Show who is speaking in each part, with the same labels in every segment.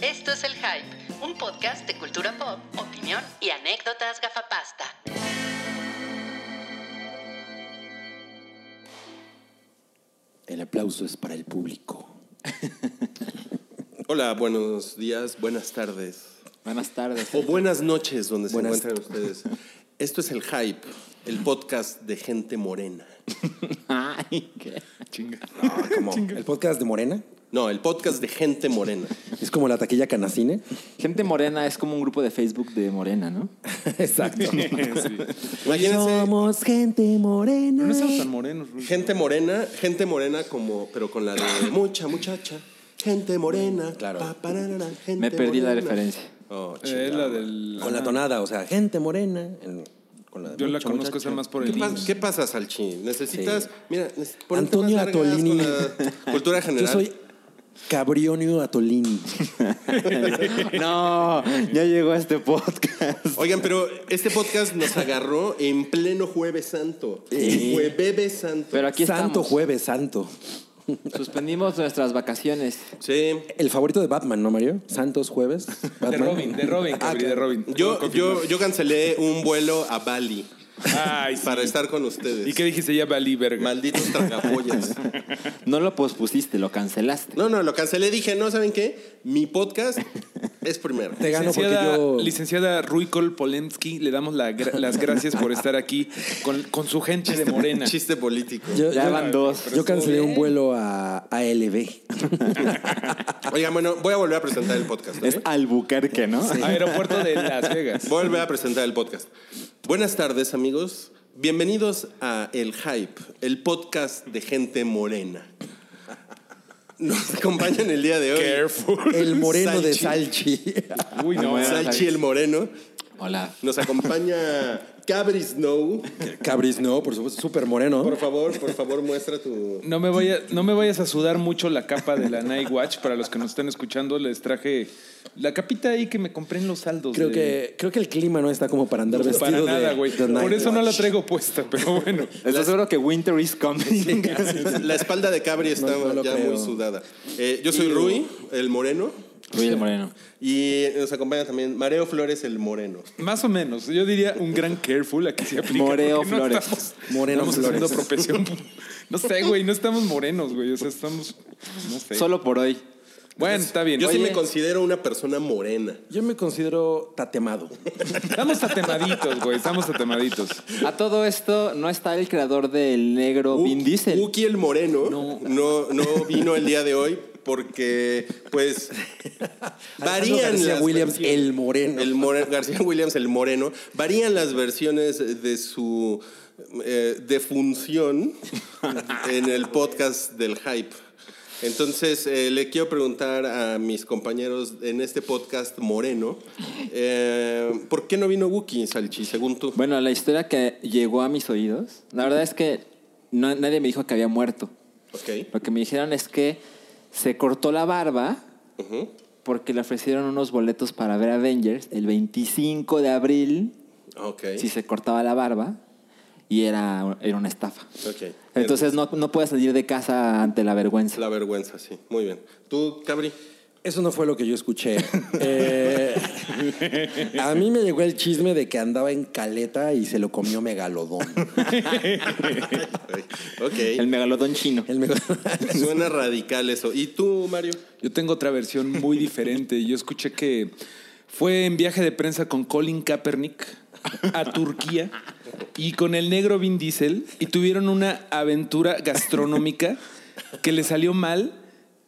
Speaker 1: Esto es El Hype, un podcast de cultura pop, opinión y anécdotas gafapasta.
Speaker 2: El aplauso es para el público.
Speaker 3: Hola, buenos días, buenas tardes
Speaker 2: Buenas tardes.
Speaker 3: o buenas noches donde
Speaker 2: Buenas
Speaker 3: se encuentran ustedes. Esto es el Hype, el podcast de gente morena.
Speaker 2: Ay, qué-
Speaker 4: El podcast de Morena
Speaker 3: No, el podcast de gente morena.
Speaker 4: es como la taquilla canacine.
Speaker 2: Gente morena es como un grupo de Facebook de morena, ¿no?
Speaker 4: Exacto.
Speaker 3: Imagínense
Speaker 4: Somos gente morena.
Speaker 5: Pero no estamos tan morenos, Ruiz.
Speaker 3: gente morena, gente morena como, pero con la de mucha muchacha. Gente morena,
Speaker 4: Claro.
Speaker 3: pa, pararara, gente
Speaker 2: Me perdí la
Speaker 3: morena.
Speaker 2: referencia.
Speaker 3: Oh,
Speaker 5: Eh,
Speaker 3: chingada.
Speaker 5: la del.
Speaker 4: Con la tonada, o sea, gente morena. en- con la de
Speaker 5: Yo la
Speaker 4: mucha
Speaker 5: conozco
Speaker 4: muchacha.
Speaker 5: esa más por
Speaker 3: ¿Qué,
Speaker 5: el
Speaker 3: pas-
Speaker 5: IMSS.
Speaker 3: qué pasa, Salchín? Necesitas, mira, neces- ponerte
Speaker 4: Antonio
Speaker 3: más largas con
Speaker 4: Atolini.
Speaker 3: la Cultura general.
Speaker 4: Yo soy Cabrionio Atolini.
Speaker 2: No, ya llegó este podcast.
Speaker 3: Oigan, pero este podcast nos agarró en pleno Jueves Santo. Jueves Santo.
Speaker 2: Pero aquí
Speaker 4: santo
Speaker 2: estamos.
Speaker 4: jueves, santo.
Speaker 2: Suspendimos nuestras vacaciones.
Speaker 3: Sí.
Speaker 4: El favorito de Batman, ¿no, Mario? Santos jueves.
Speaker 5: De
Speaker 4: Batman. Ah,
Speaker 5: Robin, de Robin, Cabri, de Robin.
Speaker 3: Yo, yo, yo cancelé un vuelo a Bali
Speaker 5: Ay, sí.
Speaker 3: para estar con ustedes.
Speaker 5: ¿Y qué dijiste ya, Bali, verga?
Speaker 3: Malditos tragapollas.
Speaker 2: No lo pospusiste, lo cancelaste.
Speaker 3: No, no, lo cancelé. Dije, no, ¿saben qué? Mi podcast es primero.
Speaker 4: Te gano porque
Speaker 5: Licenciada,
Speaker 4: yo.
Speaker 5: licenciada Ruikol Polensky, le damos la gra- las gracias por estar aquí con, con su gente de Morena.
Speaker 3: Chiste político.
Speaker 4: yo-
Speaker 2: Ya
Speaker 4: yo-
Speaker 2: van dos.
Speaker 4: Yo cancelé un vuelo a ALB.
Speaker 3: Oigan, bueno, voy a volver a presentar el podcast. ¿ok?
Speaker 2: Es Albuquerque, ¿no?
Speaker 5: Aeropuerto de Las Vegas.
Speaker 3: Vuelve a presentar el podcast. Buenas tardes, amigos. Bienvenidos a El Hype, el podcast de gente morena. Nos acompañan el día de hoy.
Speaker 5: Careful.
Speaker 4: El moreno de
Speaker 3: Salchi.
Speaker 4: Salchi.
Speaker 5: Uy, no.
Speaker 3: Salchi el moreno.
Speaker 2: Hola.
Speaker 3: Nos acompaña Cabri Snow.
Speaker 4: Cabris, no, por supuesto, súper moreno.
Speaker 3: Por favor, por favor, muestra tu.
Speaker 5: No me, vaya, no me vayas a sudar mucho la capa de la Night Watch. Para los que nos están escuchando, les traje la capita ahí que me compré en los saldos.
Speaker 4: Creo
Speaker 5: de-
Speaker 4: que, creo que el clima no está como para andar
Speaker 5: Para
Speaker 4: vestido de-
Speaker 5: nada,
Speaker 4: de,
Speaker 5: güey. Por
Speaker 4: Night
Speaker 5: eso no la
Speaker 4: Watch.
Speaker 5: traigo puesta, pero bueno.
Speaker 2: ¿Estás seguro que Winter is coming?
Speaker 3: La espalda de Cabri está
Speaker 4: No, no lo
Speaker 3: ya
Speaker 4: creo.
Speaker 3: muy sudada. Eh, yo soy Rui, el moreno.
Speaker 2: Ruiz del Moreno.
Speaker 3: Y nos acompaña también Mareo Flores, el moreno.
Speaker 5: Más o menos. Yo diría un gran careful aquí se aplica.
Speaker 2: Moreo
Speaker 5: porque no
Speaker 2: Flores.
Speaker 5: estamos-
Speaker 4: Moreno
Speaker 5: estamos
Speaker 4: Flores.
Speaker 5: haciendo profesión. No sé, güey. No estamos morenos, güey. O sea, estamos. No sé.
Speaker 2: Solo por hoy.
Speaker 5: Bueno, está bien.
Speaker 3: Yo sí
Speaker 5: Oye,
Speaker 3: me considero una persona morena.
Speaker 4: Yo me considero tatemado.
Speaker 5: Estamos atemaditos, güey. Estamos atemaditos.
Speaker 2: A todo esto no está el creador del negro Vin Diesel.
Speaker 3: Uki el Moreno no. No, vino el día de hoy porque, pues,
Speaker 4: Alejandro
Speaker 3: varían
Speaker 4: García
Speaker 3: las
Speaker 4: Williams,
Speaker 3: versiones-
Speaker 4: el moreno.
Speaker 3: El more- García Williams, el moreno. Varían las versiones de su eh, defunción en el podcast del hype. Entonces, eh, le quiero preguntar a mis compañeros en este podcast moreno, eh, ¿por qué no vino Wookiee, Salchi, según tú?
Speaker 2: Bueno, la historia que llegó a mis oídos, la verdad es que no- nadie me dijo que había muerto.
Speaker 3: Ok.
Speaker 2: Lo que me dijeron es que se cortó la barba porque le ofrecieron unos boletos para ver Avengers el 25 de abril
Speaker 3: Ok.
Speaker 2: si se cortaba la barba y era, era una estafa.
Speaker 3: Ok.
Speaker 2: Entonces no, no puedes salir de casa ante la vergüenza.
Speaker 3: La vergüenza, sí. Muy bien. Tú, Cabri.
Speaker 4: Eso no fue lo que yo escuché. Eh, a mí me llegó el chisme de que andaba en caleta y se lo comió megalodón.
Speaker 2: El
Speaker 3: ok.
Speaker 2: megalodón chino.
Speaker 4: El megalodón.
Speaker 3: Suena radical eso. ¿Y tú, Mario?
Speaker 5: Yo tengo otra versión muy diferente. Yo escuché que fue en viaje de prensa con Colin Kaepernick a Turquía y con el negro Vin Diesel y tuvieron una aventura gastronómica que le salió mal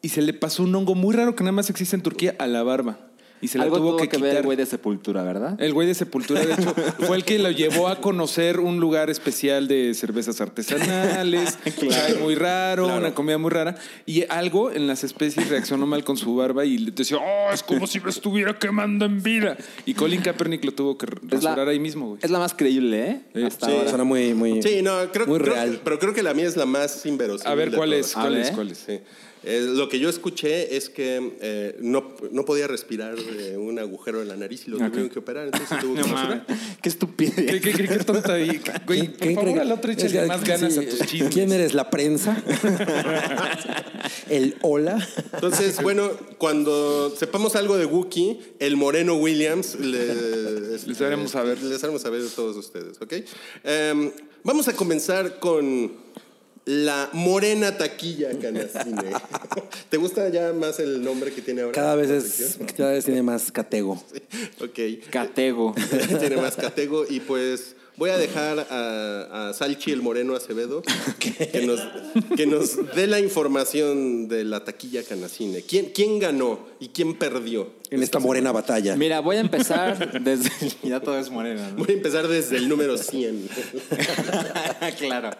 Speaker 5: y se le pasó un hongo muy raro que nada más existe en Turquía a la barba. Y se la
Speaker 2: Algo
Speaker 5: tuvo, que,
Speaker 2: ver
Speaker 5: quitar. Eh,
Speaker 2: el güey de sepultura, ¿verdad?
Speaker 5: El güey de Sepultura, de hecho, fue el que lo llevó a conocer un lugar especial de cervezas artesanales, chai muy raro, una comida muy rara. Y algo en las especies reaccionó mal con su barba y le decía, oh, es como si me estuviera quemando en vida. Y Colin Kaepernick lo tuvo que
Speaker 2: Es la-
Speaker 5: rasurar ahí mismo, güey.
Speaker 2: Es la más creíble, ¿eh?
Speaker 5: Eh,
Speaker 2: Hasta
Speaker 3: sí.
Speaker 2: ahora.
Speaker 4: Suena muy, muy,
Speaker 3: Sí, no, creo,
Speaker 4: muy
Speaker 3: creo-
Speaker 4: real.
Speaker 3: pero creo que la mía es la más inverosímil.
Speaker 5: A ver
Speaker 3: de
Speaker 5: cuál
Speaker 3: todas. Ah,
Speaker 5: es,
Speaker 2: A
Speaker 5: cuál
Speaker 2: ver.
Speaker 5: es, cuál es.
Speaker 3: Sí. Eh, lo que yo escuché es que eh, no, no podía respirar de un agujero en la nariz y lo tuvieron que operar. Entonces tuvo que
Speaker 5: No
Speaker 3: operar.
Speaker 5: mames.
Speaker 2: Qué
Speaker 5: ¿Qué,
Speaker 2: estupidez.
Speaker 5: qué, qué, qué tonta ahí? Güey, por
Speaker 4: ¿Quién
Speaker 5: favor,
Speaker 4: cree-
Speaker 5: al otro
Speaker 4: es
Speaker 5: échale
Speaker 4: que-
Speaker 5: más ganas
Speaker 4: sí,
Speaker 5: a tus chismes.
Speaker 4: ¿Quién eres? ¿La prensa? ¿El hola?
Speaker 3: Entonces, bueno, cuando sepamos algo de Wookiee, el Moreno Williams, les,
Speaker 5: Les haremos saber.
Speaker 3: Les haremos saber a todos ustedes, ¿ok? Em, vamos a comenzar con la Morena Taquilla Canacine. ¿Te gusta ya más el nombre que tiene ahora?
Speaker 4: Cada vez
Speaker 3: la
Speaker 4: es,
Speaker 3: sección?
Speaker 4: cada vez tiene más catego.
Speaker 3: Ok.
Speaker 2: Catego.
Speaker 3: tiene más catego y pues voy a dejar a, a Salchi el Moreno Acevedo que nos, que nos dé la información de la taquilla canacine. ¿Quién, quién ganó y quién perdió?
Speaker 4: En esta morena batalla.
Speaker 2: Mira, voy a empezar desde. Ya todo es moreno, ¿no?
Speaker 3: Voy a empezar desde el número 100.
Speaker 2: Ah, claro.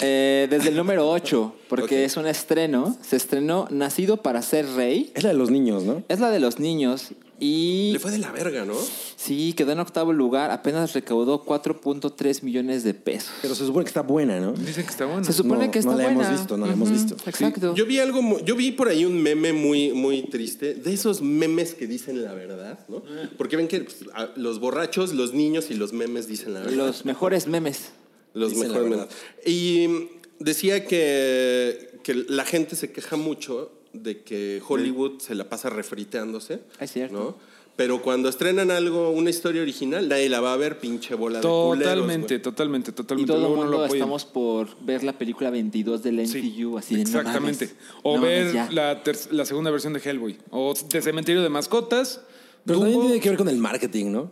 Speaker 2: Eh, desde el número 8, porque
Speaker 3: Ok.
Speaker 2: es un estreno. Se estrenó Nacido para ser rey.
Speaker 4: Es la de los niños, ¿no?
Speaker 2: Es la de los niños. Y
Speaker 3: Le fue de la verga, ¿no?
Speaker 2: sí, quedó en octavo lugar. Apenas recaudó 4.3 millones de pesos.
Speaker 4: Pero se supone que está buena, ¿no?
Speaker 5: Dicen que está bueno.
Speaker 2: Se supone
Speaker 4: No,
Speaker 2: que está
Speaker 4: no la hemos
Speaker 2: buena.
Speaker 4: visto, no la hemos visto.
Speaker 2: Exacto.
Speaker 3: Yo vi algo, mu- yo vi por ahí un meme muy, muy triste, de esos memes que dicen la verdad, ¿no? Porque ven que pues, a- los borrachos, los niños y los memes dicen la verdad.
Speaker 2: Los mejores memes.
Speaker 3: Los
Speaker 4: Dicen la
Speaker 3: mejores
Speaker 4: verdad.
Speaker 3: memes. Y mm, decía que, que la gente se queja mucho de que Hollywood se la pasa refriteándose.
Speaker 2: Es cierto.
Speaker 3: ¿no? Pero cuando estrenan algo, una historia original, nadie la va a ver, pinche bola de culeros.
Speaker 5: Totalmente, totalmente,
Speaker 2: Y
Speaker 5: totalmente.
Speaker 2: todo el
Speaker 5: Luego no
Speaker 2: mundo
Speaker 5: apoyan.
Speaker 2: estamos por ver la película 22 del MCU.
Speaker 5: Sí,
Speaker 2: así de, "No
Speaker 5: Exactamente.
Speaker 2: mames,
Speaker 5: o
Speaker 2: no mames,
Speaker 5: ver
Speaker 2: ya".
Speaker 5: la, ter- la segunda versión de Hellboy. O de Cementerio de Mascotas.
Speaker 4: Pero también
Speaker 5: Dumbo.
Speaker 4: tiene que ver con el marketing, ¿no?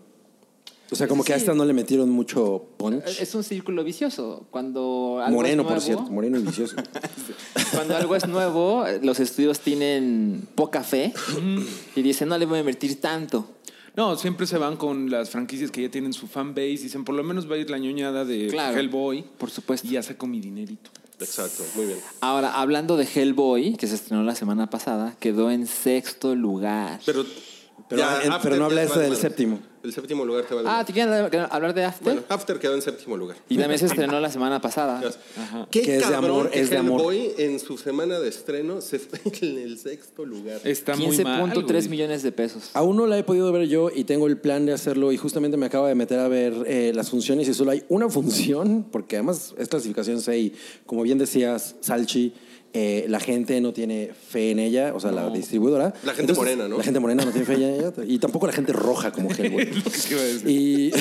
Speaker 4: O sea, como que a esta no le metieron mucho punch.
Speaker 2: Es un círculo vicioso. Cuando algo
Speaker 4: Moreno,
Speaker 2: es
Speaker 4: por
Speaker 2: nuevo-
Speaker 4: cierto, moreno y vicioso.
Speaker 2: Cuando algo es nuevo, eh, los estudios tienen poca fe y dicen, no le voy a invertir tanto.
Speaker 5: No, siempre se van con las franquicias que ya tienen su fan base. Dicen, por lo menos va a ir la ñoñada de
Speaker 2: Claro,
Speaker 5: Hellboy.
Speaker 2: por supuesto.
Speaker 5: Y ya saco mi dinerito.
Speaker 3: Exacto, muy bien.
Speaker 2: Ahora, hablando de Hellboy, que se estrenó la semana pasada, quedó en sexto lugar.
Speaker 3: Pero,
Speaker 4: Pero- en-
Speaker 3: After
Speaker 4: pero no habla
Speaker 3: ya te
Speaker 4: eso
Speaker 3: vale
Speaker 4: del
Speaker 3: madre.
Speaker 4: séptimo.
Speaker 3: El séptimo lugar te va
Speaker 2: ah, ¿te quieren hablar de After?
Speaker 3: Bueno, After quedó en séptimo lugar.
Speaker 2: y también se estrenó la semana pasada.
Speaker 3: Qué
Speaker 4: Ah, Que es de
Speaker 3: cabrón
Speaker 4: amor,
Speaker 3: que
Speaker 4: es de amor.
Speaker 3: Hellboy en su semana de estreno se fue en el sexto lugar.
Speaker 5: Está muy mal.
Speaker 2: 15.3
Speaker 5: güey.
Speaker 2: millones de pesos.
Speaker 3: Ah,
Speaker 4: Aún no la he podido ver yo y tengo el plan de hacerlo y justamente me acabo de meter a ver eh, las funciones y solo hay una función, porque además es clasificación 6, como bien decías, Salchi, eh, la gente no tiene fe en ella, o sea, la distribuidora.
Speaker 3: La gente morena, ¿no?
Speaker 4: La gente morena no tiene fe en ella y tampoco la gente roja como Hellboy.
Speaker 5: ¿Qué iba a decir?
Speaker 4: y,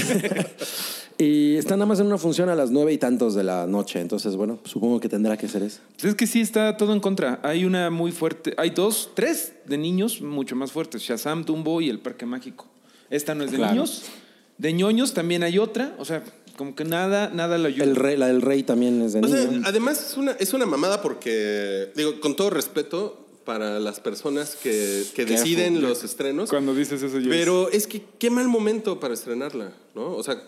Speaker 4: y está nada más en una función a las nueve y tantos de la noche, entonces bueno, supongo que tendrá que ser eso.
Speaker 5: Pues es que sí está todo en contra. Hay una muy fuerte, hay dos, tres de niños mucho más fuertes: Shazam, Dumbo y el Parque Mágico. Esta no es de
Speaker 2: Claro.
Speaker 5: niños. De ñoños también hay otra. O sea, como que nada, nada lo ayuda.
Speaker 4: El rey, la del rey también es de
Speaker 3: O
Speaker 4: niño.
Speaker 3: sea, además es una, es una mamada porque, digo, con todo respeto para las personas que, que deciden los estrenos,
Speaker 5: Cuando dices eso, yo.
Speaker 3: pero es que qué mal momento para estrenarla, ¿no? O sea,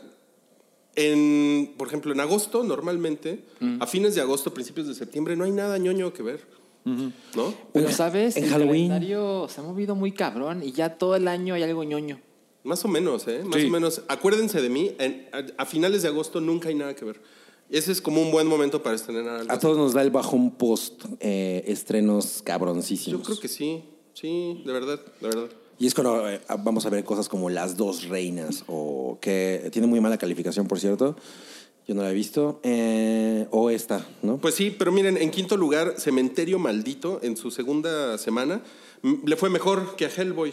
Speaker 3: en, por ejemplo, en agosto normalmente,
Speaker 5: Mm.
Speaker 3: a fines de agosto, principios de septiembre, no hay nada ñoño que ver, ¿no?
Speaker 2: Pero, ¿sabes?
Speaker 4: en
Speaker 2: el
Speaker 4: Halloween.
Speaker 2: calendario se ha movido muy cabrón y ya todo el año hay algo ñoño.
Speaker 3: Más o menos, ¿eh? Más
Speaker 5: Sí.
Speaker 3: o menos. Acuérdense de mí, en- a, a finales de agosto nunca hay nada que ver. Ese es como un buen momento para estrenar
Speaker 5: Ah,
Speaker 3: algo.
Speaker 4: A todos nos da el bajón post eh, estrenos
Speaker 5: pues,
Speaker 4: cabroncísimos.
Speaker 3: Yo creo que sí, sí, de verdad, de verdad.
Speaker 4: Y es cuando eh, vamos a ver cosas como Las dos reinas o que tiene muy mala calificación, por cierto. Yo no la he visto. Eh, o esta, ¿no?
Speaker 3: Pues sí, pero miren, en quinto lugar, Cementerio Maldito, en su segunda semana, m- le fue mejor que a Hellboy.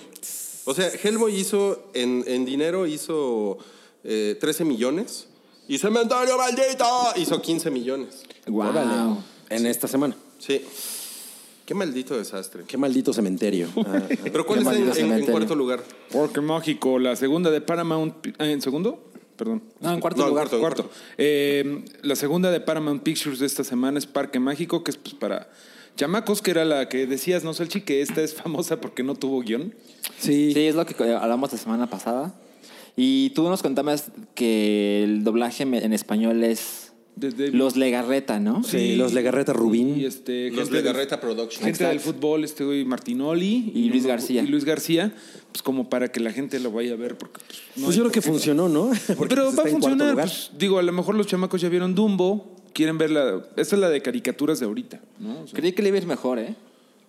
Speaker 3: O sea, Hellboy hizo, en, en dinero, hizo eh, 13 millones. Y Cementerio Maldito hizo 15 millones.
Speaker 2: Guau.
Speaker 4: Órale. En esta semana.
Speaker 3: Sí. Qué maldito desastre.
Speaker 4: Qué maldito cementerio. Ah, ah,
Speaker 3: Pero ¿cuál es en-
Speaker 4: qué maldito
Speaker 3: en- en,
Speaker 4: cementerio.
Speaker 3: cuarto lugar?
Speaker 5: Parque Mágico, la segunda de Paramount. Pi- ah, ¿En segundo? Perdón.
Speaker 2: No, en cuarto
Speaker 3: No, en
Speaker 2: lugar.
Speaker 3: cuarto.
Speaker 5: Cuarto. Eh, la segunda de Paramount Pictures de esta semana es Parque Mágico, que es pues, para chamacos, que era la que decías, no, Salchi, que esta es famosa porque no tuvo guión.
Speaker 4: Sí.
Speaker 2: Sí, es lo que hablamos la semana pasada. Y tú nos contabas que el doblaje me- en español es
Speaker 5: Desde
Speaker 2: Los Legarreta, ¿no?
Speaker 4: Sí, los Legarreta Rubín.
Speaker 5: Y este,
Speaker 3: Los
Speaker 5: gente de-
Speaker 3: Legarreta Productions.
Speaker 5: Gente del fútbol, este güey Martinoli.
Speaker 2: Y Luis García.
Speaker 5: Y Luis García, pues como para que la gente lo vaya a ver. Porque, pues, no
Speaker 4: pues
Speaker 5: hay-
Speaker 4: yo creo que funcionó, ¿no? Porque
Speaker 5: Pero
Speaker 4: pues está
Speaker 5: va a
Speaker 4: en cuarto
Speaker 5: funcionar.
Speaker 4: lugar.
Speaker 5: pues, digo, a lo mejor los chamacos ya vieron Dumbo, quieren ver la. Esta es la de caricaturas de ahorita, ¿no? O sea,
Speaker 2: Creí que le iba a ir mejor, ¿eh?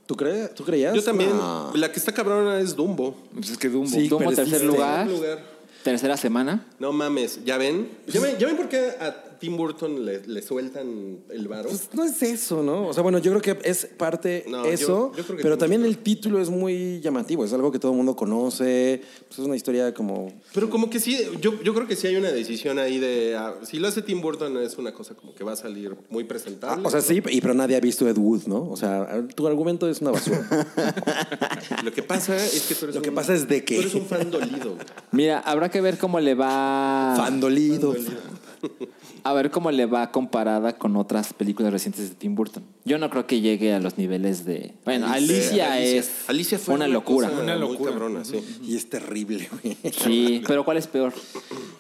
Speaker 4: ¿Tú, crees? ¿Tú creías? Ah.
Speaker 3: Yo también.
Speaker 4: No.
Speaker 3: La que está cabrona es Dumbo.
Speaker 5: Pues es que Dumbo.
Speaker 4: Sí.
Speaker 2: Dumbo,
Speaker 4: pereciste.
Speaker 2: tercer lugar,
Speaker 3: Lugar.
Speaker 2: tercera semana.
Speaker 3: No mames, ¿ya ven? ¿Ya ven, ya ven por qué a Tim Burton le, le sueltan el varo?
Speaker 4: Pues no es eso, ¿no? O sea, bueno, yo creo que es parte
Speaker 3: No, yo-
Speaker 4: eso,
Speaker 3: yo creo que
Speaker 4: pero
Speaker 3: sí.
Speaker 4: también el título es muy llamativo, es algo que todo el mundo conoce, pues es una historia como...
Speaker 3: Pero como que sí, yo, yo creo que sí hay una decisión ahí de... ah, si lo hace Tim Burton es una cosa como que va a salir muy
Speaker 4: Ah,
Speaker 3: presentable.
Speaker 4: o sea, sí, y, pero nadie ha visto Ed Wood, ¿no? O sea, tu argumento es una basura.
Speaker 3: Lo que pasa es que tú eres
Speaker 4: Lo que
Speaker 3: un-
Speaker 4: pasa es de que-
Speaker 3: Tú eres un fan dolido. güey.
Speaker 2: Mira, habrá que ver cómo le va.
Speaker 4: Fandolido.
Speaker 2: A ver cómo le va comparada con otras películas recientes de Tim Burton. Yo no creo que llegue a los niveles de. Bueno, Alicia, es.
Speaker 3: Alicia fue
Speaker 2: una locura.
Speaker 3: cosa
Speaker 5: Una
Speaker 3: muy
Speaker 5: locura.
Speaker 3: cabrona, sí.
Speaker 4: Y es terrible, güey.
Speaker 2: Sí, pero ¿cuál es peor?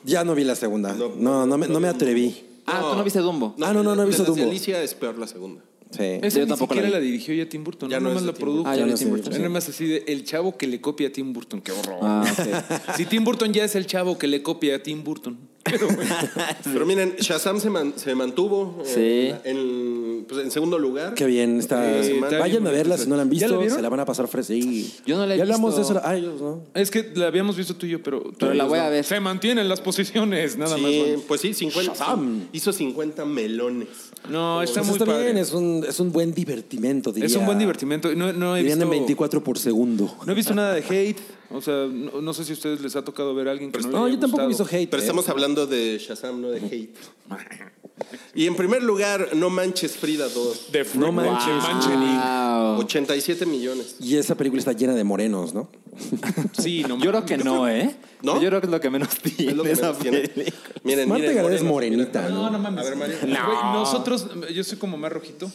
Speaker 4: Ya no vi la segunda. No, no, me, no me atreví.
Speaker 2: Ah, tú no viste Dumbo.
Speaker 4: Ah, no, no, no he
Speaker 3: de
Speaker 4: visto
Speaker 3: las de
Speaker 4: Dumbo.
Speaker 3: Alicia es peor la segunda.
Speaker 4: Sí.
Speaker 5: Esa
Speaker 2: Yo
Speaker 5: ni
Speaker 2: tampoco la
Speaker 5: siquiera
Speaker 2: vi.
Speaker 5: la, dirigió ya Tim Burton.
Speaker 3: Ya
Speaker 5: Ya
Speaker 3: no
Speaker 5: no,
Speaker 3: es
Speaker 5: más
Speaker 3: de
Speaker 5: la
Speaker 3: Tim Burton.
Speaker 5: produjo.
Speaker 2: Ah, ya no
Speaker 5: Era
Speaker 2: es Tim Burton.
Speaker 5: nada más así de el chavo que le copia a Tim Burton. Qué horror.
Speaker 2: Ah, ok.
Speaker 5: Si Tim Burton ya es el chavo que le copia a Tim Burton.
Speaker 3: Pero miren, Shazam se, man- se mantuvo eh,
Speaker 2: Sí.
Speaker 3: en, pues, en segundo lugar.
Speaker 4: Qué bien está.
Speaker 3: Eh, está
Speaker 4: Vayan
Speaker 5: bien
Speaker 4: a verla
Speaker 5: bonito.
Speaker 4: si no la han
Speaker 5: ¿Ya
Speaker 4: visto.
Speaker 5: la vieron?
Speaker 4: se la van a pasar fresca. Sí.
Speaker 2: Yo no la he
Speaker 4: Ya hablamos
Speaker 2: visto.
Speaker 4: de eso. Ah, ellos, ¿no?
Speaker 5: Es que la habíamos visto tú y yo, pero. tú
Speaker 2: Pero
Speaker 5: y
Speaker 2: la
Speaker 5: ellos
Speaker 2: voy a
Speaker 5: no.
Speaker 2: ver.
Speaker 5: Se mantienen las posiciones, nada
Speaker 3: Sí,
Speaker 5: más. bueno.
Speaker 3: pues sí, 50,
Speaker 4: Shazam.
Speaker 3: hizo 50 melones.
Speaker 5: No, está
Speaker 4: Pues
Speaker 5: muy
Speaker 4: está
Speaker 5: padre.
Speaker 4: bien, es un, es un buen divertimento, diría.
Speaker 5: Es un buen divertimento. No, no he
Speaker 4: Dirían en
Speaker 5: visto-
Speaker 4: 24 por segundo.
Speaker 5: No he visto nada de hate. O sea, no, no sé si a ustedes les ha tocado ver a alguien que no, le
Speaker 4: Pues No,
Speaker 5: haya
Speaker 4: yo tampoco he visto
Speaker 5: gustado.
Speaker 4: hate.
Speaker 3: Pero
Speaker 4: eh.
Speaker 3: estamos hablando de Shazam, no de hate. Y en primer lugar, No Manches Frida 2.
Speaker 5: De
Speaker 4: No
Speaker 5: no
Speaker 4: manches. Ah.
Speaker 2: Wow.
Speaker 3: 87 millones.
Speaker 4: Y esa película está llena de morenos, ¿no?
Speaker 5: Sí, no
Speaker 2: Yo creo que no, ¿eh?
Speaker 3: ¿No?
Speaker 2: Yo creo que es lo que menos tiene
Speaker 3: Es lo que
Speaker 2: esa
Speaker 3: menos tiene.
Speaker 2: peli.
Speaker 3: Miren,
Speaker 4: Marta
Speaker 3: miren,
Speaker 4: Gareda
Speaker 3: morenos,
Speaker 4: es morenita,
Speaker 3: miren.
Speaker 4: ¿no?
Speaker 5: No, no mames.
Speaker 3: A ver, Mario.
Speaker 5: Güey, nosotros, yo soy como más rojito.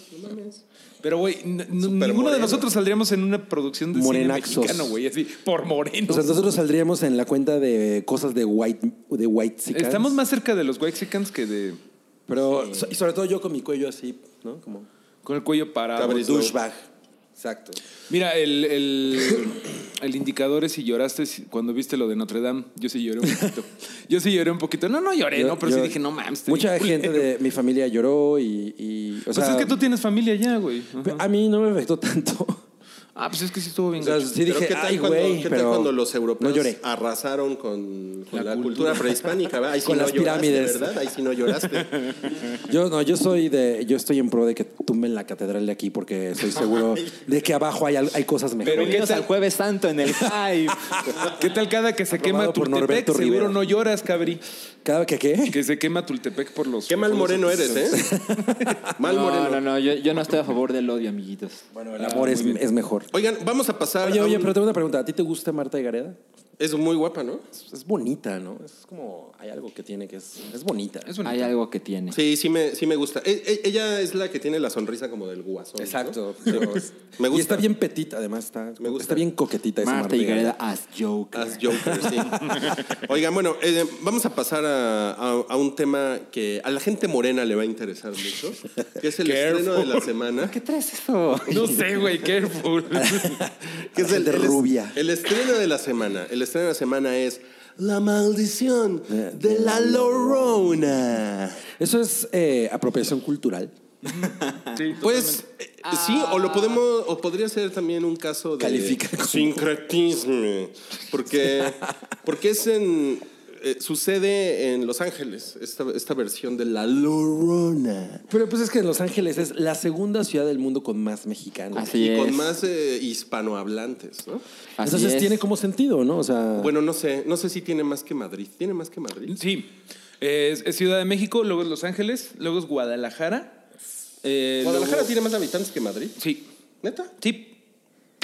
Speaker 5: Pero, güey, n- n- ninguno
Speaker 3: moreno.
Speaker 5: de nosotros saldríamos en una producción de
Speaker 4: Morenaxos.
Speaker 5: cine mexicano, güey, así, por moreno.
Speaker 4: O sea, Pues nosotros saldríamos en la cuenta de cosas de white, de white chicans.
Speaker 5: Estamos más cerca de los Wexicans que de.
Speaker 4: Pero, so- y sobre todo yo con mi cuello así, ¿no? Como
Speaker 5: con el cuello parado.
Speaker 3: Cabres.
Speaker 4: douchebag. Exacto.
Speaker 5: Mira, el, el, el indicador es si lloraste si- cuando viste lo de Notre Dame. Yo sí lloré un poquito. Yo sí lloré un poquito. No, no lloré,
Speaker 4: Yo-
Speaker 5: no, pero
Speaker 4: yo-
Speaker 5: sí dije, no mames. está
Speaker 4: Mucha
Speaker 5: bien culero.
Speaker 4: gente de mi familia lloró y. y, o
Speaker 5: Pues
Speaker 4: sea,
Speaker 5: es que tú tienes familia ya, güey. Ajá.
Speaker 4: A mí no me afectó tanto.
Speaker 5: Ah, pues es que sí estuvo bien.
Speaker 4: O sea,
Speaker 5: gacho.
Speaker 4: sí
Speaker 3: Pero
Speaker 4: dije,
Speaker 3: ¿qué tal
Speaker 4: ay,
Speaker 3: cuando-
Speaker 4: güey.
Speaker 3: ¿Qué tal
Speaker 4: pero
Speaker 3: cuando los europeos
Speaker 4: No lloré.
Speaker 3: arrasaron con, con la,
Speaker 5: La
Speaker 3: cultura prehispánica? ¿verdad? Ahí sí
Speaker 4: Con
Speaker 3: no
Speaker 4: las
Speaker 3: lloraste,
Speaker 4: pirámides.
Speaker 3: ¿verdad? Ahí sí no lloraste.
Speaker 4: Yo no, yo soy de, yo estoy en pro de que tumben la catedral de aquí porque estoy seguro de que abajo hay, al- hay cosas mejores.
Speaker 5: Pero ¿qué
Speaker 2: Bienvenidos
Speaker 5: tal?
Speaker 2: al Jueves Santo en el Hive.
Speaker 5: ¿Qué tal cada que se
Speaker 4: Aprobado
Speaker 5: quema
Speaker 4: por
Speaker 5: Tultepec?
Speaker 4: Norberto
Speaker 5: Seguro
Speaker 4: Rivera.
Speaker 5: no lloras, cabri.
Speaker 4: Cada que qué?
Speaker 5: Que se quema Tultepec por los.
Speaker 3: Qué mal
Speaker 5: por los
Speaker 3: moreno eres,
Speaker 5: aficionados.
Speaker 3: ¿eh? Mal
Speaker 2: No,
Speaker 3: moreno.
Speaker 2: no, no, yo, yo no estoy a favor del odio, amiguitos.
Speaker 4: Bueno, el amor es, es mejor.
Speaker 3: Oigan, vamos a pasar.
Speaker 4: Ah, Oye,
Speaker 3: a
Speaker 4: oye,
Speaker 3: un-
Speaker 4: pero tengo una pregunta. ¿A ti te gusta Marta de Gareda?
Speaker 3: Es muy guapa, ¿no?
Speaker 4: Es, es bonita, ¿no? Es como hay algo que tiene que es es bonita.
Speaker 5: Es bonito.
Speaker 2: Hay algo que tiene.
Speaker 3: Sí, sí me, sí me gusta. E- e- ella es la que tiene la sonrisa como del guasón. ¿no?
Speaker 4: Exacto.
Speaker 3: Me
Speaker 4: Y
Speaker 3: gusta.
Speaker 4: está bien petita, además está.
Speaker 3: Me gusta.
Speaker 4: Está bien coquetita esa
Speaker 2: Marta
Speaker 4: Marta
Speaker 2: y
Speaker 4: de
Speaker 2: Gareda
Speaker 4: Gareda.
Speaker 2: as Joker.
Speaker 3: As Joker, sí. Oigan, bueno, eh, vamos a pasar a, a- a un tema que a la gente morena le va a interesar mucho, que es el estreno de la semana.
Speaker 2: ¿Qué traes eso?
Speaker 5: No sé, güey, careful.
Speaker 3: Que es
Speaker 4: La gente
Speaker 3: es-
Speaker 4: rubia.
Speaker 3: El estreno de la semana. El estreno de la semana es La maldición de la Lorona.
Speaker 4: Eso es eh, apropiación cultural.
Speaker 5: Sí,
Speaker 3: Pues eh, sí, o lo podemos, o podría ser también un caso de
Speaker 4: Califica como-
Speaker 3: sincretismo, porque porque es en eh, sucede en Los Ángeles esta, esta versión de La Llorona
Speaker 4: Pero pues es que Los Ángeles es la segunda ciudad del mundo con más mexicanos.
Speaker 2: Así
Speaker 3: y
Speaker 2: es.
Speaker 3: con más eh, hispanohablantes, ¿no?
Speaker 2: Así
Speaker 4: Entonces
Speaker 2: es.
Speaker 4: tiene como sentido, ¿no? O sea,
Speaker 3: Bueno, no sé, no sé si tiene más que Madrid, tiene más que Madrid.
Speaker 5: Sí. Es, es Ciudad de México, luego es Los Ángeles, luego es Guadalajara. eh,
Speaker 3: Guadalajara
Speaker 5: luego-
Speaker 3: tiene más habitantes que Madrid,
Speaker 5: Sí.
Speaker 3: neta.
Speaker 5: Sí.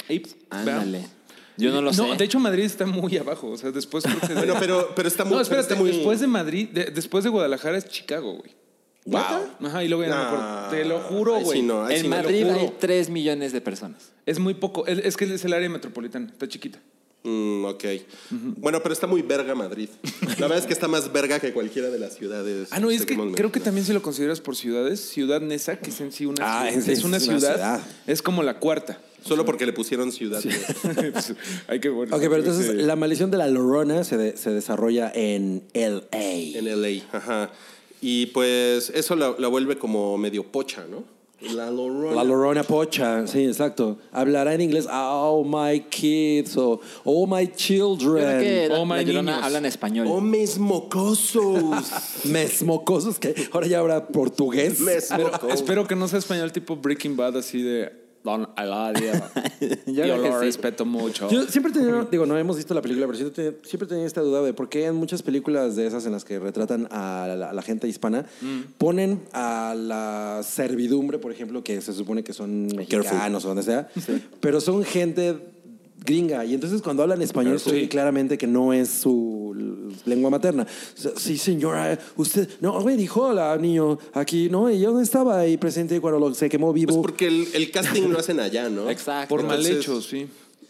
Speaker 5: Ahí,
Speaker 2: Ándale.
Speaker 5: ¿verdad?
Speaker 2: Yo no lo sé.
Speaker 5: de hecho Madrid está muy abajo. O sea, después creo que. de-
Speaker 3: Bueno, pero pero está muy.
Speaker 5: No,
Speaker 3: pero
Speaker 5: espérate,
Speaker 3: está muy-
Speaker 5: después de Madrid, de- después de Guadalajara es Chicago, güey.
Speaker 3: ¿Neta?
Speaker 5: Ajá, y luego ya no me acuerdo.
Speaker 3: Nah.
Speaker 5: Te lo juro,
Speaker 3: Ahí Ah, sí
Speaker 5: güey.
Speaker 3: no, ahí
Speaker 2: en
Speaker 3: sí no.
Speaker 2: Madrid
Speaker 5: Te lo juro.
Speaker 2: hay 3 millones de personas.
Speaker 5: Es muy poco. Es, es que es el área metropolitana, está chiquita.
Speaker 3: Mm, ok. Bueno, pero está muy verga Madrid. La verdad es que está más verga que cualquiera de las ciudades.
Speaker 5: Ah, no, y es que
Speaker 3: hemos
Speaker 5: creo que
Speaker 3: mencionado.
Speaker 5: también si lo consideras por ciudades, Ciudad Neza, que es en sí una
Speaker 4: Ah,
Speaker 5: ciudad,
Speaker 4: es-
Speaker 5: es, una,
Speaker 4: es una
Speaker 5: ciudad,
Speaker 4: ciudad.
Speaker 5: es como la cuarta.
Speaker 3: Solo porque le pusieron ciudad. güey.
Speaker 5: Pues, hay que bueno,
Speaker 4: Ok, pero entonces
Speaker 5: sí.
Speaker 4: la maldición de la Lorona se, de- se desarrolla en L.A.
Speaker 3: En LA. Ajá. Y pues eso la, la vuelve como medio pocha, ¿no? La Llorona.
Speaker 4: La Lorona Pocha, sí, exacto. Hablará en inglés, oh my kids, o oh my
Speaker 2: Yo creo que
Speaker 4: children.
Speaker 2: la,
Speaker 5: Oh, my
Speaker 2: la Llorona
Speaker 5: niños.
Speaker 2: habla en español.
Speaker 3: ¡Oh, mis mocosos!
Speaker 4: Mesmocosos, que ahora ya habrá portugués.
Speaker 3: Mes mocosos.
Speaker 5: Espero que no sea español tipo Breaking Bad, así de. Don Eladia.
Speaker 2: Yo
Speaker 5: Yo
Speaker 2: creo que
Speaker 5: lo
Speaker 2: sí.
Speaker 5: respeto mucho.
Speaker 4: Yo siempre tenía, digo, no hemos visto la película, pero siempre tenía, siempre tenía esta duda de por qué en muchas películas de esas en las que retratan a la, a la gente hispana,
Speaker 3: Mm.
Speaker 4: ponen a la servidumbre, por ejemplo, que se supone que son mexicanos o donde sea, pero son gente gringa. Y entonces cuando hablan español, se
Speaker 5: Careful.
Speaker 4: oye
Speaker 5: Sí.
Speaker 4: claramente que no es su l- lengua materna. O sea, Sí, señora, usted, no, me dijo la niño aquí, no, y yo no estaba ahí presente cuando lo- se quemó vivo.
Speaker 3: Pues porque el, el casting lo hacen allá, ¿no?
Speaker 2: Exacto.
Speaker 5: Por mal
Speaker 3: Entonces,
Speaker 5: hecho, sí.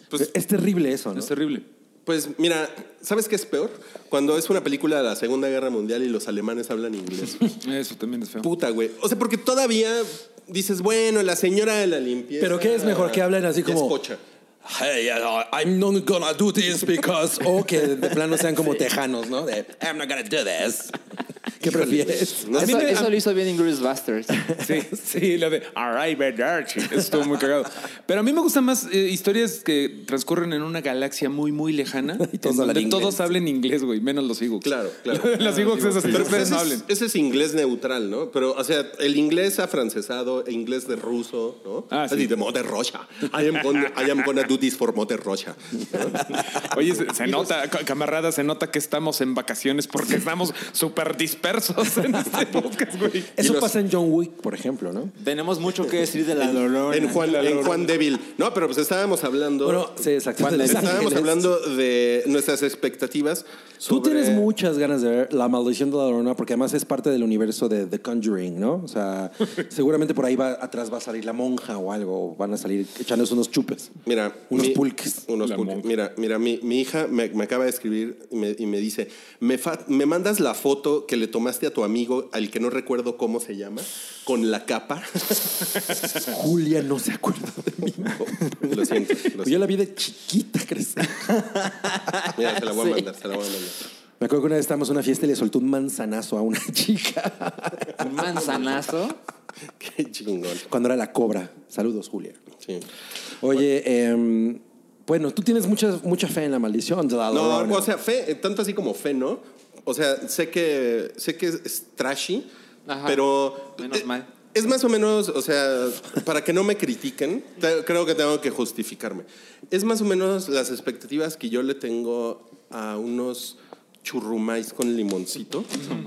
Speaker 3: Pues,
Speaker 4: es terrible eso, ¿no?
Speaker 5: Es terrible.
Speaker 3: pues mira, ¿sabes qué es peor? Cuando es una película de la Segunda Guerra Mundial y los alemanes hablan inglés.
Speaker 5: Eso también es feo.
Speaker 3: Puta, güey. O sea, porque todavía dices, bueno, la señora de la limpieza.
Speaker 4: Pero ¿qué es mejor que hablen así
Speaker 3: ya es
Speaker 4: como-
Speaker 3: pocha.
Speaker 4: Hey, uh, I'm not gonna do this because. O que de plano sean como tejanos, ¿no? De, I'm not gonna do this. ¿Qué prefieres?
Speaker 3: No, a mí
Speaker 2: Eso,
Speaker 3: me-
Speaker 2: eso lo hizo bien Ingrid Busters.
Speaker 5: Sí, sí, la de Arrivederci. Estuvo muy cagado. Pero a mí me gustan más eh, historias que transcurren en una galaxia muy, muy lejana.
Speaker 4: Y todos
Speaker 5: en
Speaker 4: hablan
Speaker 5: donde
Speaker 4: inglés.
Speaker 5: todos hablen inglés, güey, menos los Ewoks.
Speaker 3: Claro, claro.
Speaker 5: los Ewoks es así,
Speaker 3: Pero
Speaker 5: ustedes
Speaker 3: ese,
Speaker 5: no
Speaker 3: es,
Speaker 5: hablen.
Speaker 3: ese es inglés neutral, ¿no? Pero, o sea, el inglés afrancesado, e inglés de ruso, ¿no?
Speaker 5: Ah, sí.
Speaker 3: Así de Mother Russia. I am, gonna, I am gonna do this for Mother Russia.
Speaker 5: Oye, se, se nota, ca- camarada, se nota que estamos en vacaciones porque estamos súper dispersos en este podcast, güey.
Speaker 4: Eso
Speaker 3: Y los-
Speaker 4: pasa en John Wick, por ejemplo, ¿no?
Speaker 2: Tenemos mucho que decir de la Llorona.
Speaker 3: En Juan, en Juan Débil. No, pero pues estábamos hablando.
Speaker 4: Bueno, sí, exacto.
Speaker 3: Juan
Speaker 4: De Los
Speaker 3: Débil. Estábamos
Speaker 4: Ángeles.
Speaker 3: hablando de nuestras expectativas.
Speaker 4: Tú
Speaker 3: sobre-
Speaker 4: tienes muchas ganas de ver La Maldición de la Llorona porque además es parte del universo de The Conjuring, ¿no? O sea, seguramente por ahí va, atrás va a salir la monja o algo, o van a salir echándose unos chupes.
Speaker 3: Mira,
Speaker 4: Unos pulques.
Speaker 3: Unos
Speaker 5: La
Speaker 3: pulques.
Speaker 5: monja.
Speaker 3: Mira, mira, mi, mi hija me, me acaba de escribir y me, y me dice, me, fa- ¿me mandas la foto que le tomaste a tu amigo, al que no recuerdo cómo se llama, con la capa?
Speaker 4: Julia no se acuerda de mí.
Speaker 3: lo siento, lo
Speaker 4: Yo
Speaker 3: siento.
Speaker 4: la vi de chiquita crecer.
Speaker 3: Mira, se la voy a
Speaker 2: Sí.
Speaker 3: mandar, se la voy a mandar.
Speaker 4: Me acuerdo que una vez estábamos en una fiesta y le soltó un manzanazo a una chica
Speaker 2: Un manzanazo.
Speaker 3: Qué chingón.
Speaker 4: cuando era la cobra. Saludos, Julia.
Speaker 3: Sí.
Speaker 4: Oye, em, bueno, tú tienes mucha, mucha fe en la maldición de la
Speaker 3: No,
Speaker 4: Llorona.
Speaker 3: o sea, fe, eh, tanto así como fe, ¿no? O sea, sé que, sé que es- es trashy,
Speaker 2: Ajá.
Speaker 3: pero...
Speaker 2: Menos
Speaker 3: eh,
Speaker 2: mal.
Speaker 3: Es más o menos, o sea, para que no me critiquen, te- creo que tengo que justificarme. Es más o menos las expectativas que yo le tengo a unos churrumais con limoncito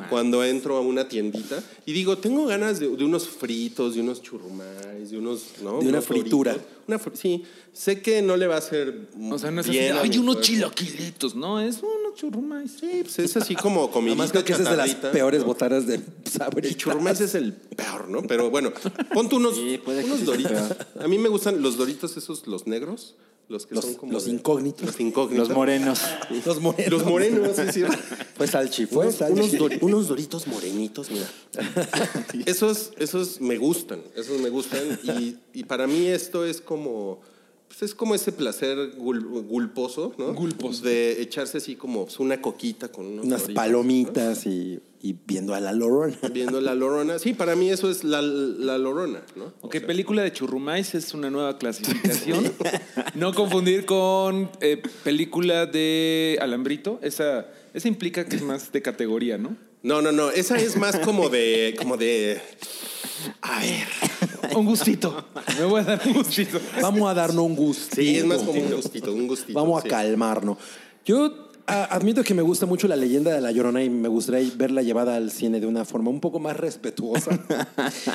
Speaker 3: cuando entro a una tiendita y digo, tengo ganas de, de unos fritos, de unos churrumais, de unos, ¿no?
Speaker 4: De una
Speaker 3: Unos
Speaker 4: fritura.
Speaker 3: doritos. Una fr- sí, sé que no le va a hacer
Speaker 5: O sea, no es así.
Speaker 3: bien a
Speaker 5: Hay
Speaker 3: mi
Speaker 5: unos
Speaker 3: cuerpo".
Speaker 5: chilaquilitos, no, es unos churrumais.
Speaker 3: Sí, pues es así como comidita
Speaker 4: Además creo que esa es de las
Speaker 3: chatarrita.
Speaker 4: peores botanas de
Speaker 3: El
Speaker 4: Sabritas.
Speaker 3: churrumais es el peor, ¿no? Pero bueno, ponte unos,
Speaker 2: Sí, puede que
Speaker 3: unos
Speaker 2: sí sea
Speaker 3: doritos. A mí me gustan los doritos esos, los negros, los que
Speaker 4: Los-
Speaker 3: son como...
Speaker 4: los
Speaker 3: de-
Speaker 4: incógnitos.
Speaker 3: Los incógnitos.
Speaker 2: Los morenos.
Speaker 4: Los morenos.
Speaker 3: Los morenos, sí, sí.
Speaker 4: Fue Salchi, fue Salchi.
Speaker 3: Unos, dor- unos doritos morenitos, mira. Esos, esos me gustan, esos me gustan. Y, y para mí esto es como... Pues es como ese placer gul- gulposo, ¿no?
Speaker 5: Gulposo.
Speaker 3: De echarse así como pues, una coquita con unos
Speaker 4: unas
Speaker 3: doritos, ¿no?
Speaker 4: palomitas y, y viendo a la Llorona.
Speaker 3: viendo la lorona. Sí, para mí eso es la, la lorona, ¿no?
Speaker 5: Ok, película de churrumais es una nueva clasificación. no confundir con eh, película de alambrito. Esa, esa implica que es más de categoría, ¿no?
Speaker 3: No, no, no. Esa es más como de. como de. A ver.
Speaker 5: Un gustito. Me voy a dar un gustito.
Speaker 4: Vamos a darnos un gusto.
Speaker 3: Sí, es más como un gustito, un gustito.
Speaker 4: Vamos a
Speaker 3: sí.
Speaker 4: calmarnos. Yo a- admito que me gusta mucho la leyenda de la Llorona y me gustaría verla llevada al cine de una forma un poco más respetuosa.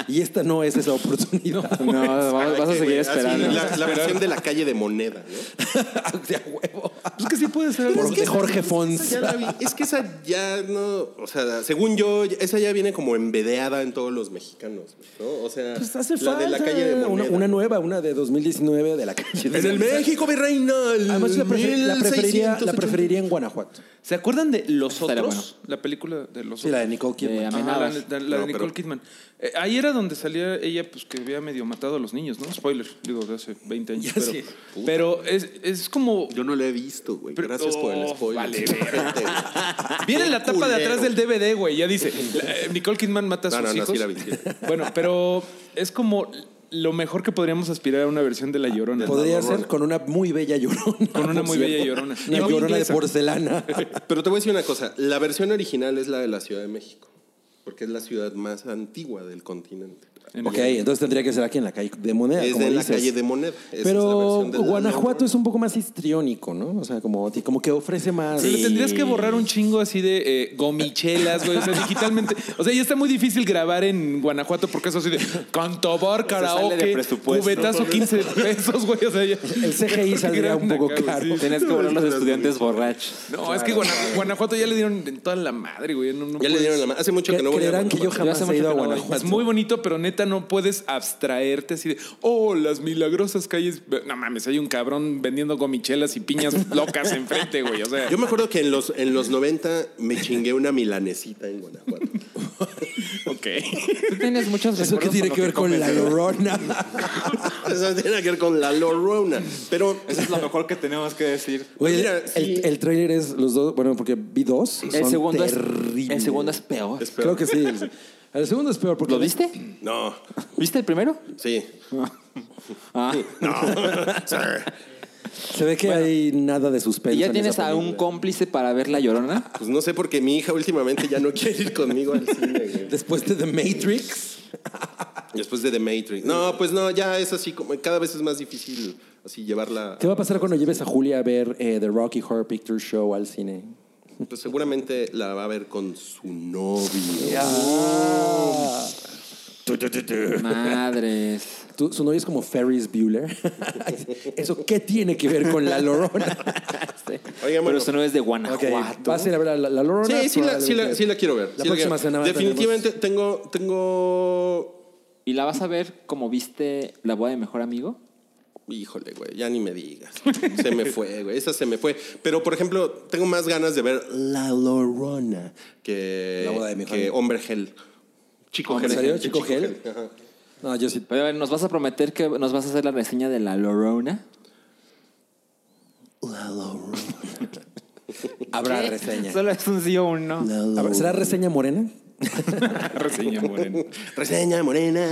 Speaker 4: y esta no es esa oportunidad.
Speaker 2: No, vamos- vas a
Speaker 3: Ay,
Speaker 2: seguir
Speaker 3: Ah, güey,
Speaker 2: esperando.
Speaker 3: así, la, la versión de la calle de moneda, ¿no?
Speaker 4: De a huevo.
Speaker 5: Es que sí puede ser. algo.
Speaker 4: Por- de Jorge
Speaker 3: Esa ya
Speaker 4: Fons.
Speaker 3: la vi- es que esa ya no. O sea, según yo, esa ya viene como embedeada en todos los mexicanos, ¿no? O sea,
Speaker 4: Pues hace
Speaker 3: la
Speaker 4: falta
Speaker 3: de la calle de
Speaker 4: una,
Speaker 3: moneda.
Speaker 4: una nueva, una de 2019 de la calle de
Speaker 3: en el
Speaker 4: Moneda.
Speaker 3: México virreinal.
Speaker 4: Además, la, prefer- la preferiría, la
Speaker 3: 1680.
Speaker 4: preferiría en Guanajuato.
Speaker 5: ¿Se acuerdan de Los
Speaker 2: Estaría
Speaker 5: Otros? La película de Los
Speaker 4: Sí,
Speaker 5: Otros.
Speaker 4: la de Nicole Kidman.
Speaker 2: Eh,
Speaker 5: Ajá,
Speaker 2: Amenábar.
Speaker 5: la, la- la
Speaker 3: No,
Speaker 5: de Nicole
Speaker 3: pero-
Speaker 5: Kidman. Eh, ahí era donde salía ella, pues que había medio matado a los niños, ¿no? Spoiler, digo, de hace 20 años.
Speaker 4: Ya
Speaker 5: Pero,
Speaker 4: sé.
Speaker 5: pero es, es como.
Speaker 3: Yo no la he visto, güey.
Speaker 5: Pero-
Speaker 3: Gracias por el
Speaker 5: Oh,
Speaker 3: spoiler.
Speaker 5: vale,
Speaker 3: Gente,
Speaker 5: Viene la tapa de
Speaker 3: culero.
Speaker 5: atrás del DVD, güey. Ya dice, la- eh, Nicole Kidman mata a
Speaker 3: No,
Speaker 5: sus
Speaker 3: no, no,
Speaker 5: hijos.
Speaker 3: sí la vi, sí la
Speaker 5: Bueno, pero es como lo mejor que podríamos aspirar a una versión de La Llorona.
Speaker 4: Podría
Speaker 3: Norma
Speaker 4: ser con una muy bella llorona.
Speaker 5: Con una
Speaker 4: por
Speaker 5: muy
Speaker 4: cierto.
Speaker 5: bella llorona.
Speaker 4: Una
Speaker 5: Y muy
Speaker 4: llorona de
Speaker 5: inglesa.
Speaker 4: porcelana.
Speaker 3: Pero te voy a decir una cosa. La versión original es la de la Ciudad de México. Porque es la ciudad más antigua del continente.
Speaker 5: En-
Speaker 4: ok, entonces tendría que ser aquí en la calle de Moneda.
Speaker 3: es
Speaker 4: como
Speaker 3: de la
Speaker 4: dices.
Speaker 3: calle de Moneda. Esa es la
Speaker 4: Pero
Speaker 3: versión de la
Speaker 4: Guanajuato
Speaker 3: Norma.
Speaker 4: es un poco más histriónico, ¿no? O sea, como, como que ofrece más.
Speaker 5: Pero le tendrías que borrar un chingo así de eh, gomichelas, güey. O sea, digitalmente. O sea, ya está muy difícil grabar en Guanajuato porque es así de cantobar,
Speaker 2: sale de
Speaker 5: karaoke,
Speaker 2: presupuesto.
Speaker 5: cubetazo 15 pesos, güey. O sea, ya-
Speaker 4: El CGI saldría un poco
Speaker 5: Acá, güey,
Speaker 4: caro.
Speaker 5: sí.
Speaker 2: Tenías que borrar los estudiantes borrachos.
Speaker 5: No, es que Guana- Guanajuato ya le dieron en toda la madre, güey. No- no
Speaker 3: Ya le
Speaker 5: puedes-
Speaker 3: dieron la mano. Hace mucho
Speaker 4: Cre-
Speaker 3: que no voy a
Speaker 4: creerán que yo
Speaker 3: Guanajuato.
Speaker 4: jamás
Speaker 2: hace
Speaker 4: he
Speaker 2: mucho
Speaker 4: ido a
Speaker 2: que no voy.
Speaker 4: Guanajuato.
Speaker 5: Es muy bonito, pero neta no puedes abstraerte así de, oh, las milagrosas calles. No mames, hay un cabrón vendiendo gomichelas y piñas locas enfrente, güey. O sea,
Speaker 3: Yo me acuerdo que en los, en los 90 me chingué una milanesita en Guanajuato.
Speaker 5: ok.
Speaker 2: Tú tienes muchas
Speaker 4: ¿Eso qué tiene que ver con la llorona?
Speaker 3: Eso tiene que ver con la Lorona. Pero
Speaker 6: Eso es lo mejor que tenemos que decir.
Speaker 4: Oye,
Speaker 3: Mira,
Speaker 4: el,
Speaker 3: sí.
Speaker 4: el tráiler es los dos, bueno, porque vi dos.
Speaker 2: El segundo, es,
Speaker 4: terribles.
Speaker 2: el segundo es peor.
Speaker 3: Es-
Speaker 4: Creo que sí. El, el segundo es peor porque
Speaker 2: ¿Lo viste?
Speaker 3: no,
Speaker 2: ¿Viste el primero?
Speaker 3: sí.
Speaker 2: Ah.
Speaker 4: Se ve que hay nada de suspenso.
Speaker 2: ¿Y ya
Speaker 4: en
Speaker 2: tienes
Speaker 4: esa
Speaker 2: a un
Speaker 4: película.
Speaker 2: cómplice para ver la llorona?
Speaker 3: Pues no sé porque mi hija últimamente ya no quiere ir conmigo al cine. güey.
Speaker 4: Después de The Matrix.
Speaker 3: Después de The Matrix. No, pues no, ya es así como cada vez es más difícil así llevarla.
Speaker 4: ¿Qué va a pasar cuando lleves a Julia a ver eh, The Rocky Horror Picture Show al cine?
Speaker 3: Pues seguramente la va a ver con su novio.
Speaker 2: Oh, Madres.
Speaker 4: Tú- su novio es como Ferris Bueller. ¿Eso qué tiene que ver con la Lorona?
Speaker 3: Oiga,
Speaker 2: Pero
Speaker 3: bueno.
Speaker 2: eso no es de
Speaker 4: Ok,
Speaker 2: Guanajuato.
Speaker 4: ¿Vas a ir a ver a la, la Lorona?
Speaker 3: Sí, sí la, sí, la,
Speaker 4: Probablemente.
Speaker 3: sí la quiero ver.
Speaker 4: La
Speaker 3: sí la quiero
Speaker 4: próxima
Speaker 3: ver.
Speaker 4: semana
Speaker 3: Definitivamente tengo, tengo.
Speaker 2: ¿Y la vas a ver como viste la boda de mejor amigo?
Speaker 3: Híjole, güey, ya ni me digas. Se me fue, güey. Esa se me fue. Pero, por ejemplo, tengo más ganas de ver La Lorona que,
Speaker 4: La boda de mi
Speaker 3: que
Speaker 4: familia.
Speaker 3: Hombre Gel. Chico
Speaker 4: ¿En
Speaker 3: Gel.
Speaker 4: serio? ¿Chico Gel?
Speaker 3: Ajá.
Speaker 4: No, yo sí.
Speaker 2: Pero a ver, ¿nos vas a prometer que nos vas a hacer la reseña de la Llorona?
Speaker 4: Habrá reseña.
Speaker 2: Solo es un sí o un no.
Speaker 4: Habrá- ¿Será reseña morena?
Speaker 5: Reseña, Moreno.
Speaker 3: Reseña morena.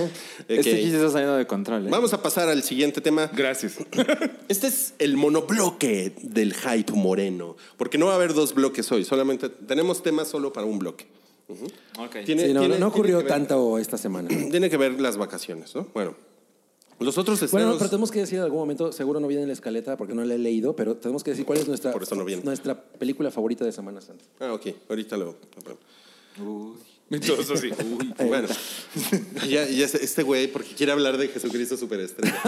Speaker 2: Este
Speaker 3: Ok.
Speaker 2: chiste está saliendo de control. ¿eh?
Speaker 3: Vamos a pasar al siguiente tema.
Speaker 5: Gracias.
Speaker 3: Este es el monobloque del hype moreno, porque no va a haber dos bloques hoy, solamente tenemos temas solo para un bloque. Tiene-
Speaker 4: Sí, no,
Speaker 3: tiene-
Speaker 4: no, no ocurrió
Speaker 3: tiene que ver-
Speaker 4: tanto esta semana.
Speaker 3: Tiene que ver las vacaciones, ¿no? Bueno, los otros
Speaker 4: Bueno,
Speaker 3: estrenos...
Speaker 4: no, pero tenemos que decir en algún momento, seguro no viene en la escaleta porque no la he leído, pero tenemos que decir cuál es nuestra,
Speaker 3: Por eso no viene.
Speaker 4: nuestra película favorita de Semana Santa.
Speaker 3: Ah, ok, ahorita lo...
Speaker 5: Entonces, sí.
Speaker 4: Eh,
Speaker 3: Bueno, ya, ya sé, este güey, porque quiere hablar de Jesucristo Superestrella.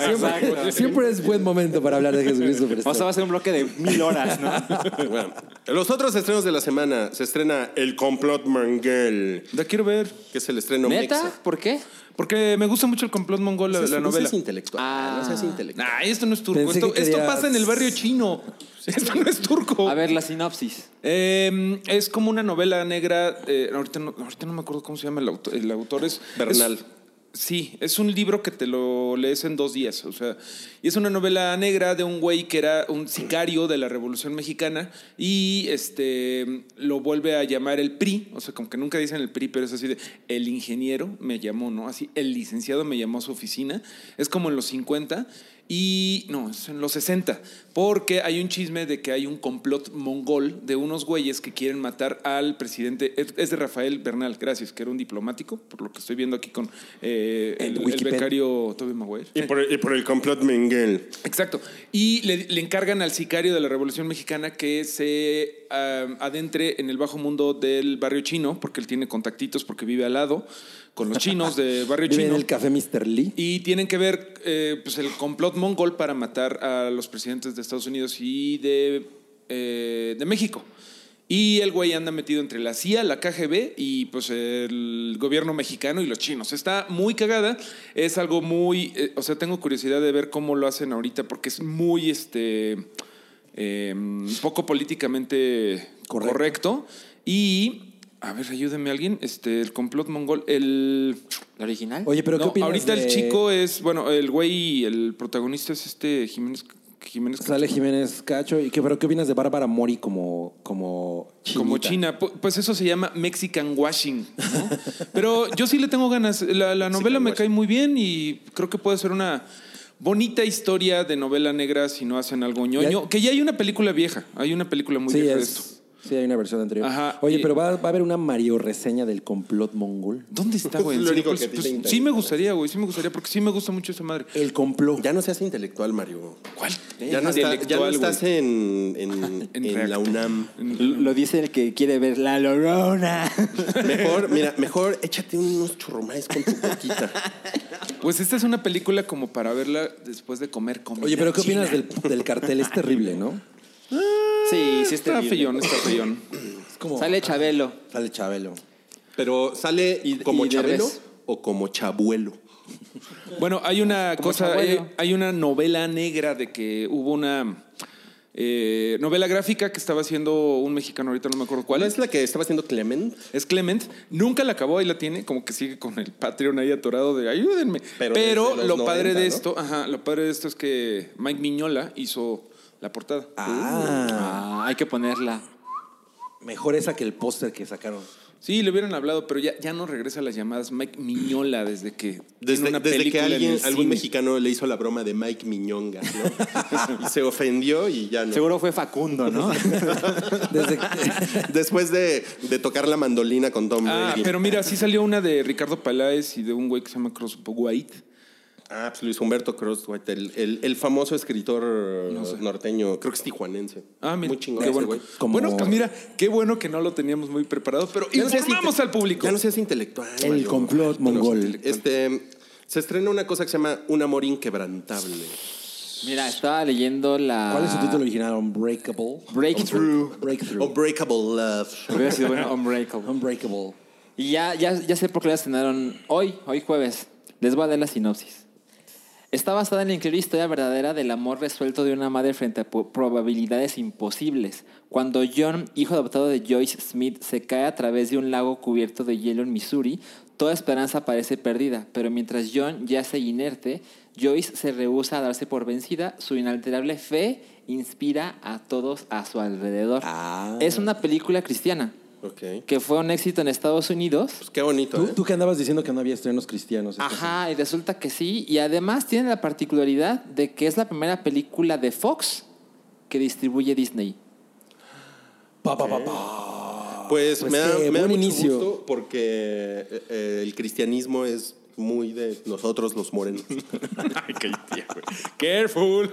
Speaker 4: Siempre, siempre es buen momento para hablar de Jesucristo.
Speaker 2: O sea, va
Speaker 4: Superestrella.
Speaker 2: a ser un bloque de mil horas, ¿no?
Speaker 3: Bueno, los otros estrenos de la semana se estrena El Complot Mongol,
Speaker 5: La quiero ver.
Speaker 3: que es el estreno
Speaker 2: ¿Neta?
Speaker 3: mexa.
Speaker 2: ¿Por qué?
Speaker 5: Porque me gusta mucho el complot mongol, la, la
Speaker 3: No
Speaker 5: novela.
Speaker 3: seas intelectual, no
Speaker 4: Ah.
Speaker 3: seas intelectual.
Speaker 5: Nah, esto no es turco.
Speaker 4: Pensé
Speaker 5: Esto,
Speaker 4: que
Speaker 5: esto
Speaker 4: querías-
Speaker 5: pasa en el barrio chino. Esto no es turco.
Speaker 2: A ver, la sinopsis.
Speaker 5: Eh, es como una novela negra. eh, ahorita, no, ahorita no me acuerdo cómo se llama el autor. El autor es.
Speaker 3: Bernal.
Speaker 5: es- sí, es un libro que te lo lees en dos días. O sea, y es una novela negra de un güey que era un sicario de la Revolución Mexicana y este lo vuelve a llamar el PRI. O sea, como que nunca dicen el PRI, pero es así de el ingeniero me llamó, ¿no? Así, el licenciado me llamó a su oficina. Es como en los 50. Y no, es en los 60, porque hay un chisme de que hay un complot mongol de unos güeyes que quieren matar al presidente. Es- Es de Rafael Bernal, gracias, que era un diplomático, por lo que estoy viendo aquí con eh,
Speaker 4: En
Speaker 5: el, el
Speaker 4: Wikipedia.
Speaker 5: becario Toby Maguire.
Speaker 3: Y por, el- y por el complot Mongol.
Speaker 5: Exacto. Y le, le encargan al sicario de la Revolución Mexicana que se ah, adentre en el bajo mundo del barrio chino, porque él tiene contactitos, porque vive al lado con los chinos de barrio
Speaker 4: Vive en
Speaker 5: chino.
Speaker 4: el café Mr. Lee.
Speaker 5: Y tienen que ver eh, pues el complot mongol para matar a los presidentes de Estados Unidos y de, eh, de México. Y el güey anda metido entre la CIA, la KGB y pues el gobierno mexicano y los chinos. Está muy cagada. Es algo muy. eh, o sea, tengo curiosidad de ver cómo lo hacen ahorita porque es muy este. eh, poco políticamente correcto. Y, a ver, ayúdeme alguien, este, el complot mongol, el...
Speaker 2: ¿La original?
Speaker 4: Oye, pero ¿qué
Speaker 5: No,
Speaker 4: opinas
Speaker 5: ahorita
Speaker 4: de-
Speaker 5: el chico es, bueno, el güey, el protagonista es este Jiménez... Jiménez
Speaker 4: Sale Jiménez Cacho. ¿Y qué, ¿Pero qué opinas de Bárbara Mori como, como chinita?
Speaker 5: Como China. Pu- Pues eso se llama Mexican washing. ¿no? Pero yo sí le tengo ganas. La, la novela me cae muy bien y creo que puede ser una bonita historia de novela negra si no hacen algo ñoño.
Speaker 4: Ya-
Speaker 5: Que ya hay una película vieja. Hay una película muy
Speaker 4: sí,
Speaker 5: vieja
Speaker 4: es-
Speaker 5: de esto.
Speaker 4: sí, hay una versión anterior.
Speaker 5: Ajá,
Speaker 4: Oye,
Speaker 5: y-
Speaker 4: pero va, va a haber una Mario reseña del complot mongol.
Speaker 5: ¿Dónde está, güey?
Speaker 3: Es
Speaker 5: En
Speaker 3: lo
Speaker 5: serio,
Speaker 3: único que
Speaker 5: pues,
Speaker 3: a ti te
Speaker 5: pues,
Speaker 3: interesa.
Speaker 5: sí me gustaría, güey. Sí me gustaría porque sí me gusta mucho esa madre.
Speaker 4: El complot.
Speaker 3: Ya no seas intelectual, Mario.
Speaker 5: ¿Cuál?
Speaker 3: Ya no, está- ya no
Speaker 5: Intelectual,
Speaker 3: estás
Speaker 5: güey.
Speaker 3: en, en-
Speaker 5: En
Speaker 3: en la
Speaker 5: reacto.
Speaker 3: UNAM.
Speaker 2: L- Lo dice el que quiere ver La Lorona.
Speaker 3: Mejor, mira, mejor échate unos churrumais con tu coquita.
Speaker 5: Pues esta es una película como para verla después de comer comida.
Speaker 4: Oye, pero ¿qué
Speaker 5: china.
Speaker 4: opinas del, del cartel? Es terrible, ¿no?
Speaker 2: sí, sí
Speaker 5: Está feyón, está feyón.
Speaker 4: Es como...
Speaker 2: Sale Chabelo.
Speaker 4: Sale Chabelo.
Speaker 3: Pero sale
Speaker 2: Y-
Speaker 3: como
Speaker 2: y de
Speaker 3: chabelo
Speaker 2: res.
Speaker 3: o como chabuelo.
Speaker 5: Bueno, hay una
Speaker 2: Como
Speaker 5: cosa,
Speaker 2: Chabuelo.
Speaker 5: eh, hay una novela negra de que hubo una eh, novela gráfica que estaba haciendo un mexicano, ahorita no me acuerdo cuál
Speaker 3: ¿Cuál
Speaker 5: es.
Speaker 3: es la que estaba haciendo Clement?
Speaker 5: Es Clement, nunca la acabó, ahí la tiene, como que sigue con el Patreon ahí atorado de ayúdenme.
Speaker 3: Pero
Speaker 5: Pero,
Speaker 3: desde
Speaker 5: lo
Speaker 3: los
Speaker 5: padre
Speaker 3: 90,
Speaker 5: de
Speaker 3: ¿no?
Speaker 5: esto, ajá, lo padre de esto es que Mike Miñola hizo la portada.
Speaker 2: Ah, hay que ponerla.
Speaker 4: Mejor esa que el póster que sacaron.
Speaker 5: Sí, le hubieran hablado, pero ya, ya no regresa a las llamadas Mike Miñola desde que tiene
Speaker 3: Desde,
Speaker 5: una
Speaker 3: desde que
Speaker 5: película en
Speaker 3: alguien,
Speaker 5: el
Speaker 3: algún
Speaker 5: cine.
Speaker 3: mexicano le hizo la broma de Mike Miñonga, ¿no? y se ofendió y ya no.
Speaker 2: Seguro fue Facundo, ¿no?
Speaker 4: Desde
Speaker 3: Después de, de tocar la mandolina con Tom
Speaker 5: Ah,
Speaker 3: Brady.
Speaker 5: pero mira, sí salió una de Ricardo Peláez y de un güey que se llama Cross White.
Speaker 3: Ah, pues Luis Humberto Crosswhite, el, el- el famoso escritor norteño, creo que es tijuanense.
Speaker 5: Ah, mira,
Speaker 3: Muy chingón
Speaker 5: qué
Speaker 3: ese
Speaker 5: bueno.
Speaker 3: güey.
Speaker 4: Como-
Speaker 5: Bueno, pues mira, qué bueno que no lo teníamos muy preparado, pero
Speaker 3: Ya no seas
Speaker 5: informamos
Speaker 3: inte-
Speaker 5: al público.
Speaker 3: Ya no seas intelectual.
Speaker 4: El
Speaker 3: Mario.
Speaker 4: complot
Speaker 3: Pero
Speaker 4: mongol.
Speaker 3: sí, Este, se estrena una cosa que se llama Un amor inquebrantable.
Speaker 2: Mira, estaba leyendo la.
Speaker 4: ¿Cuál es su título original? Unbreakable.
Speaker 2: Ah. Breakthrough.
Speaker 4: Breakthrough.
Speaker 3: Unbreakable Love.
Speaker 2: Hubiera sido bueno, Unbreakable.
Speaker 4: Unbreakable.
Speaker 2: Y ya, ya, ya sé por qué la estrenaron hoy, hoy jueves. Les voy a dar la sinopsis. Está basada en la increíble historia verdadera del amor resuelto de una madre frente a po- probabilidades imposibles. Cuando John, hijo adoptado de Joyce Smith, se cae a través de un lago cubierto de hielo en Missouri, toda esperanza parece perdida, pero mientras John yace inerte, Joyce se rehúsa a darse por vencida, su inalterable fe inspira a todos a su alrededor.
Speaker 4: Ah.
Speaker 2: Es una película cristiana
Speaker 3: Ok.
Speaker 2: que fue un éxito en Estados Unidos.
Speaker 3: Pues qué bonito,
Speaker 4: ¿Tú,
Speaker 3: ¿eh?
Speaker 4: tú que andabas diciendo que no había estrenos cristianos. esta
Speaker 2: Ajá, y resulta que sí. Y además tiene la particularidad de que es la primera película de Fox que distribuye Disney.
Speaker 4: semana. Pa, pa, pa, pa.
Speaker 3: Pues,
Speaker 4: Pues
Speaker 3: me da,
Speaker 4: qué
Speaker 3: me da
Speaker 4: buen
Speaker 3: mucho
Speaker 4: inicio.
Speaker 3: gusto porque eh, eh, el cristianismo es muy de nosotros los morenos.
Speaker 5: Careful.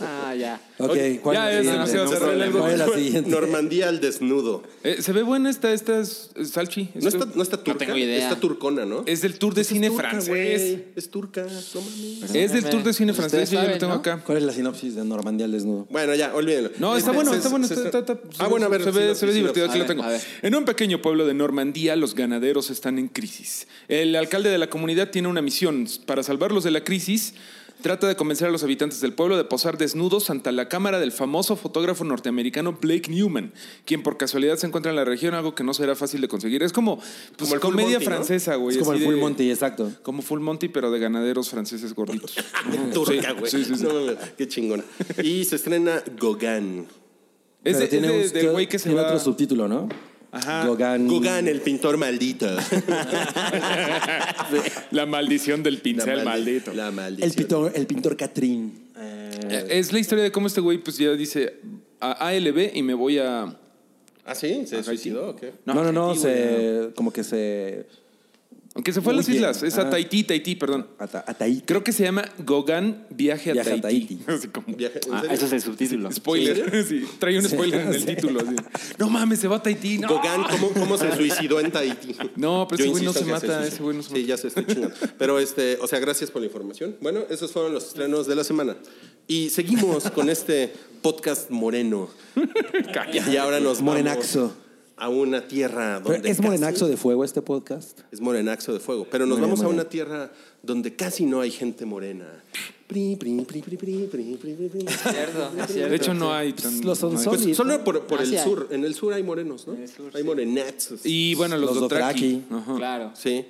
Speaker 2: Ah, ya.
Speaker 4: Ok,
Speaker 5: Oye,
Speaker 4: ¿cuál
Speaker 5: ya
Speaker 4: es, la siguiente?
Speaker 5: es demasiado cerrado el
Speaker 4: ¿Cuál es la
Speaker 5: algoritmo.
Speaker 4: siguiente?
Speaker 3: Normandía al desnudo.
Speaker 5: Eh, se ve buena esta, esta es- es Salchi.
Speaker 3: No está, no está turca,
Speaker 2: tengo idea.
Speaker 3: está turcona, ¿no?
Speaker 5: Es del Tour de
Speaker 3: Es
Speaker 5: Cine
Speaker 3: turca,
Speaker 5: francés.
Speaker 3: güey. Es turca, no mames.
Speaker 5: Es del Tour de Cine
Speaker 2: Ustedes
Speaker 5: francés, yo ya
Speaker 2: saben,
Speaker 5: lo tengo
Speaker 2: ¿no?
Speaker 5: acá.
Speaker 4: ¿Cuál es la sinopsis de Normandía al desnudo?
Speaker 3: Bueno, ya, olvídenlo.
Speaker 5: No, está
Speaker 3: Este,
Speaker 5: bueno,
Speaker 3: se-
Speaker 5: está bueno.
Speaker 3: se-
Speaker 5: está-
Speaker 3: se-
Speaker 5: está- está-
Speaker 3: ah, bueno, a ver.
Speaker 5: Se ve,
Speaker 3: sinopsis,
Speaker 5: se ve divertido,
Speaker 3: sinopsis.
Speaker 5: aquí
Speaker 2: a
Speaker 5: lo
Speaker 2: ver,
Speaker 5: tengo.
Speaker 2: a ver.
Speaker 5: En un pequeño pueblo de Normandía, los ganaderos están en crisis. El alcalde de la comunidad tiene una misión. Para salvarlos de la crisis, trata de convencer a los habitantes del pueblo de posar desnudos ante la cámara del famoso fotógrafo norteamericano Blake Newman, quien por casualidad se encuentra en la región, algo que no será fácil de conseguir. Es como, pues,
Speaker 3: Como el Full
Speaker 5: comedia
Speaker 3: Monty, ¿no?
Speaker 5: francesa, güey.
Speaker 4: es como
Speaker 5: así
Speaker 4: el Full
Speaker 5: de-
Speaker 4: Monty, exacto.
Speaker 5: Como Full Monty, pero de ganaderos franceses gorditos.
Speaker 3: Turca, güey.
Speaker 5: Sí, sí, sí.
Speaker 3: No mames, qué chingón. Y se estrena Gauguin.
Speaker 5: Es
Speaker 4: Pero
Speaker 5: de-
Speaker 4: tiene
Speaker 5: es
Speaker 4: un-
Speaker 5: de- del güey que se
Speaker 4: tiene
Speaker 5: va-
Speaker 4: otro subtítulo, ¿no?
Speaker 5: Ajá.
Speaker 4: Gauguin.
Speaker 3: Gauguin, el pintor maldito.
Speaker 5: La maldición del pincel
Speaker 3: maldi-
Speaker 5: maldito.
Speaker 3: La
Speaker 4: El
Speaker 3: maldición.
Speaker 4: pintor, el pintor Catrín.
Speaker 5: Es la historia de cómo este güey pues ya dice a ALB y me voy a...
Speaker 3: ¿Ah, sí? ¿Se suicidó o qué?
Speaker 4: No, no, no,
Speaker 5: Haití, güey,
Speaker 4: se, como que se...
Speaker 5: Aunque se fue a las
Speaker 4: Huye.
Speaker 5: islas, es
Speaker 4: Ah.
Speaker 5: a Tahití, Tahití, perdón.
Speaker 4: Ata, Ataí.
Speaker 5: Creo que se llama Gauguin Viaje a
Speaker 4: Viaje a
Speaker 5: Tahití.
Speaker 4: Tahití.
Speaker 5: Así como-
Speaker 3: Viaje- ¿en
Speaker 2: Ah,
Speaker 3: serio?
Speaker 2: ese es el subtítulo.
Speaker 5: Spoiler, sí, trae un spoiler en el título. así. No mames, se va a Tahití. No.
Speaker 3: Gauguin, ¿cómo, cómo se suicidó en Tahití?
Speaker 5: No, pero
Speaker 3: Yo
Speaker 5: ese güey no
Speaker 3: insisto
Speaker 5: se
Speaker 3: que
Speaker 5: mata,
Speaker 3: suicidó.
Speaker 5: ese güey no se
Speaker 3: Sí, ya se está chingando. Pero, este, o sea, gracias por la información. Bueno, esos fueron los estrenos de la semana. Y seguimos con este podcast moreno. y ahora nos vamos
Speaker 4: Morenaxo.
Speaker 3: a una tierra
Speaker 4: Pero,
Speaker 3: donde...
Speaker 4: ¿Es
Speaker 3: casi-
Speaker 4: Morenaxo de Fuego este podcast?
Speaker 3: Es morenaxo de fuego. Pero nos
Speaker 4: Muy bien,
Speaker 3: vamos a
Speaker 4: muy
Speaker 3: una
Speaker 4: bien.
Speaker 3: tierra donde casi no hay gente morena. Pri, pri, pri, pri, pri, pri, pri, pri, pri.
Speaker 2: Cierto, es cierto.
Speaker 5: De hecho, no hay.
Speaker 4: Pues,
Speaker 5: tan-
Speaker 4: los
Speaker 5: no hay-
Speaker 4: Sonsoli.
Speaker 3: Pues, solo por, por
Speaker 2: Ah, sí
Speaker 3: el
Speaker 2: hay.
Speaker 3: sur. En el sur hay morenos, ¿no? hay morenats.
Speaker 5: Y bueno, los,
Speaker 4: Los
Speaker 5: Dothraki.
Speaker 4: Dothraki.
Speaker 5: Ajá.
Speaker 2: Claro.
Speaker 3: Sí.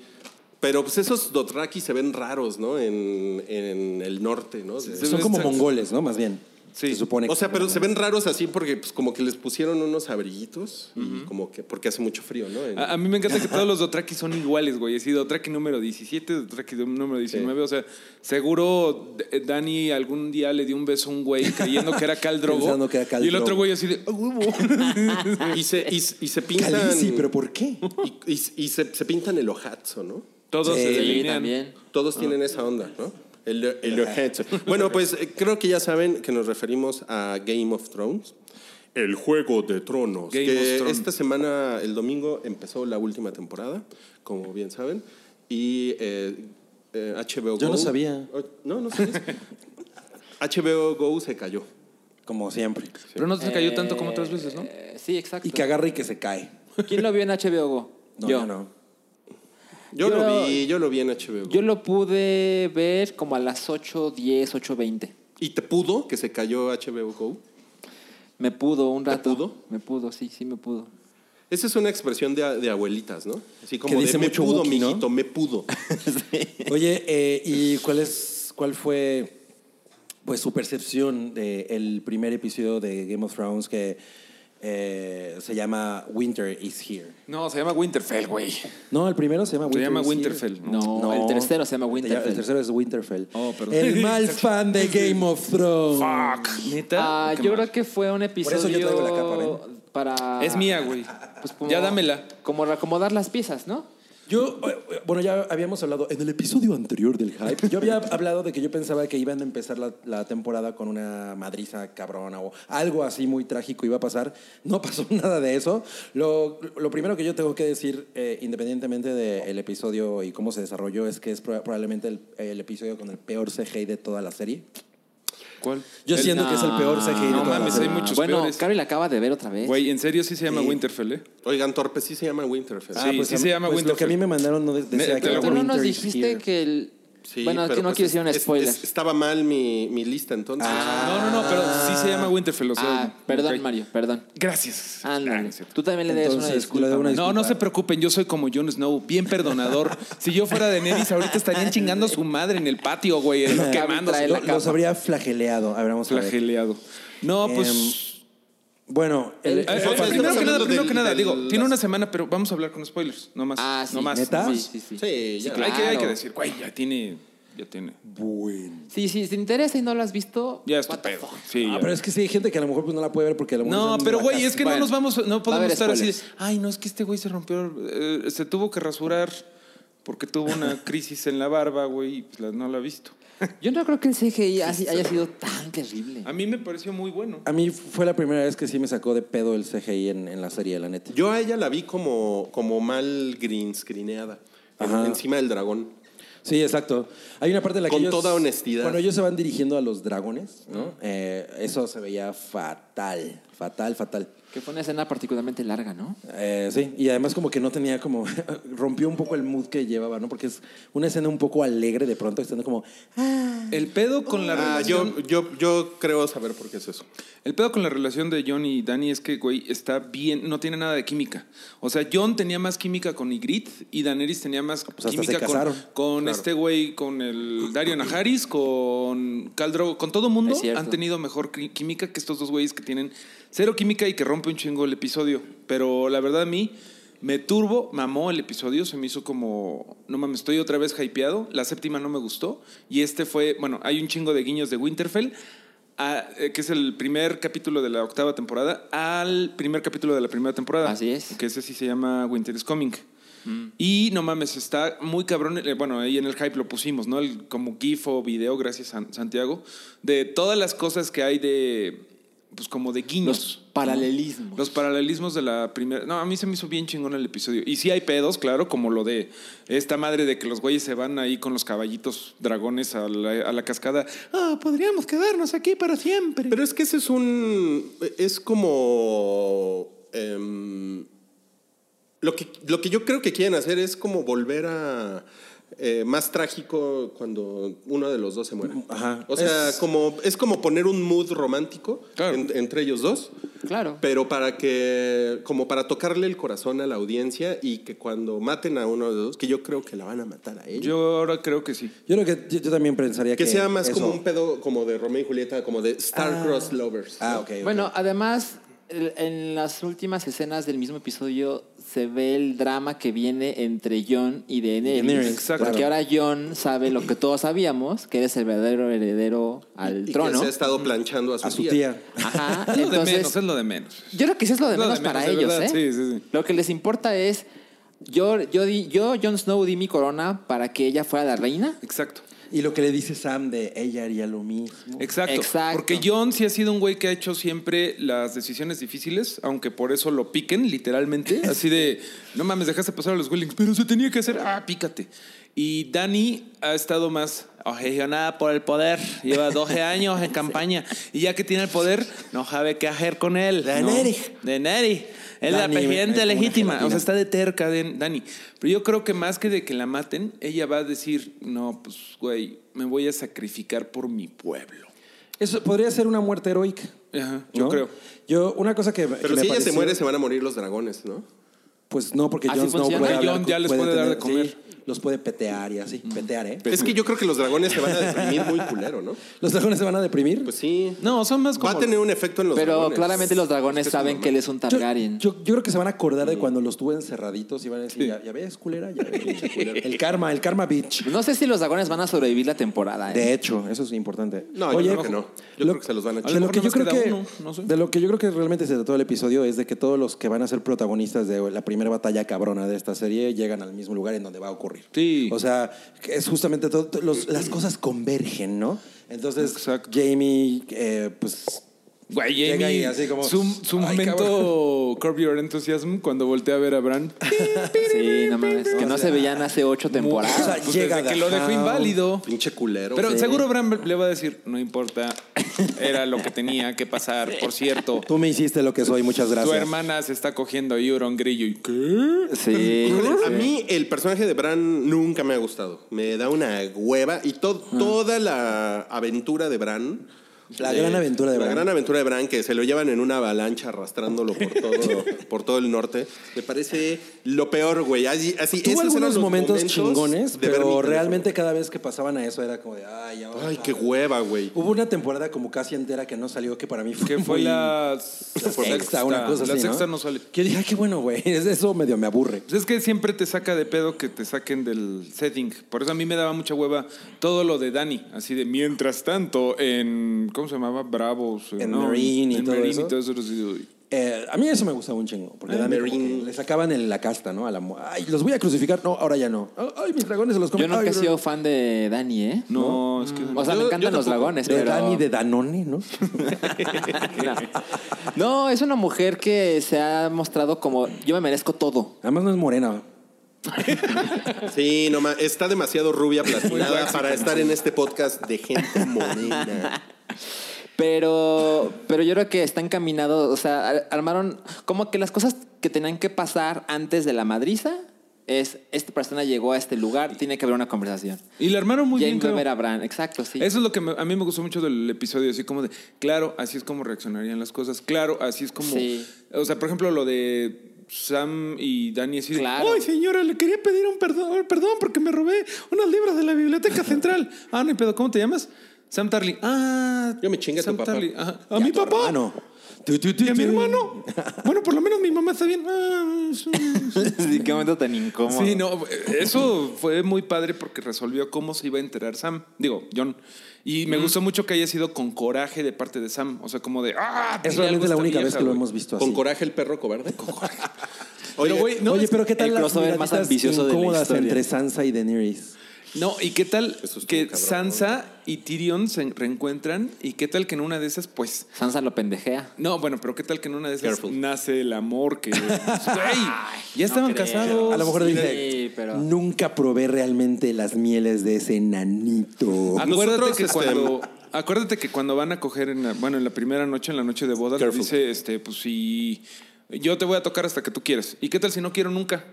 Speaker 3: Pero pues esos Dothraki se ven raros, ¿no? En, en el norte, ¿no? De-
Speaker 4: Son como
Speaker 5: Exacto.
Speaker 4: mongoles, ¿no? Más bien.
Speaker 5: Sí.
Speaker 4: Se supone.
Speaker 3: o sea, pero se ven raros así porque pues como que les pusieron unos abriguitos y como que porque hace mucho frío, ¿no? En-
Speaker 5: A, a mí me encanta que todos los Dothraki son iguales, güey. Así, Dothraki número 17, Dothraki dom- número 19. O sea, seguro D- Dani algún día le dio un beso a un güey creyendo que era Cal Drogo.
Speaker 4: Pensando que era Khal
Speaker 5: Y el otro
Speaker 4: Drogo.
Speaker 5: güey así de, "Ah, huevo".
Speaker 3: ah, y se y, se- y se pintan
Speaker 4: Calici, pero ¿por qué?
Speaker 3: y, y- y se, se pintan el ojazo, ¿no?
Speaker 5: Todos
Speaker 4: Sí,
Speaker 5: se
Speaker 2: Sí,
Speaker 5: delinean.
Speaker 2: también.
Speaker 3: Todos tienen esa onda, ¿no? El, el ojazo. Bueno, pues eh, creo que ya saben que nos referimos a Game of Thrones. El juego de tronos.
Speaker 5: Game
Speaker 3: que
Speaker 5: of Thrones.
Speaker 3: esta semana, el domingo, empezó la última temporada, como bien saben. Y eh, eh, HBO
Speaker 4: Yo
Speaker 3: Go.
Speaker 4: no sabía.
Speaker 3: Oh, No, no sabías. HBO Go se cayó.
Speaker 4: Como siempre.
Speaker 5: Pero no se cayó tanto como
Speaker 2: Eh,
Speaker 5: otras veces, ¿no?
Speaker 2: Sí, exacto.
Speaker 4: Y que agarra y que se cae.
Speaker 2: ¿Quién lo vio en HBO Go?
Speaker 4: No,
Speaker 2: yo.
Speaker 4: yo no.
Speaker 2: Yo-
Speaker 3: Yo, lo vi, yo lo vi en HBO Go.
Speaker 2: Yo lo pude ver como a las 8.10, 8.20.
Speaker 3: ¿Y te pudo que se cayó HBO Go?
Speaker 2: Me pudo un
Speaker 3: ¿Te
Speaker 2: rato.
Speaker 3: pudo?
Speaker 2: Me pudo, sí, sí me pudo.
Speaker 3: Esa es una expresión de, de abuelitas, ¿no? Así como
Speaker 4: Que
Speaker 3: de,
Speaker 4: dice
Speaker 3: me
Speaker 4: mucho
Speaker 3: pudo,
Speaker 4: Wookiee, ¿no?
Speaker 3: mijito, me pudo.
Speaker 4: Oye, eh, ¿y cuál es cuál fue pues su percepción del primer episodio de Game of Thrones que eh, se llama Winter is Here?
Speaker 5: No, se llama Winterfell, güey.
Speaker 4: No, el primero se llama Winter
Speaker 5: llama
Speaker 4: is Here.
Speaker 5: Winterfell, ¿no?
Speaker 2: No, el tercero se llama
Speaker 4: el te-
Speaker 2: Winterfell.
Speaker 4: El tercero es Winterfell.
Speaker 5: Oh, perdón.
Speaker 4: El mal fan de Game of Thrones.
Speaker 5: Fuck. Neta.
Speaker 2: Ah,
Speaker 5: Qué
Speaker 2: yo
Speaker 5: mal.
Speaker 2: creo que fue un episodio.
Speaker 4: eso yo traigo la capa, ven.
Speaker 2: Para.
Speaker 5: Es mía, güey.
Speaker 2: Pues como-
Speaker 5: Ya dámela.
Speaker 2: Como reacomodar las piezas, ¿no?
Speaker 4: Yo, eh, eh, bueno, ya habíamos hablado en el episodio anterior del hype. Yo había hablado de que yo pensaba que iban a empezar la, la temporada con una madriza cabrona o algo así muy trágico iba a pasar. No pasó nada de eso. Lo, lo primero que yo tengo que decir, eh, independientemente del episodio y cómo se desarrolló, es que es proba- probablemente el, el episodio con el peor CGI de toda la serie.
Speaker 5: ¿Cuál?
Speaker 4: Yo
Speaker 5: El-
Speaker 4: siento que es el peor
Speaker 2: No,
Speaker 4: CGI de
Speaker 5: no
Speaker 4: toda la
Speaker 5: mames,
Speaker 4: serie.
Speaker 5: hay muchos
Speaker 2: Bueno,
Speaker 5: peores.
Speaker 2: Carol la acaba de ver otra vez.
Speaker 5: Güey, en serio sí se llama Winterfell, ¿eh?
Speaker 3: Oigan, Torpe, sí se llama Winterfell.
Speaker 2: Ah,
Speaker 5: Sí, sí
Speaker 4: a-
Speaker 5: se llama
Speaker 4: pues Lo que a
Speaker 5: Winterfell.
Speaker 4: mí me mandaron no de- decía
Speaker 5: te
Speaker 4: que
Speaker 5: lo
Speaker 4: era
Speaker 5: juro.
Speaker 2: Tú no nos
Speaker 4: Winter is
Speaker 2: dijiste
Speaker 4: here.
Speaker 2: que el.
Speaker 3: Sí,
Speaker 2: bueno, es
Speaker 3: pero
Speaker 2: que no
Speaker 3: pues
Speaker 2: quiero
Speaker 3: es-
Speaker 2: decir un
Speaker 3: es-
Speaker 2: spoiler.
Speaker 3: es- estaba mal mi, mi lista entonces.
Speaker 5: No, no, no, pero sí se llama Winterfell. O sea,
Speaker 2: ah, perdón,
Speaker 5: ok.
Speaker 2: Mario, perdón.
Speaker 5: Gracias. Ah, no
Speaker 2: Ándale.
Speaker 5: es cierto.
Speaker 2: Tú también le des una
Speaker 4: Entonces,
Speaker 2: disculpa.
Speaker 4: le doy una
Speaker 2: güey.
Speaker 5: No, no se preocupen, yo soy como Jon Snow, bien perdonador. si yo fuera de Daenerys, ahorita estarían chingando a su madre en el patio, güey,
Speaker 2: trae
Speaker 5: quemándose,
Speaker 2: la
Speaker 4: Lo- los habría flageleado. A ver, vamos a ver.
Speaker 5: flageleado. No,
Speaker 2: Em, eh,
Speaker 5: pues...
Speaker 4: Bueno, el,
Speaker 5: eh, eh,
Speaker 3: eso pasa-
Speaker 5: primero
Speaker 3: estamos
Speaker 5: que nada,
Speaker 3: hablando
Speaker 5: primero
Speaker 3: del-
Speaker 5: que nada,
Speaker 3: del-
Speaker 5: digo, tiene una semana, pero vamos a hablar con spoilers, no más.
Speaker 2: Ah, sí.
Speaker 5: No más.
Speaker 4: ¿Neta?
Speaker 5: no más.
Speaker 2: Sí, sí, sí.
Speaker 3: Sí, ya.
Speaker 5: Hay, que, hay
Speaker 2: Claro.
Speaker 5: que decir, güey, ya tiene... Ya tiene.
Speaker 4: bueno.
Speaker 2: Sí, sí, si te interesa y no lo has visto.
Speaker 5: Ya es
Speaker 2: what
Speaker 5: tu
Speaker 2: the
Speaker 5: pedo.
Speaker 2: fuck.
Speaker 5: Sí,
Speaker 4: Ah,
Speaker 5: ya.
Speaker 4: pero es que sí hay gente que a lo mejor pues, no la puede ver porque a lo mejor
Speaker 5: No,
Speaker 4: están en
Speaker 5: pero
Speaker 4: la
Speaker 5: güey,
Speaker 4: casa.
Speaker 5: es que
Speaker 2: Bueno,
Speaker 5: no nos vamos, no
Speaker 2: va a
Speaker 5: podemos
Speaker 2: haber
Speaker 5: estar así de,
Speaker 2: spoilers.
Speaker 5: ay, no, es que este güey se rompió, eh, se tuvo que rasurar porque tuvo una crisis en la barba, güey, y pues la- no la ha visto.
Speaker 2: Yo no creo que el CGI así haya sido tan terrible.
Speaker 5: A mí me pareció muy bueno.
Speaker 4: A mí fue la primera vez que sí me sacó de pedo el CGI en, en la serie, la neta.
Speaker 3: Yo a ella la vi como, como mal green screeneada. en-
Speaker 4: Ajá.
Speaker 3: encima del dragón.
Speaker 4: Sí, exacto. Hay una parte en la
Speaker 3: Con
Speaker 4: que ellos-
Speaker 3: toda honestidad.
Speaker 4: Cuando ellos se van dirigiendo a los dragones, ¿no? Eh, eso se veía fatal, fatal, fatal.
Speaker 2: Que fue una escena particularmente larga, ¿no?
Speaker 4: Eh, sí, y además como que no tenía como... rompió un poco el mood que llevaba, ¿no? Porque es una escena un poco alegre de pronto, estando como... "Ah".
Speaker 5: El pedo con la
Speaker 3: Ah,
Speaker 5: relación.
Speaker 3: yo, yo, yo creo saber por qué es eso.
Speaker 5: El pedo con la relación de John y Dani es que, güey, está bien, no tiene nada de química. O sea, John tenía más química con Ygritte y Daenerys tenía más
Speaker 4: Ah, pues hasta
Speaker 5: química
Speaker 4: se
Speaker 5: con,
Speaker 4: casaron.
Speaker 5: con
Speaker 3: Claro.
Speaker 5: este güey, con el Dario Najaris, con Caldro, con todo mundo
Speaker 2: Es cierto.
Speaker 5: han tenido mejor qui- química que estos dos güeyes que tienen cero química y que rompe un chingo el episodio. Pero la verdad a mí me turbo, mamó el episodio, se me hizo como, no mames, estoy otra vez hypeado, la séptima no me gustó y este fue, bueno, hay un chingo de guiños de Winterfell. a- eh, que es el primer capítulo de la octava temporada, al primer capítulo de la primera temporada.
Speaker 2: Así es.
Speaker 5: Que ese sí se llama Winter is Coming. Y no mames, está muy cabrón. eh, Bueno, ahí en el hype lo pusimos, ¿no? El, como GIF o video, gracias San- Santiago, de todas las cosas que hay de. Pues como de guiños.
Speaker 2: Los paralelismos.
Speaker 5: Los paralelismos de la primera. No, a mí se me hizo bien chingón el episodio. Y sí hay pedos, claro, como lo de esta madre de que los güeyes se van ahí con los caballitos dragones a la, a la cascada. Ah, podríamos quedarnos aquí para siempre.
Speaker 3: Pero es que ese es un. Es como. em, lo, que, lo que yo creo que quieren hacer es como volver a. eh, más trágico cuando uno de los dos se muere.
Speaker 4: Ajá.
Speaker 3: O sea,
Speaker 4: Es-
Speaker 3: como, es como poner un mood romántico
Speaker 5: Claro.
Speaker 3: en- entre ellos dos.
Speaker 2: Claro.
Speaker 3: Pero para que, como para tocarle el corazón a la audiencia y que cuando maten a uno de los dos, que yo creo que la van a matar a ellos.
Speaker 5: Yo ahora creo que sí.
Speaker 4: Yo creo que yo, yo también pensaría que.
Speaker 3: que sea más
Speaker 4: eso.
Speaker 3: como un pedo como de Romeo y Julieta, como de Star-Crossed Lovers.
Speaker 4: Ah, ok. ok.
Speaker 2: Bueno, además, el- en las últimas escenas del mismo episodio se ve el drama que viene entre John y Daenerys.
Speaker 4: Daenerys,
Speaker 5: Exacto.
Speaker 2: Porque ahora John sabe lo que todos sabíamos, que eres el verdadero heredero al
Speaker 3: Y
Speaker 2: trono.
Speaker 3: que se ha estado planchando a su,
Speaker 4: a su tía.
Speaker 2: Ajá,
Speaker 5: Es lo de menos,
Speaker 2: entonces...
Speaker 5: es lo de menos.
Speaker 2: Yo creo que sí es lo de
Speaker 5: Es lo de
Speaker 2: menos
Speaker 5: menos,
Speaker 2: para
Speaker 5: de
Speaker 2: ellos,
Speaker 5: verdad,
Speaker 2: ¿eh?
Speaker 5: sí, sí, sí.
Speaker 2: Lo que les importa es... Yo, yo, di- yo, Jon Snow, di mi corona para que ella fuera la reina.
Speaker 5: Exacto.
Speaker 4: Y lo que le dice Sam de ella haría lo mismo.
Speaker 5: Exacto.
Speaker 2: Exacto.
Speaker 5: Porque John sí ha sido un güey que ha hecho siempre las decisiones difíciles, aunque por eso lo piquen, literalmente. Así de, no mames, dejaste pasar a los Willings, pero se tenía que hacer, ah, pícate. Y Dani ha estado más objecionada por el poder. Lleva 12 años en campaña. Y ya que tiene el poder, no sabe qué hacer con él.
Speaker 4: Daenerys.
Speaker 5: ¿no? Daenerys. Es la
Speaker 4: Dani, es
Speaker 5: presidenta
Speaker 4: como una
Speaker 5: legítima. O
Speaker 4: gelatina.
Speaker 5: sea, está de terca, de- Dani. Pero yo creo que más que de que la maten, ella va a decir, no, pues, güey, me voy a sacrificar por mi pueblo.
Speaker 4: Eso podría ser una muerte heroica.
Speaker 5: Ajá, yo
Speaker 4: ¿no?
Speaker 5: creo.
Speaker 4: Yo, una cosa que. que
Speaker 3: Pero
Speaker 4: me
Speaker 3: si ella se
Speaker 4: pareció-
Speaker 3: muere, se van a morir los dragones, ¿no?
Speaker 4: Pues no, porque
Speaker 2: Así
Speaker 4: Jon Snow
Speaker 2: funciona.
Speaker 4: puede
Speaker 5: Ah,
Speaker 4: hablar
Speaker 5: Jon
Speaker 4: con-
Speaker 5: ya les puede dar de comer.
Speaker 4: sí, los puede petear y así. Petear, ¿eh?
Speaker 3: Es que yo creo que los dragones se van a deprimir muy culero, ¿no?
Speaker 4: ¿Los dragones se van a deprimir?
Speaker 3: Pues sí.
Speaker 5: No, son más
Speaker 3: Va
Speaker 5: como...
Speaker 3: a tener un efecto en los
Speaker 2: Pero
Speaker 3: dragones.
Speaker 2: claramente los dragones
Speaker 3: Es que es
Speaker 2: saben
Speaker 3: normal.
Speaker 2: que él es un
Speaker 4: yo,
Speaker 2: Targaryen.
Speaker 4: yo- yo creo que se van a acordar de cuando los tuve encerraditos y van a decir, ¿Ya, ya ves, culera, ya ves, pinche culera". El karma, el karma bitch.
Speaker 2: No sé si los dragones van a sobrevivir la temporada. ¿eh?
Speaker 4: De hecho, eso es importante.
Speaker 3: No, yo creo que no. Yo creo que se los van a
Speaker 4: de
Speaker 3: echar.
Speaker 4: lo que
Speaker 5: A lo
Speaker 4: yo
Speaker 5: mejor
Speaker 4: creo
Speaker 5: nomás
Speaker 4: que
Speaker 5: queda uno, no sé.
Speaker 4: De lo que yo creo que realmente se trató el episodio es de que todos los que van a ser protagonistas de la primera batalla cabrona de esta serie llegan al mismo lugar en donde va a ocurrir.
Speaker 5: Sí.
Speaker 4: O sea, que es justamente todo, to- los- las cosas convergen, ¿no? Entonces,
Speaker 5: Exacto.
Speaker 4: Jamie, eh, pues
Speaker 5: Güey,
Speaker 4: Llega
Speaker 5: Jamie,
Speaker 4: y así como,
Speaker 5: su, su
Speaker 4: "Ay,
Speaker 5: momento Curb Your Enthusiasm cuando voltea a ver a Bran.
Speaker 2: Sí, no mames. Que no se veían hace ocho
Speaker 4: O sea,
Speaker 2: temporadas.
Speaker 5: Pues
Speaker 4: llega
Speaker 5: desde
Speaker 4: The
Speaker 5: que lo dejó
Speaker 4: Hound.
Speaker 5: inválido.
Speaker 3: Pinche culero.
Speaker 5: Pero
Speaker 3: Sí.
Speaker 5: seguro Bran le va a decir, no importa, era lo que tenía que pasar. Por cierto,
Speaker 4: tú me hiciste lo que soy, muchas gracias.
Speaker 5: tu hermana se está cogiendo a Euron Grillo. ¿Y qué?
Speaker 2: Sí.
Speaker 3: Híjole, a
Speaker 2: sí.
Speaker 3: mí el personaje de Bran nunca me ha gustado. Me da una hueva y to- toda la aventura de Bran.
Speaker 4: La
Speaker 3: de-
Speaker 4: gran aventura de
Speaker 3: La
Speaker 4: Bran.
Speaker 3: gran aventura de Bran que se lo llevan en una avalancha arrastrándolo por todo, por todo el norte. Me parece lo peor, güey. Así, así,
Speaker 4: Tuvo
Speaker 3: esos eran
Speaker 4: algunos
Speaker 3: los
Speaker 4: momentos, chingones,
Speaker 3: de ver mi
Speaker 4: pero
Speaker 3: teléfono.
Speaker 4: realmente cada vez que pasaban a eso era como de, ay, ahora-
Speaker 3: Ay, qué hueva, güey.
Speaker 4: Hubo una temporada como casi entera que no salió, que para mí fue
Speaker 5: Que fue
Speaker 4: muy-
Speaker 5: la,
Speaker 4: la sexta, una cosa
Speaker 5: La
Speaker 4: así,
Speaker 5: sexta
Speaker 4: ¿no?
Speaker 5: no sale.
Speaker 4: Que dije, ay, qué bueno, güey. Es- Eso medio me aburre.
Speaker 5: Pues es que siempre te saca de pedo que te saquen del setting. Por eso a mí me daba mucha hueva todo lo de Dani. Así de, mientras tanto, en. ¿Cómo se llamaba? Bravos.
Speaker 4: En Marine y todo eso.
Speaker 5: era así de, uy.
Speaker 4: Eh, a mí eso me gustaba un chingo. Porque
Speaker 2: Ah,
Speaker 3: Ay,
Speaker 4: Dani como
Speaker 3: Marine.
Speaker 4: que le sacaban el- la casta, ¿no? A la, mu- ay, los voy a crucificar. No, ahora ya no. Ay, mis dragones se los
Speaker 2: Yo
Speaker 4: comen.
Speaker 2: nunca
Speaker 4: Ay,
Speaker 2: he sido fan de Dani, ¿eh?
Speaker 5: No, es que.
Speaker 4: Mm.
Speaker 2: O sea,
Speaker 3: Yo-
Speaker 2: me
Speaker 3: yo
Speaker 2: encantan los
Speaker 3: tampoco.
Speaker 2: dragones,
Speaker 4: De
Speaker 2: pero...
Speaker 4: Dani, de Danone, ¿no?
Speaker 2: No. No, es una mujer que se ha mostrado como... Yo me merezco todo.
Speaker 4: Además no es morena.
Speaker 3: Sí, no ma- está demasiado rubia platinada para estar en este podcast de gente morena.
Speaker 2: Pero, pero yo creo que está encaminado, o sea, ar- armaron como que las cosas que tenían que pasar antes de la madriza es, esta persona llegó a este lugar, tiene que haber una conversación.
Speaker 5: Y la armaron muy
Speaker 2: ya
Speaker 5: bien.
Speaker 2: iba a
Speaker 5: creo.
Speaker 2: ver a Bran, exacto, sí.
Speaker 5: Eso es lo que me- a mí me gustó mucho del episodio, así como de, claro, así es como reaccionarían las cosas, claro, así es como,
Speaker 2: Sí.
Speaker 5: o sea, por ejemplo, lo de Sam y Dani así, de,
Speaker 2: Claro.
Speaker 5: ay señora, le quería pedir un perdón, perdón porque me robé unas libras de la biblioteca central. Ah, no, hay pedo, ¿cómo te llamas? Sam Tarly. Ah,
Speaker 3: Yo me chingue a tu
Speaker 5: Sam
Speaker 3: papá.
Speaker 5: Tarly. Ajá. A,
Speaker 4: Y
Speaker 5: mi
Speaker 4: tu
Speaker 5: papá.
Speaker 4: hermano. Tu, tu, tu,
Speaker 5: Y a mi
Speaker 4: tu.
Speaker 5: hermano. Bueno, por lo menos mi mamá está bien. Ah, es un-
Speaker 2: sí, qué momento tan incómodo.
Speaker 5: Sí, no, eh, eso fue muy padre porque resolvió cómo se iba a enterar Sam, digo, John. Y me gustó mucho que haya sido con coraje de parte de Sam, o sea, como de, ah,
Speaker 4: Es
Speaker 5: dile algo
Speaker 4: realmente la
Speaker 5: a esta
Speaker 4: única vez
Speaker 5: vieja,
Speaker 4: que lo
Speaker 5: güey".
Speaker 4: hemos visto así.
Speaker 3: Con coraje el perro cobarde. Con coraje.
Speaker 5: Pero, güey, no,
Speaker 4: Oye,
Speaker 5: es-
Speaker 4: pero ¿qué tal
Speaker 2: el
Speaker 4: las
Speaker 2: crossover más
Speaker 4: miraditas
Speaker 2: ambicioso de la
Speaker 4: incómodas
Speaker 2: historia?
Speaker 4: entre Sansa y Daenerys?
Speaker 5: No, ¿y qué tal
Speaker 3: Eso estuvo
Speaker 5: que
Speaker 3: cabrón,
Speaker 5: Sansa y Tyrion se reencuentran? ¿Y qué tal que en una de esas, pues...
Speaker 2: Sansa lo pendejea.
Speaker 5: No, bueno, pero ¿qué tal que en una de esas
Speaker 3: Careful.
Speaker 5: nace el amor que... Güey, ya estaban
Speaker 2: creo.
Speaker 5: casados.
Speaker 4: A lo mejor
Speaker 2: Sí,
Speaker 4: dice,
Speaker 2: pero-
Speaker 4: nunca probé realmente las mieles de ese nanito.
Speaker 5: Acuérdate
Speaker 3: Nosotros,
Speaker 5: que
Speaker 3: este,
Speaker 5: cuando acuérdate que cuando van a coger en la, bueno, en la primera noche, en la noche de boda, les
Speaker 3: Careful.
Speaker 5: dice este, pues si yo te voy a tocar hasta que tú quieras. ¿Y qué tal si no quiero nunca?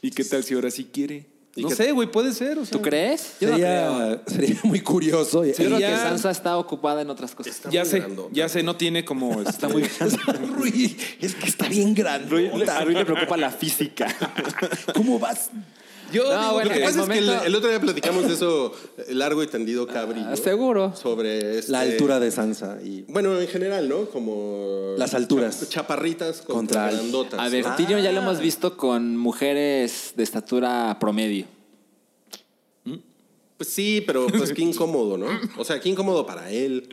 Speaker 5: ¿Y qué tal si ahora sí quiere?
Speaker 3: ¿Y
Speaker 5: No
Speaker 3: qué-
Speaker 5: sé, güey, puede ser. o sea.
Speaker 2: ¿Tú crees?
Speaker 5: Yo no
Speaker 4: Sería, sería muy curioso.
Speaker 2: Yo creo
Speaker 5: ya-
Speaker 2: que Sansa está ocupada en otras cosas.
Speaker 3: Está
Speaker 5: Ya
Speaker 3: muy
Speaker 5: sé,
Speaker 3: grandota.
Speaker 5: ya sé, no tiene como. este, Está muy.
Speaker 4: Rui, es que está bien grande.
Speaker 2: A Rui le preocupa la física.
Speaker 4: ¿Cómo vas?
Speaker 5: Yo
Speaker 2: No,
Speaker 5: digo
Speaker 2: bueno,
Speaker 5: que-
Speaker 3: Lo que pasa
Speaker 2: el
Speaker 3: Pues es que
Speaker 2: momento-
Speaker 3: el, el otro día platicamos de eso eh, largo y tendido cabrillo.
Speaker 2: Ah, seguro.
Speaker 3: Sobre este-
Speaker 4: La altura de Sansa y
Speaker 3: Bueno, en general, ¿no? Como.
Speaker 4: Las alturas.
Speaker 3: Chaparritas contra,
Speaker 4: Contra el-
Speaker 3: grandotas. Ah,
Speaker 2: A ver,
Speaker 3: ¿no?
Speaker 2: Tyrion ya lo hemos visto con mujeres de estatura promedio.
Speaker 3: Pues sí, pero pues qué incómodo, ¿no? O sea, qué incómodo para él.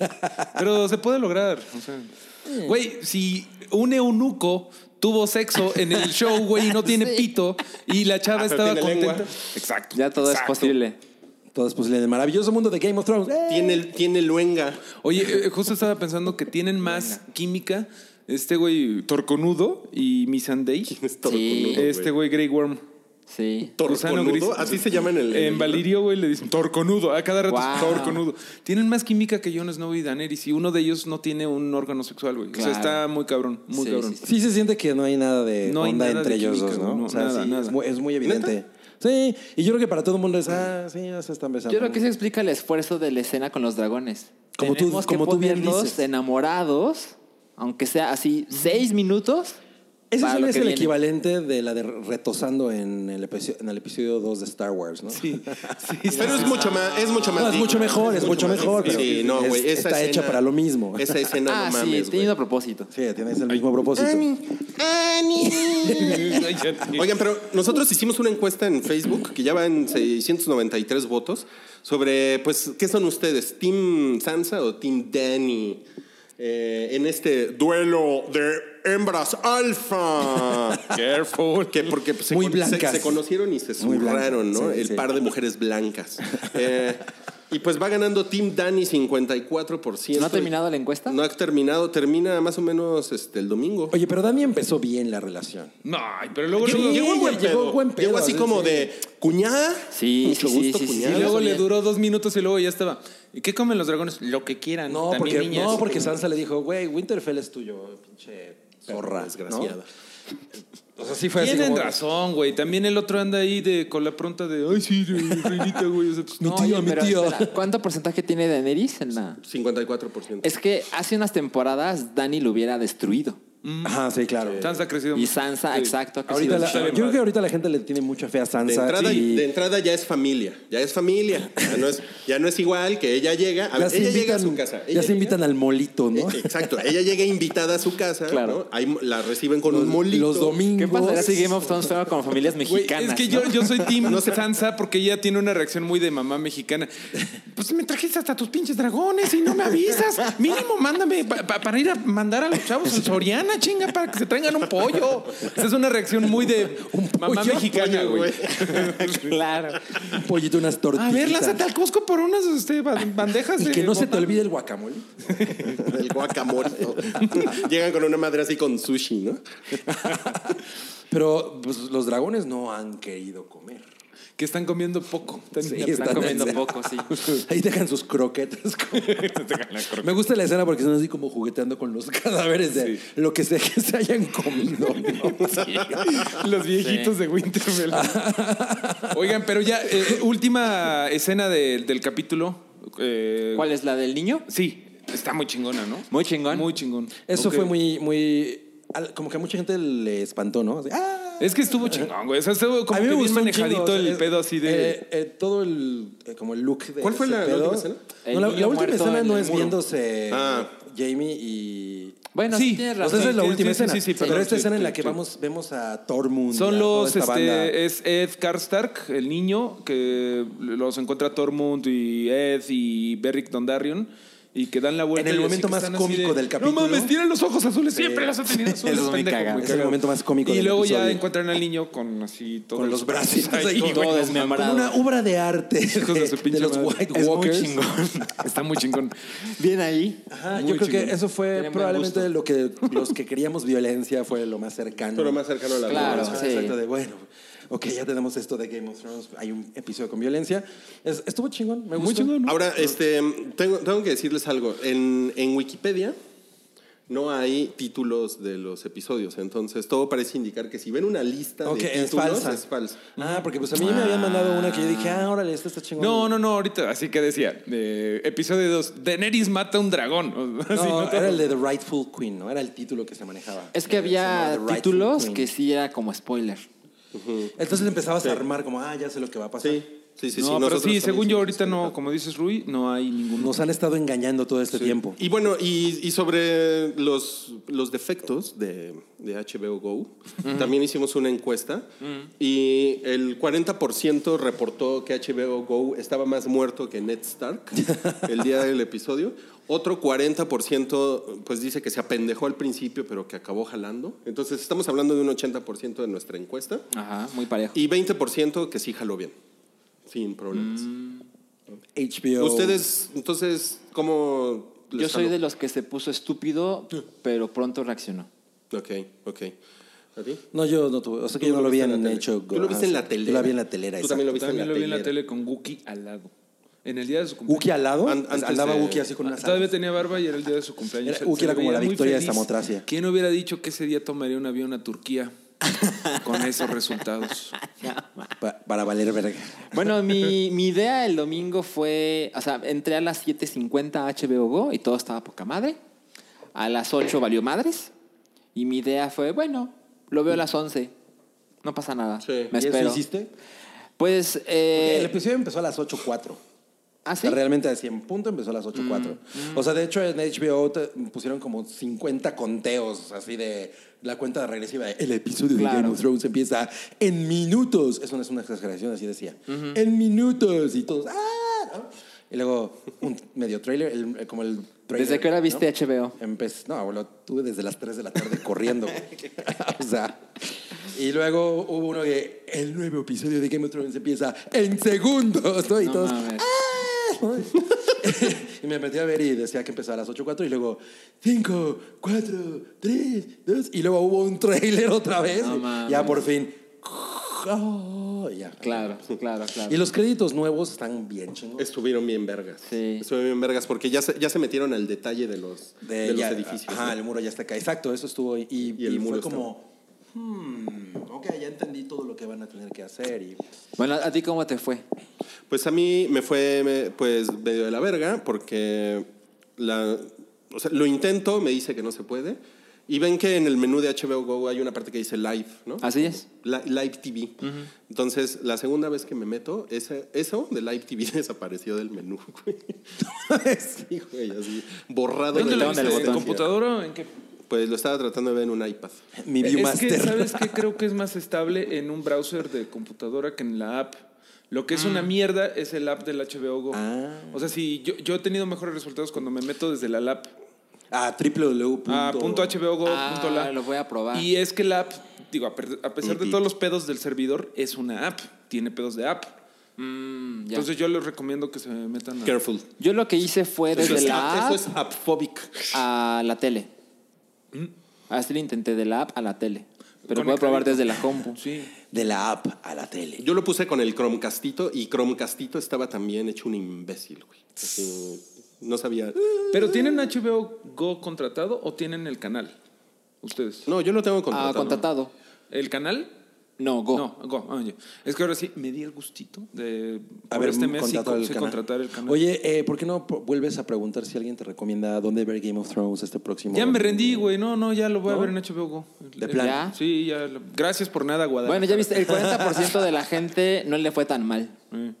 Speaker 4: Ah,
Speaker 5: Pero se puede lograr. o sea.
Speaker 3: Eh.
Speaker 5: Güey, si un eunuco tuvo sexo en el show, güey, y no tiene pito, y la chava
Speaker 3: Ah, pero
Speaker 5: estaba
Speaker 3: tiene
Speaker 5: contenta.
Speaker 3: lengua.
Speaker 5: Exacto.
Speaker 2: Ya todo
Speaker 5: exacto.
Speaker 2: es posible.
Speaker 4: todo es posible en el maravilloso mundo de Game of Thrones. ¡Eh!
Speaker 3: Tiene, tiene luenga.
Speaker 5: Oye, eh, justo estaba pensando que tienen más química este güey Torconudo y Missandei.
Speaker 2: Sí,
Speaker 5: Este güey Grey Worm.
Speaker 2: sí.
Speaker 5: Gusano gris.
Speaker 3: Torconudo, así se llama en el.
Speaker 5: En Valirio, güey, le dicen Torconudo. A cada rato es
Speaker 2: Wow.
Speaker 5: Torconudo. Tienen más química que Jon Snow y Daenerys y uno de ellos no tiene un órgano sexual, güey. O
Speaker 2: Claro.
Speaker 5: sea, está muy cabrón, muy
Speaker 2: Sí,
Speaker 5: cabrón.
Speaker 2: sí,
Speaker 4: Sí se siente que no hay nada de
Speaker 5: No hay
Speaker 4: onda
Speaker 5: nada
Speaker 4: entre
Speaker 5: de
Speaker 4: ellos
Speaker 5: química,
Speaker 4: dos, ¿no?
Speaker 5: no,
Speaker 4: o sea,
Speaker 5: nada,
Speaker 4: sí,
Speaker 5: nada.
Speaker 4: Es, muy, es muy evidente. Sí, y yo creo que para todo el mundo es, ah, sí, ya se están besando.
Speaker 2: Yo creo que eso explica el esfuerzo de la escena con los dragones.
Speaker 4: Como tú-
Speaker 2: Tenemos que
Speaker 4: como tú bien
Speaker 2: ponerlos
Speaker 4: dices.
Speaker 2: enamorados, aunque sea así seis minutos.
Speaker 4: Ese
Speaker 2: para
Speaker 4: es,
Speaker 2: lo
Speaker 4: es
Speaker 2: que
Speaker 4: el
Speaker 2: viene.
Speaker 4: epivalente de la de retosando en el, episodio, en el episodio 2 de Star Wars, ¿no? Sí,
Speaker 3: Pero es mucho más. Es mucho más.
Speaker 4: No, es
Speaker 3: digno,
Speaker 4: mucho mejor, es mucho
Speaker 3: más
Speaker 4: mejor,
Speaker 3: digno.
Speaker 4: pero
Speaker 3: Sí, no, güey.
Speaker 4: es-
Speaker 3: esa
Speaker 4: está hecha
Speaker 3: escena-
Speaker 4: para lo mismo.
Speaker 3: Esa escena,
Speaker 2: ah,
Speaker 3: no
Speaker 2: sí,
Speaker 3: mames. güey.
Speaker 2: teniendo a propósito.
Speaker 4: tienes el mismo propósito.
Speaker 3: Oigan, pero nosotros hicimos una encuesta en Facebook que ya va en 693 votos sobre, pues, ¿qué son ustedes? ¿Team Sansa o Team Danny? Eh, en este duelo de hembras alfa.
Speaker 5: Careful.
Speaker 3: Que porque pues, se,
Speaker 4: Muy
Speaker 3: con-
Speaker 4: blancas.
Speaker 3: se- se conocieron y se
Speaker 4: Muy blancas,
Speaker 3: zurraron, ¿no?
Speaker 4: sí,
Speaker 3: El
Speaker 4: sí.
Speaker 3: par de mujeres blancas. Eh, y pues va ganando Team Danny 54%.
Speaker 2: ¿No ha terminado la encuesta?
Speaker 3: No ha terminado, termina más o menos este, el domingo.
Speaker 4: Oye, pero Dani empezó bien la relación.
Speaker 5: No, pero luego,
Speaker 4: Yo-
Speaker 5: luego-
Speaker 4: yo-
Speaker 3: Llegó un buen
Speaker 4: llegó
Speaker 3: pedo.
Speaker 4: un buen pedo,
Speaker 3: Llegó así
Speaker 4: sí,
Speaker 3: como
Speaker 4: sí.
Speaker 3: de cuñada.
Speaker 2: Sí,
Speaker 3: mucho
Speaker 2: sí, sí,
Speaker 3: gusto,
Speaker 2: sí, sí,
Speaker 3: cuñada.
Speaker 5: y luego le
Speaker 2: bien.
Speaker 5: duró dos minutos y luego ya estaba. ¿Y qué comen los dragones? Lo que quieran.
Speaker 4: No,
Speaker 5: también
Speaker 4: porque,
Speaker 5: niñas.
Speaker 4: no, porque Sansa le dijo, güey, Winterfell es tuyo, pinche zorra.
Speaker 3: Desgraciada.
Speaker 4: ¿no? O sea, sí fue así
Speaker 5: Tienen
Speaker 4: como-
Speaker 5: razón, güey. También el otro anda ahí de, con la pronta de, ay, sí, de- de reinita, güey. O sea, pues,
Speaker 4: Mi
Speaker 5: no,
Speaker 4: tía,
Speaker 5: oye,
Speaker 4: mi
Speaker 2: Pero,
Speaker 4: tía.
Speaker 2: espera, ¿Cuánto porcentaje tiene Daenerys en la...?
Speaker 3: 54%.
Speaker 2: Es que hace unas temporadas Dani lo hubiera destruido.
Speaker 4: Ajá, sí, claro.
Speaker 5: Sansa ha crecido
Speaker 2: Y
Speaker 5: más.
Speaker 2: Sansa,
Speaker 5: Sí.
Speaker 2: exacto. ha
Speaker 4: Ahorita
Speaker 2: crecido
Speaker 4: la-
Speaker 2: mucho.
Speaker 4: yo creo que ahorita la gente le tiene mucha fe a
Speaker 3: de,
Speaker 4: Sansa.
Speaker 3: entrada,
Speaker 4: y
Speaker 3: de entrada ya es familia. Ya es familia. Ya no es, ya no es igual que ella llega. A
Speaker 4: ya
Speaker 3: ver,
Speaker 4: se
Speaker 3: ella
Speaker 4: invitan,
Speaker 3: llega a su casa.
Speaker 4: ya
Speaker 3: Ella
Speaker 4: se
Speaker 3: llega-
Speaker 4: invitan al molito, ¿no?
Speaker 3: eh, Exacto. Ella llega invitada a su casa.
Speaker 2: Claro.
Speaker 3: ¿no? Ahí la reciben con un molito.
Speaker 4: Los
Speaker 2: ¿Qué
Speaker 4: domingos.
Speaker 2: pasaría si Game of Thrones fuera con familias
Speaker 5: Güey,
Speaker 2: mexicanas?
Speaker 5: es que yo, yo soy Team Sansa porque ella tiene una reacción muy de mamá mexicana. Pues me trajiste hasta tus pinches dragones y no me avisas. Mínimo, mándame pa- pa- para ir a mandar a los chavos a Soriana, chinga, para que se traigan un pollo. Esa es una reacción muy de mamá
Speaker 4: pollo,
Speaker 5: mexicana,
Speaker 3: pollo,
Speaker 5: güey.
Speaker 2: Claro.
Speaker 4: Un pollito, unas
Speaker 5: A
Speaker 4: tortillas.
Speaker 5: ver, lánzate al Costco por unas este, ba- bandejas
Speaker 4: Y
Speaker 5: de
Speaker 4: que no se te
Speaker 5: botana.
Speaker 4: olvide el guacamole.
Speaker 3: El guacamorito. Llegan con una madre así con sushi, ¿no?
Speaker 4: Pero pues, los dragones no han querido comer.
Speaker 5: Que están comiendo poco. Están-
Speaker 2: están comiendo poco, sí.
Speaker 4: Ahí dejan sus croquetas. como- Me gusta la escena porque son así como jugueteando con los cadáveres de lo que sea que se hayan comido. ¿no?
Speaker 5: Los viejitos de Winterfell. Oigan, pero ya, eh, última escena de- del capítulo. Eh,
Speaker 2: ¿Cuál es la del niño?
Speaker 5: Sí, está muy chingona, ¿no?
Speaker 2: Muy chingón.
Speaker 5: Muy chingón.
Speaker 4: Eso
Speaker 5: Ok.
Speaker 4: fue muy, muy. al- Como que a mucha gente le espantó, ¿no? Así, ¡ah!
Speaker 5: Es que estuvo chingón, güey. O sea, estuvo como
Speaker 4: a mí
Speaker 5: que
Speaker 4: me
Speaker 5: bien
Speaker 4: gustó un
Speaker 5: manejadito
Speaker 4: chingo, o sea,
Speaker 5: el
Speaker 4: es-
Speaker 5: pedo así de.
Speaker 4: eh, eh, todo el. eh, como el look de.
Speaker 3: ¿Cuál fue
Speaker 4: ese
Speaker 3: la- la
Speaker 4: pedo.
Speaker 3: última escena?
Speaker 2: El
Speaker 4: No, la,
Speaker 2: niño
Speaker 4: la última
Speaker 2: muerto
Speaker 4: escena
Speaker 2: en
Speaker 4: no
Speaker 2: el
Speaker 4: es
Speaker 2: muro.
Speaker 4: viéndose
Speaker 3: Ah.
Speaker 4: Jamie y.
Speaker 2: Bueno, sí, tienes
Speaker 4: O
Speaker 2: razón.
Speaker 4: sea, esa es la
Speaker 5: Sí,
Speaker 4: última
Speaker 5: sí, sí,
Speaker 4: escena.
Speaker 5: sí, sí,
Speaker 4: pero
Speaker 5: perdón,
Speaker 4: esta
Speaker 5: sí,
Speaker 4: escena en la
Speaker 5: sí,
Speaker 4: que
Speaker 5: sí.
Speaker 4: vamos, vemos a Tormund. y
Speaker 5: Son
Speaker 4: a toda
Speaker 5: los,
Speaker 4: esta banda.
Speaker 5: este, es Ed Karstark, el niño, que los encuentra Tormund y Ed y Beric Dondarrion y que dan la vuelta.
Speaker 4: En el
Speaker 5: y así
Speaker 4: momento
Speaker 5: que
Speaker 4: más
Speaker 5: están así
Speaker 4: cómico del
Speaker 5: No
Speaker 4: capítulo".
Speaker 5: mames, tienen los ojos azules, siempre los ha tenido azules.
Speaker 2: Eso es muy
Speaker 5: pendejo,
Speaker 2: cagado.
Speaker 5: muy
Speaker 4: Es el
Speaker 5: cagado.
Speaker 4: momento más cómico
Speaker 5: Y
Speaker 4: del
Speaker 5: luego ya
Speaker 4: episodio.
Speaker 5: encuentran al niño con así todos
Speaker 4: Con los brazos ahí,
Speaker 5: todo-
Speaker 4: güey,
Speaker 2: todo desmembrado.
Speaker 4: Una obra de arte
Speaker 5: Hijos de su pinche
Speaker 4: los
Speaker 5: madre.
Speaker 4: White
Speaker 5: Es muy
Speaker 4: Walkers.
Speaker 5: chingón. Está muy chingón.
Speaker 2: Bien ahí.
Speaker 4: Ajá,
Speaker 5: Muy
Speaker 4: yo creo que
Speaker 5: chingón.
Speaker 4: eso fue
Speaker 2: Tiene buen
Speaker 4: probablemente
Speaker 2: gusto.
Speaker 4: lo que los que queríamos violencia fue lo más cercano.
Speaker 3: Pero más cercano a la
Speaker 2: Claro.
Speaker 3: violencia.
Speaker 4: Ajá,
Speaker 2: sí.
Speaker 4: Exacto, de bueno, ok, ya tenemos esto de Game of Thrones, hay un episodio con violencia. Es- estuvo chingón, me gustó.
Speaker 5: Muy chingón, ¿no?
Speaker 3: Ahora, este, tengo, tengo que decirles algo. En, en Wikipedia no hay títulos de los episodios. Entonces, todo parece indicar que si ven una lista
Speaker 4: Ok,
Speaker 3: de
Speaker 4: es
Speaker 3: títulos,
Speaker 4: falsa.
Speaker 3: es falsa.
Speaker 4: Ah, porque pues a mí me habían mandado una que yo dije, ah, órale, esta está chingona.
Speaker 5: No, no, no, ahorita, así que decía, eh, episodio 2, Daenerys mata a un dragón. Así,
Speaker 4: No,
Speaker 5: ¿no?
Speaker 4: era el de The Rightful Queen, ¿no? Era el título que se manejaba.
Speaker 2: Es que
Speaker 4: Se
Speaker 2: había
Speaker 4: llamaba The Rightful
Speaker 2: títulos
Speaker 4: Queen.
Speaker 2: que sí era como spoiler.
Speaker 4: Entonces le empezabas a armar como, ah, ya sé lo que va a pasar.
Speaker 3: Sí, sí, sí.
Speaker 5: no,
Speaker 3: sí,
Speaker 5: pero
Speaker 3: nosotros
Speaker 5: sí,
Speaker 3: también
Speaker 5: según yo
Speaker 3: somos
Speaker 5: ahorita no,
Speaker 3: expertos.
Speaker 5: como dices Rui, no hay ningún...
Speaker 4: Nos han estado engañando todo este tiempo.
Speaker 3: Y bueno, y, y sobre los, los defectos de, de HBO Go, también hicimos una encuesta y el 40% reportó que HBO Go estaba más muerto que Ned Stark el día del episodio. Otro 40% pues dice que se apendejó al principio, pero que acabó jalando. Entonces estamos hablando de un 80% de nuestra encuesta
Speaker 2: Ajá, muy parejo.
Speaker 3: y 20% que sí jaló bien, sin problemas.
Speaker 2: Mm.
Speaker 4: HBO.
Speaker 3: Ustedes, entonces, ¿cómo... les
Speaker 2: Yo soy
Speaker 3: jaló?
Speaker 2: de los que se puso estúpido, pero pronto reaccionó.
Speaker 3: Ok, ok. ¿A ti?
Speaker 4: No, yo no tuve. O sea que
Speaker 3: Tú
Speaker 4: yo no
Speaker 3: lo
Speaker 4: lo
Speaker 3: viste
Speaker 4: había
Speaker 3: en la tele.
Speaker 4: hecho.
Speaker 3: Tú lo viste en la
Speaker 4: tele.
Speaker 3: telera.
Speaker 4: Yo la vi en la telera.
Speaker 3: Tú también lo viste
Speaker 5: También
Speaker 3: en
Speaker 5: lo
Speaker 3: la
Speaker 5: vi en la
Speaker 3: telera.
Speaker 5: tele con Wookie al lado. En el día de su
Speaker 4: exacto.
Speaker 5: cumpleaños.
Speaker 4: Uki
Speaker 5: Ah,
Speaker 4: al lado.
Speaker 3: An- antes
Speaker 4: andaba
Speaker 3: de-
Speaker 4: Uki así con una
Speaker 5: Todavía tenía barba y era el día de su cumpleaños.
Speaker 4: Era-
Speaker 5: Se-
Speaker 4: Uy,
Speaker 5: se
Speaker 4: era
Speaker 5: le
Speaker 4: como
Speaker 5: veía
Speaker 4: la
Speaker 5: muy
Speaker 4: victoria de
Speaker 5: feliz.
Speaker 4: Samotracia.
Speaker 5: ¿Quién hubiera dicho que ese día tomaría un avión a Turquía con esos resultados?
Speaker 4: pa- para valer verga.
Speaker 2: Bueno, mi, mi idea el domingo fue, o sea, entré a las 7.50 a HBO Go y todo estaba poca madre. A las 8 valió madres. Y mi idea fue, bueno, lo veo a las 11. No pasa nada.
Speaker 3: Sí.
Speaker 2: Me
Speaker 4: ¿Y
Speaker 2: espero.
Speaker 4: eso hiciste?
Speaker 2: Pues, eh,
Speaker 4: el episodio empezó a las 8.04.
Speaker 2: ¿ah,
Speaker 4: O
Speaker 2: sí? Mm,
Speaker 4: sea, Realmente a 100 punto empezó a las 8.4. O sea, de hecho en HBO te pusieron como 50 conteos así de la cuenta regresiva. de, El episodio de
Speaker 2: Claro.
Speaker 4: Game of Thrones empieza en minutos. Eso no es una exageración, así decía. En minutos y todos. ¡Ah! ¿no? Y luego un medio trailer, el- como el trailer.
Speaker 2: ¿Desde qué hora viste
Speaker 4: ¿no?
Speaker 2: HBO?
Speaker 4: Empecé, no, abuelo, tuve desde las 3 de la tarde corriendo. güey. o sea, y luego hubo uno que el nuevo episodio de Game of Thrones empieza en segundos, ¿no? Y
Speaker 2: No
Speaker 4: todos,
Speaker 2: mames.
Speaker 4: ¡ah! y me metí a ver y decía que empezaba a las 8.4 y luego 5, 4, 3, 2 y luego hubo un tráiler otra vez.
Speaker 2: No
Speaker 4: y
Speaker 2: mames.
Speaker 4: ya por fin. Ah, ya.
Speaker 2: Claro, claro, claro.
Speaker 4: Y los créditos nuevos están bien chingos.
Speaker 3: Estuvieron bien vergas.
Speaker 2: Sí.
Speaker 3: Estuvieron bien vergas porque ya se, ya se metieron al detalle de los, de, los
Speaker 4: ya-
Speaker 3: edificios.
Speaker 4: Ajá,
Speaker 3: ¿no?
Speaker 4: el muro ya está acá. Exacto, eso estuvo. Y,
Speaker 3: Y el
Speaker 4: y
Speaker 3: muro está-
Speaker 4: fue como, hmm, ok, ya entendí todo lo que van a tener que hacer. Y
Speaker 2: Bueno, ¿a ti cómo te fue?
Speaker 3: Pues a mí me fue me- pues medio de la verga porque la, o sea, lo intento, me dice que no se puede. Y ven que en el menú de HBO Go hay una parte que dice live, ¿no?
Speaker 2: Así es.
Speaker 3: Li- live TV. Entonces, la segunda vez que me meto, ese- eso de Live TV desapareció del menú, güey. sí, güey, así, borrado de
Speaker 5: ¿Dónde lo
Speaker 3: la
Speaker 5: viste?
Speaker 3: existencia.
Speaker 5: ¿En computadora o en qué?
Speaker 3: Pues lo estaba tratando de ver en un iPad.
Speaker 4: mi
Speaker 5: es que,
Speaker 4: Viewmaster.
Speaker 5: ¿sabes qué? Creo que es más estable en un browser de computadora que en la app. Lo que es una mierda es el app del HBO Go. O sea, si yo, yo he tenido mejores resultados cuando me meto desde la app.
Speaker 4: Ah, www.
Speaker 5: Ah, punto
Speaker 2: Ah,
Speaker 5: hbogo.la.
Speaker 2: lo voy a probar.
Speaker 5: Y es que la app, digo, a per- a pesar de todos los pedos del servidor, es una app. Tiene pedos de app.
Speaker 2: Mm, ya.
Speaker 5: Entonces yo les recomiendo que se metan a...
Speaker 3: Careful.
Speaker 2: Yo lo que hice fue
Speaker 3: Eso
Speaker 2: desde
Speaker 3: es,
Speaker 2: la
Speaker 3: eso
Speaker 2: app
Speaker 3: es apphobic.
Speaker 2: a la tele. Así lo intenté de la app a la tele. Pero puedo
Speaker 5: Conectadito.
Speaker 2: probar desde la compu.
Speaker 5: Sí.
Speaker 4: De la app a la tele.
Speaker 3: Yo lo puse con el Chromecastito y Chromecastito estaba también hecho un imbécil, güey. Así, no sabía.
Speaker 5: ¿Pero tienen HBO Go contratado o tienen el canal? Ustedes.
Speaker 3: No, yo lo tengo
Speaker 2: Ah,
Speaker 3: contratado.
Speaker 2: contratado.
Speaker 5: ¿El canal?
Speaker 2: No, Go.
Speaker 5: No, Go. ah, ya. Es que ahora sí me di el gustito de
Speaker 4: A
Speaker 5: por
Speaker 4: ver,
Speaker 5: este mes sí
Speaker 4: contratar el
Speaker 5: sí
Speaker 4: canal.
Speaker 5: contratar el canal.
Speaker 4: Oye, eh, ¿por qué no pu- vuelves a preguntar si alguien te recomienda dónde ver Game of Thrones este próximo?
Speaker 5: ya me rendí, güey. No, no, ya lo voy a ver en HBO Go.
Speaker 4: De
Speaker 5: El-
Speaker 4: plan.
Speaker 2: ¿Ya?
Speaker 5: Sí, ya. lo- Gracias por nada, Guadalajara.
Speaker 2: Bueno, ya viste, el 40% de la gente no le fue tan mal.
Speaker 5: Eh.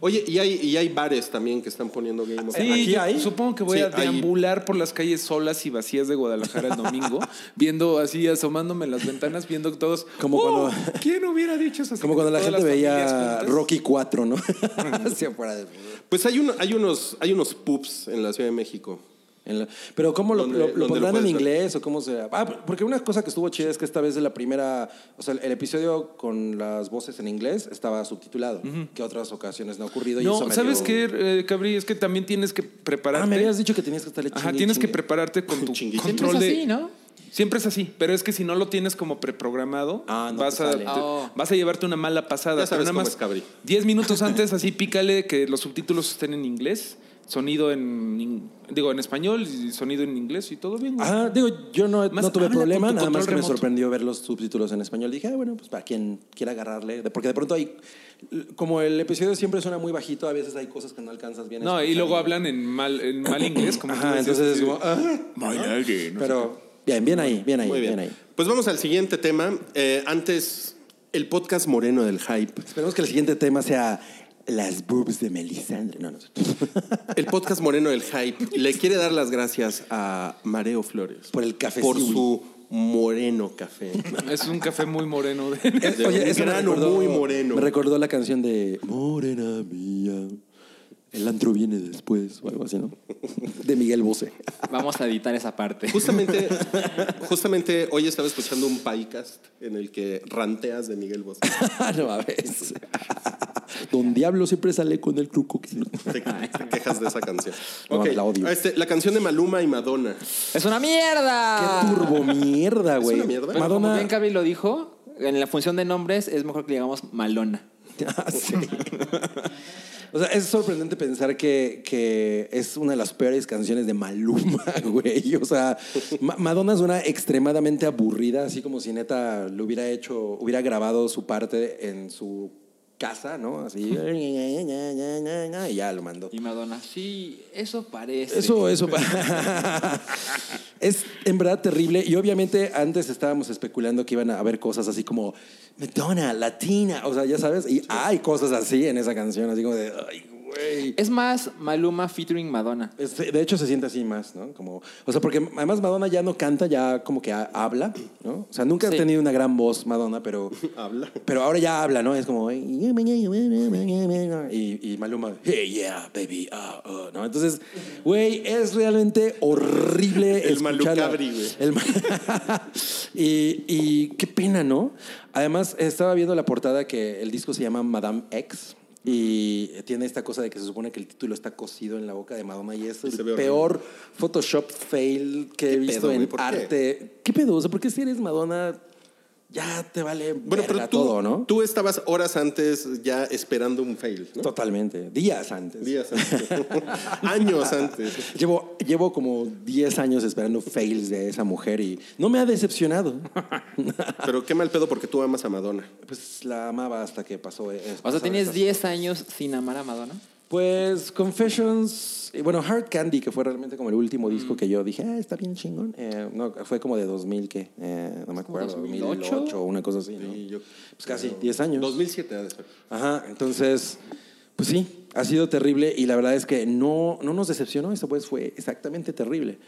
Speaker 3: Oye, y hay, y hay bares también que están poniendo Game of
Speaker 5: Sí,
Speaker 3: Thrones.
Speaker 4: ¿Aquí
Speaker 5: yo
Speaker 4: hay?
Speaker 5: supongo que voy
Speaker 3: Sí,
Speaker 5: a
Speaker 3: hay.
Speaker 5: deambular por las calles solas y vacías de Guadalajara el domingo, viendo así, asomándome en las ventanas, viendo todos.
Speaker 4: Como
Speaker 5: "Oh,
Speaker 4: cuando-
Speaker 5: ¿Quién hubiera dicho eso? Así
Speaker 4: Como cuando la
Speaker 5: todas
Speaker 4: gente
Speaker 5: las familias
Speaker 4: veía
Speaker 5: juntas.
Speaker 4: Rocky 4, ¿no? Hacia afuera de-
Speaker 3: Pues hay, uno- hay, unos, hay unos pubs en la Ciudad de México.
Speaker 4: En la- pero ¿cómo lo,
Speaker 3: ¿Dónde-
Speaker 4: lo- lo
Speaker 3: dónde lo
Speaker 4: pondrán en
Speaker 3: puedes ver?
Speaker 4: inglés o cómo se...? Ah, porque una cosa que estuvo chida es que esta vez la primera... O sea, el episodio con las voces en inglés estaba subtitulado, que otras ocasiones no ha ocurrido. y eso
Speaker 5: No,
Speaker 4: me
Speaker 5: ¿sabes
Speaker 4: dio-
Speaker 5: qué, eh, Cabri? Es que también tienes que prepararte.
Speaker 4: Ah, me habías dicho que tenías que estarle
Speaker 5: Ajá,
Speaker 4: chingue,
Speaker 5: tienes que
Speaker 4: chingue.
Speaker 5: prepararte con tu
Speaker 3: Chingue, chingue.
Speaker 5: control
Speaker 2: Siempre es
Speaker 5: de.
Speaker 2: así, ¿no?
Speaker 5: Siempre es así, pero es que si no lo tienes como preprogramado,
Speaker 4: Ah, no
Speaker 5: vas,
Speaker 4: te
Speaker 5: a,
Speaker 4: sale.
Speaker 5: te-
Speaker 2: Oh.
Speaker 5: vas a llevarte una mala pasada.
Speaker 3: Ya sabes
Speaker 5: pero nada
Speaker 3: cómo
Speaker 5: más
Speaker 3: es, Cabri.
Speaker 5: 10 minutos antes, así pícale que los subtítulos estén en inglés. sonido en, in- digo en español y sonido en inglés y todo bien. güey.
Speaker 4: Ajá, digo, yo no,
Speaker 5: Más
Speaker 4: no tuve
Speaker 5: habla
Speaker 4: problema,
Speaker 5: con tu
Speaker 4: nada más
Speaker 5: control
Speaker 4: que me
Speaker 5: remoto.
Speaker 4: sorprendió ver los subtítulos en español. Dije, ah, bueno, pues para quien quiera agarrarle, de- porque de pronto hay, como el episodio siempre suena muy bajito, a veces hay cosas que no alcanzas bien. a
Speaker 5: No, y
Speaker 4: escuchar.
Speaker 5: luego hablan en mal, en mal inglés, como tú
Speaker 4: Ajá,
Speaker 5: decías,
Speaker 4: entonces es
Speaker 5: sí.
Speaker 4: como, ah, pero bien, bien ahí, bien ahí,
Speaker 3: Muy
Speaker 4: bien.
Speaker 3: bien.
Speaker 4: ahí.
Speaker 3: Pues vamos al siguiente tema. Eh, antes, el podcast moreno del hype.
Speaker 4: Esperemos que el siguiente tema sea las boobs de Melisandre. No, no sé.
Speaker 3: El podcast moreno del hype le quiere dar las gracias a Mareo Flores.
Speaker 4: Por el café
Speaker 3: Por
Speaker 4: Siwi.
Speaker 3: su moreno café.
Speaker 5: Es un café muy moreno. de-
Speaker 3: De un
Speaker 4: eso me
Speaker 3: grano muy moreno.
Speaker 4: Me recordó la canción de Morena mía. El antro viene después, o algo así, ¿no? De Miguel Bosé.
Speaker 2: Vamos a editar esa parte.
Speaker 3: Justamente, justamente hoy estaba escuchando un podcast en el que ranteas de Miguel Bosé.
Speaker 4: no a veces. Don Diablo siempre sale con el truco.
Speaker 3: Te, te quejas de esa canción.
Speaker 4: No,
Speaker 3: Ok,
Speaker 4: la odio.
Speaker 3: este, la canción de Maluma y Madonna.
Speaker 2: ¡Es una mierda!
Speaker 4: Qué turbo mierda, güey.
Speaker 3: una mierda.
Speaker 2: Pero como
Speaker 4: Madonna.
Speaker 2: bien Gaby lo dijo, en la función de nombres es mejor que le digamos Malona.
Speaker 4: Ah, sí. O sea, es sorprendente pensar que, que es una de las peores canciones de Maluma, güey. O sea, Ma- Madonna es una extremadamente aburrida, así como si neta lo hubiera hecho, hubiera grabado su parte en su casa, ¿no? Así. Y ya lo mandó.
Speaker 2: Y Madonna, sí, eso parece.
Speaker 4: Eso, eso. es en verdad terrible. Y obviamente antes estábamos especulando que iban a haber cosas así como Madonna, Latina. O sea, ya sabes. Y hay cosas así en esa canción, así como de, ay, güey.
Speaker 2: Es más Maluma featuring Madonna.
Speaker 4: Es- De hecho, se siente así más, ¿no? Como, o sea, porque además Madonna ya no canta, ya como que ha- habla, ¿no? O sea, nunca
Speaker 2: Sí.
Speaker 4: ha tenido una gran voz Madonna, pero.
Speaker 3: Habla.
Speaker 4: Pero ahora ya habla, ¿no? Es como. Y, y Maluma, hey, yeah, baby, ah, ah", ¿no? Entonces, güey, es realmente horrible.
Speaker 3: El
Speaker 4: escucharla.
Speaker 3: Malucabri, güey.
Speaker 4: El ma- y, y qué pena, ¿no? Además, estaba viendo la portada que el disco se llama Madame X. Y tiene esta cosa de que se supone que el título está cosido en la boca de Madonna y es el
Speaker 3: se ve horrible.
Speaker 4: peor Photoshop fail que he
Speaker 3: pedo,
Speaker 4: visto
Speaker 3: güey?
Speaker 4: en
Speaker 3: ¿Por qué?
Speaker 4: arte. ¿Qué pedo? O sea, ¿por qué si eres Madonna ya te vale
Speaker 3: Bueno,
Speaker 4: verga
Speaker 3: pero tú,
Speaker 4: todo, no?
Speaker 3: tú estabas horas antes ya esperando un fail, ¿no?
Speaker 4: Totalmente. Días antes. Ah,
Speaker 3: Días antes. Años antes.
Speaker 4: Llevo, llevo como 10 años esperando fails de esa mujer y no me ha decepcionado.
Speaker 3: Pero qué mal pedo porque tú amas a Madonna.
Speaker 4: Pues la amaba hasta que pasó. eh,
Speaker 2: O sea,
Speaker 4: pasaron
Speaker 2: tienes
Speaker 4: estas
Speaker 2: 10 años sin amar a Madonna.
Speaker 4: Pues Confessions, y bueno, Hard Candy, que fue realmente como el
Speaker 3: Mm.
Speaker 4: último disco que yo dije, ah, está bien chingón. Eh, no, fue como de 2000, que Eh, no me acuerdo,
Speaker 2: 2008?
Speaker 4: 2008 o una cosa así, ¿no?
Speaker 3: Y yo-
Speaker 4: Pues casi 10 años.
Speaker 3: 2007 ha de ser.
Speaker 4: Ajá, entonces, pues sí, ha sido terrible y la verdad es que no, no nos decepcionó, eso pues fue exactamente terrible.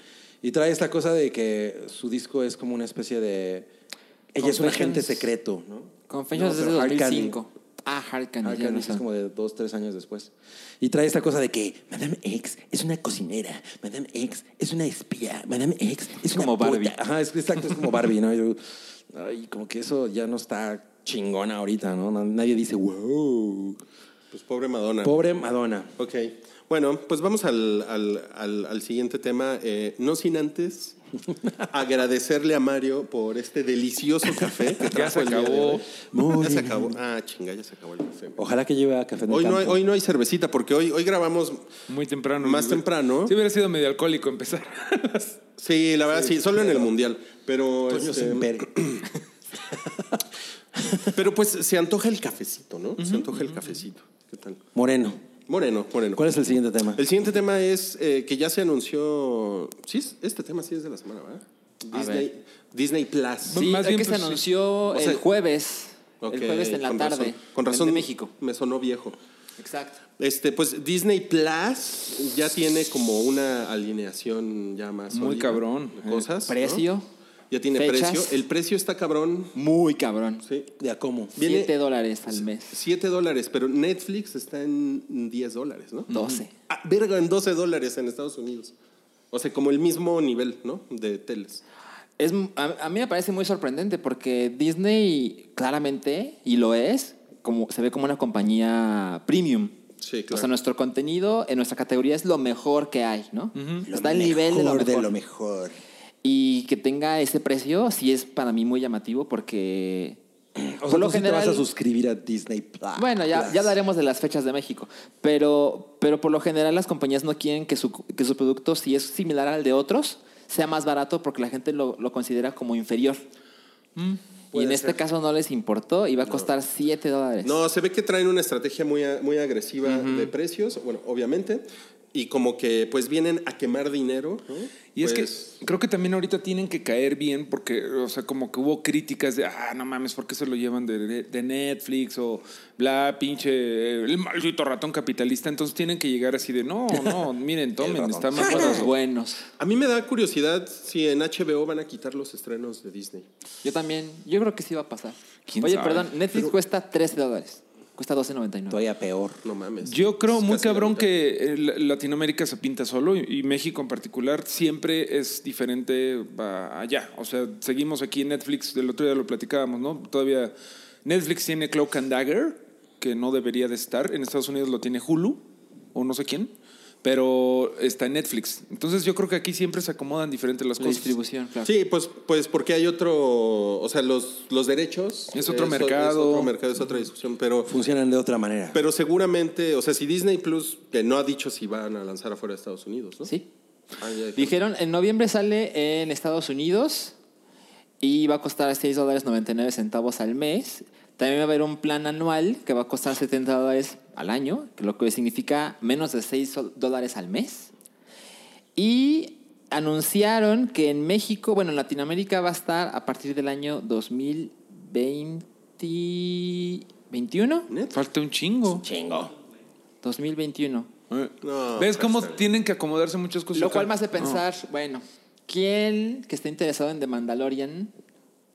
Speaker 4: Y trae esta cosa de que su disco es como una especie de... Ella es un
Speaker 2: Confessions.
Speaker 4: agente secreto, ¿no?
Speaker 2: Confessions
Speaker 4: No,
Speaker 2: es de
Speaker 4: pero Hard Candy-
Speaker 2: 2005. Ah, Hard Candy,
Speaker 4: Hard
Speaker 2: ya
Speaker 4: Candy
Speaker 2: no
Speaker 4: es
Speaker 2: sé.
Speaker 4: como de dos, tres años después. Y trae esta cosa de que Madame X es una cocinera, Madame X es una espía, Madame X es una
Speaker 2: Como Barbie.
Speaker 4: puta. Ajá, es, exacto, es como Barbie, ¿no? Yo, ay, como que eso ya no está chingona ahorita, ¿no? Na- Nadie dice, wow.
Speaker 3: Pues pobre Madonna.
Speaker 4: Pobre Madonna.
Speaker 3: Ok. Bueno, pues vamos al, al- al- al siguiente tema. Eh, no sin antes agradecerle a Mario por este delicioso café que
Speaker 5: Ya se
Speaker 3: trajo el día de
Speaker 5: acabó.
Speaker 3: hoy. Ya
Speaker 4: Muy
Speaker 3: se
Speaker 4: bien.
Speaker 3: acabó. Ah, chinga, ya se acabó el café.
Speaker 4: Ojalá que lleve a café del
Speaker 3: Hoy no, hay,
Speaker 4: Campo.
Speaker 3: hoy no hay cervecita porque hoy, hoy grabamos.
Speaker 5: Muy temprano.
Speaker 3: Más
Speaker 5: güey.
Speaker 3: temprano.
Speaker 5: Sí, hubiera sido medio alcohólico empezar.
Speaker 3: Sí, la verdad, sí, solo en el mundial. Pero,
Speaker 4: Toño
Speaker 3: este,
Speaker 4: Semper.
Speaker 3: pero pues se antoja el cafecito, ¿no? se antoja el cafecito. ¿Qué tal?
Speaker 4: Moreno.
Speaker 3: Moreno, moreno.
Speaker 4: ¿Cuál es el siguiente tema?
Speaker 3: El siguiente tema es eh, que ya se anunció. Sí, es- este tema sí es de la semana, ¿verdad? Disney, Disney Plus.
Speaker 5: Pues
Speaker 2: Sí,
Speaker 5: más
Speaker 2: es
Speaker 5: bien,
Speaker 2: que
Speaker 5: pues,
Speaker 2: se
Speaker 5: sí.
Speaker 2: anunció
Speaker 3: sea,
Speaker 2: el jueves.
Speaker 3: Ok,
Speaker 2: el jueves en la
Speaker 3: con
Speaker 2: tarde.
Speaker 3: razón. con
Speaker 2: de-
Speaker 3: razón.
Speaker 2: De México.
Speaker 3: Me sonó viejo.
Speaker 2: Exacto.
Speaker 3: Este, pues Disney Plus ya tiene como una alineación ya más.
Speaker 5: Muy
Speaker 3: sólida
Speaker 5: cabrón.
Speaker 3: de Cosas. ¿no?
Speaker 2: Precio.
Speaker 3: Ya tiene
Speaker 2: Fechas.
Speaker 3: precio. El precio está cabrón.
Speaker 2: Muy cabrón.
Speaker 3: Sí.
Speaker 4: ¿De a cómo?
Speaker 3: Viene-
Speaker 2: 7 dólares al mes.
Speaker 3: 7 dólares, pero Netflix está en 10 dólares, ¿no?
Speaker 2: 12.
Speaker 3: Ah, verga, en 12 dólares en Estados Unidos. O sea, como el mismo nivel, ¿no? De teles.
Speaker 2: Es, a, a mí me parece muy sorprendente porque Disney claramente, y lo es, como, se ve como una compañía premium.
Speaker 3: Sí, claro.
Speaker 2: O sea, nuestro contenido en nuestra categoría es lo mejor que hay, ¿no? Está al nivel de lo mejor. Y que tenga ese precio sí es para mí muy llamativo porque
Speaker 4: O sea,
Speaker 2: Por lo
Speaker 4: tú sí te
Speaker 2: general-
Speaker 4: vas a suscribir a Disney Plus.
Speaker 2: Bueno, ya, ya daremos de las fechas de México. Pero, pero por lo general las compañías no quieren que su, que su producto, si es similar al de otros, sea más barato porque la gente lo, lo considera como inferior.
Speaker 4: Mm,
Speaker 2: y en este caso no les importó y va a costar 7 dólares.
Speaker 3: No, se ve que traen una estrategia muy, a- muy agresiva de precios, bueno, obviamente, y como que pues vienen a quemar dinero. ¿no?
Speaker 5: Y es
Speaker 3: Pues,
Speaker 5: que creo que también ahorita tienen que caer bien porque, o sea, como que hubo críticas de, ah, no mames, ¿por qué se lo llevan de, de Netflix o bla, pinche, eh, el maldito ratón capitalista? Entonces tienen que llegar así de, no, no, miren, tomen, está más
Speaker 2: Los
Speaker 5: barato.
Speaker 2: buenos.
Speaker 3: A mí me da curiosidad si en HBO van a quitar los estrenos de Disney.
Speaker 2: Yo también, yo creo que sí va a pasar.
Speaker 5: ¿Quién
Speaker 2: Oye,
Speaker 5: sabe?
Speaker 2: perdón, Netflix cuesta 13 dólares. Cuesta 12.99.
Speaker 4: Todavía peor.
Speaker 3: No mames.
Speaker 5: Yo creo
Speaker 3: Es
Speaker 5: muy
Speaker 3: casi la
Speaker 5: cabrón
Speaker 3: mitad.
Speaker 5: que eh, la- Latinoamérica se pinta solo y, y México en particular siempre es diferente a allá. O sea, seguimos aquí en Netflix, del otro día lo platicábamos, ¿no? Todavía Netflix tiene Cloak and Dagger, que no debería de estar. En Estados Unidos lo tiene Hulu o no sé quién, pero está en Netflix. Entonces yo creo que aquí siempre se acomodan diferentes las
Speaker 2: La
Speaker 5: cosas.
Speaker 2: distribución, claro.
Speaker 3: Sí, pues, pues porque hay otro, o sea, los, los derechos.
Speaker 5: Es otro
Speaker 3: o-
Speaker 5: mercado.
Speaker 3: Es otro mercado, es otra discusión, pero,
Speaker 4: Funcionan de otra manera.
Speaker 3: pero seguramente, o sea, si Disney Plus, que no ha dicho si van a lanzar afuera de Estados Unidos, ¿no?
Speaker 2: Sí.
Speaker 3: Ah, ya,
Speaker 2: Dijeron, en noviembre sale en Estados Unidos y va a costar 6 dólares 99 centavos al mes. También va a haber un plan anual que va a costar 70 dólares al año, que lo que significa menos de 6 sol- dólares al mes. Y anunciaron que en México, bueno, en Latinoamérica va a estar a partir del año 2021.
Speaker 5: Falta un chingo.
Speaker 2: 2021.
Speaker 5: Eh.
Speaker 3: No,
Speaker 5: ¿Ves
Speaker 3: pero
Speaker 5: cómo
Speaker 3: está bien.
Speaker 5: tienen que acomodarse muchas cosas?
Speaker 2: Lo
Speaker 5: Pues acá?
Speaker 2: cual me hace
Speaker 5: No.
Speaker 2: pensar, bueno, ¿quién que esté interesado en The Mandalorian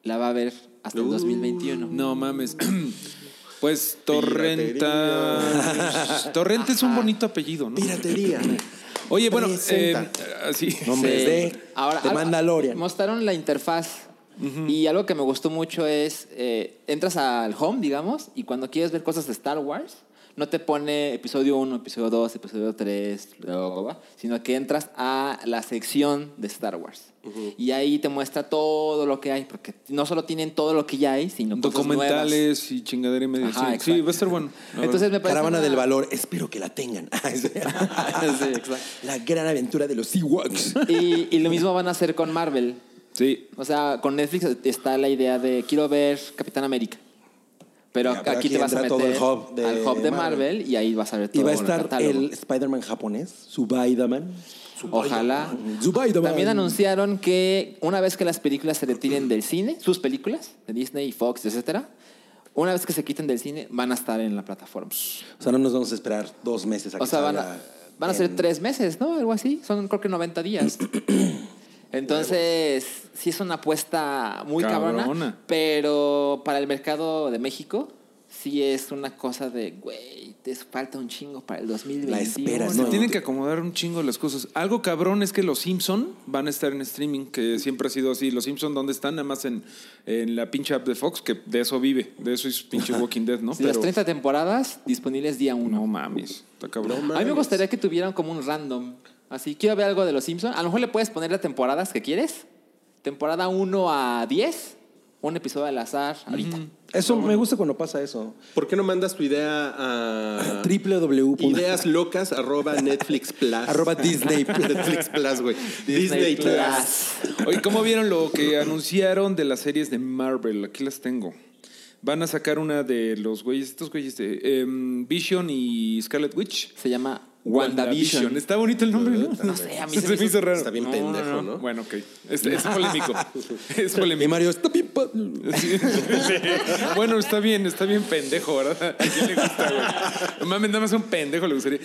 Speaker 2: la va a ver hasta el
Speaker 3: Uh,
Speaker 2: 2021?
Speaker 5: No mames. Pues Torrenta. Torrenta es un bonito apellido, ¿no?
Speaker 4: Piratería.
Speaker 5: Oye, bueno,
Speaker 4: Presenta.
Speaker 5: eh, así.
Speaker 4: Nombres
Speaker 2: Sí.
Speaker 4: de The
Speaker 2: al-
Speaker 4: Mandalorian.
Speaker 2: Mostraron la interfaz. Y algo que me gustó mucho es, eh, entras al home, digamos, y cuando quieres ver cosas de Star Wars, no te pone episodio 1, episodio 2, episodio 3, bla, bla, bla, sino que entras a la sección de Star Wars. Y ahí te muestra todo lo que hay, porque no solo tienen todo lo que ya hay, sino cosas nuevas.
Speaker 5: Documentales y chingadera y media.
Speaker 2: Ajá,
Speaker 5: Sí, sí,
Speaker 2: exacto.
Speaker 5: va a estar bueno. la
Speaker 2: Entonces me parece
Speaker 4: Caravana
Speaker 2: una-
Speaker 4: del valor. Espero que la tengan.
Speaker 2: Sí, exacto.
Speaker 4: La gran aventura de los Ewoks.
Speaker 2: Y, y lo mismo van a hacer con Marvel.
Speaker 5: verdad. Sí.
Speaker 2: O sea, con Netflix está la idea de quiero ver Capitán América. Pero
Speaker 4: Ya, pero
Speaker 2: aquí
Speaker 4: aquí
Speaker 2: te vas a meter
Speaker 4: entra todo el hub de
Speaker 2: al hub de Marvel,
Speaker 4: Marvel
Speaker 2: y ahí vas a ver todo
Speaker 4: Y va a
Speaker 2: el
Speaker 4: estar
Speaker 2: catálogo.
Speaker 4: el Spider-Man japonés, Subaidaman.
Speaker 2: Ojalá.
Speaker 4: Subaidaman.
Speaker 2: También anunciaron que una vez que las películas se retiren del cine, sus películas, de Disney, Fox, etcétera, una vez que se quiten del cine, van a estar en la plataforma.
Speaker 4: O sea, no nos vamos a esperar dos meses a
Speaker 2: O
Speaker 4: que
Speaker 2: sea, van a,
Speaker 4: salga
Speaker 2: van a ser
Speaker 4: en-
Speaker 2: tres meses, ¿no? Algo así. Son creo que 90 días. Entonces, sí es una apuesta muy cabrona,
Speaker 5: Cabrona.
Speaker 2: Pero para el mercado de México, sí es una cosa de, güey, te falta un chingo para el 2021.
Speaker 4: La espera,
Speaker 5: Se
Speaker 4: No.
Speaker 5: tienen que acomodar un chingo las cosas. Algo cabrón es que los Simpson van a estar en streaming, que siempre ha sido así. Los Simpson, ¿dónde están? Nada más en, en la pinche app de Fox, que de eso vive. De eso es pinche Walking Dead, ¿no?
Speaker 2: Sí, Las 30 temporadas disponibles día
Speaker 5: No
Speaker 2: uno.
Speaker 5: mames. Está cabrón.
Speaker 2: A mí me gustaría que tuvieran como un random. Así, quiero ver algo de los Simpsons. A lo mejor le puedes poner las temporadas que quieres. Temporada 1 a 10. Un episodio al azar ahorita.
Speaker 4: Eso me gusta cuando pasa eso.
Speaker 3: ¿Por qué no mandas tu idea a
Speaker 4: www.
Speaker 3: ideaslocas arroba Netflix Plus?
Speaker 4: Arroba Disney Plus.
Speaker 3: Netflix Plus, güey. Disney, Plus.
Speaker 5: Oye, ¿cómo vieron lo que anunciaron de las series de Marvel? Aquí las tengo. Van a sacar una de los güeyes, estos güeyes de em, Vision y Scarlet Witch.
Speaker 2: Se llama WandaVision.
Speaker 5: Está bonito el nombre, ¿no?
Speaker 2: No sé, a mí
Speaker 5: se me hizo raro.
Speaker 3: Está bien pendejo, ¿no?
Speaker 5: Bueno, ok. Es, es polémico. Es
Speaker 4: Y
Speaker 5: polémico.
Speaker 4: Mario está bien. pa-
Speaker 5: Sí. Bueno, está bien, está bien pendejo, ¿verdad? ¿A quién le gusta, güey? No Mames, nada más un pendejo le gustaría.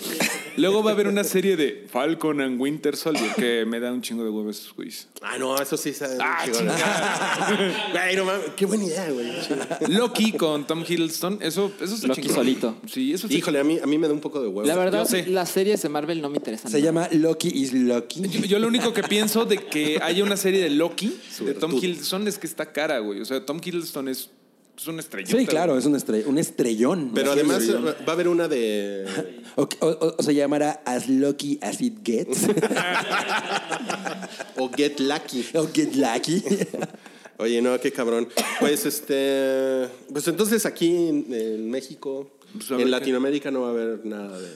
Speaker 5: Luego va a haber una serie de Falcon and Winter Soldier que me da un chingo de huevos esos güeyes.
Speaker 3: Ah, no, eso sí sabe.
Speaker 5: Ah,
Speaker 3: chingón. Güey, no mames, Ah, qué buena idea, güey.
Speaker 5: Loki con Tom Hiddleston, eso, eso está
Speaker 2: Loki
Speaker 5: chingón.
Speaker 2: solito.
Speaker 5: Sí, eso está
Speaker 3: Híjole, a mí, a mí me da un poco de huevo.
Speaker 2: La verdad,
Speaker 5: Yo sé.
Speaker 2: las series de Marvel no me interesan.
Speaker 4: Se llama Lucky is Lucky.
Speaker 5: chingón. Yo, yo lo único que pienso de que haya una serie de Loki de Tom
Speaker 3: virtud.
Speaker 5: Hiddleston es que está cara, güey. O sea, Tom Hiddleston es, es una estrella.
Speaker 4: Sí, claro, es un, estre- un estrellón.
Speaker 3: Pero además eh, va a haber una de.
Speaker 4: O, o- o- o se llamará As Lucky as It Gets.
Speaker 3: O Get Lucky.
Speaker 4: o Get Lucky.
Speaker 3: Oye, no, qué cabrón. Pues este. Pues entonces aquí en, en México,
Speaker 5: Pues, a ver
Speaker 3: en
Speaker 5: qué.
Speaker 3: Latinoamérica no va a haber nada de,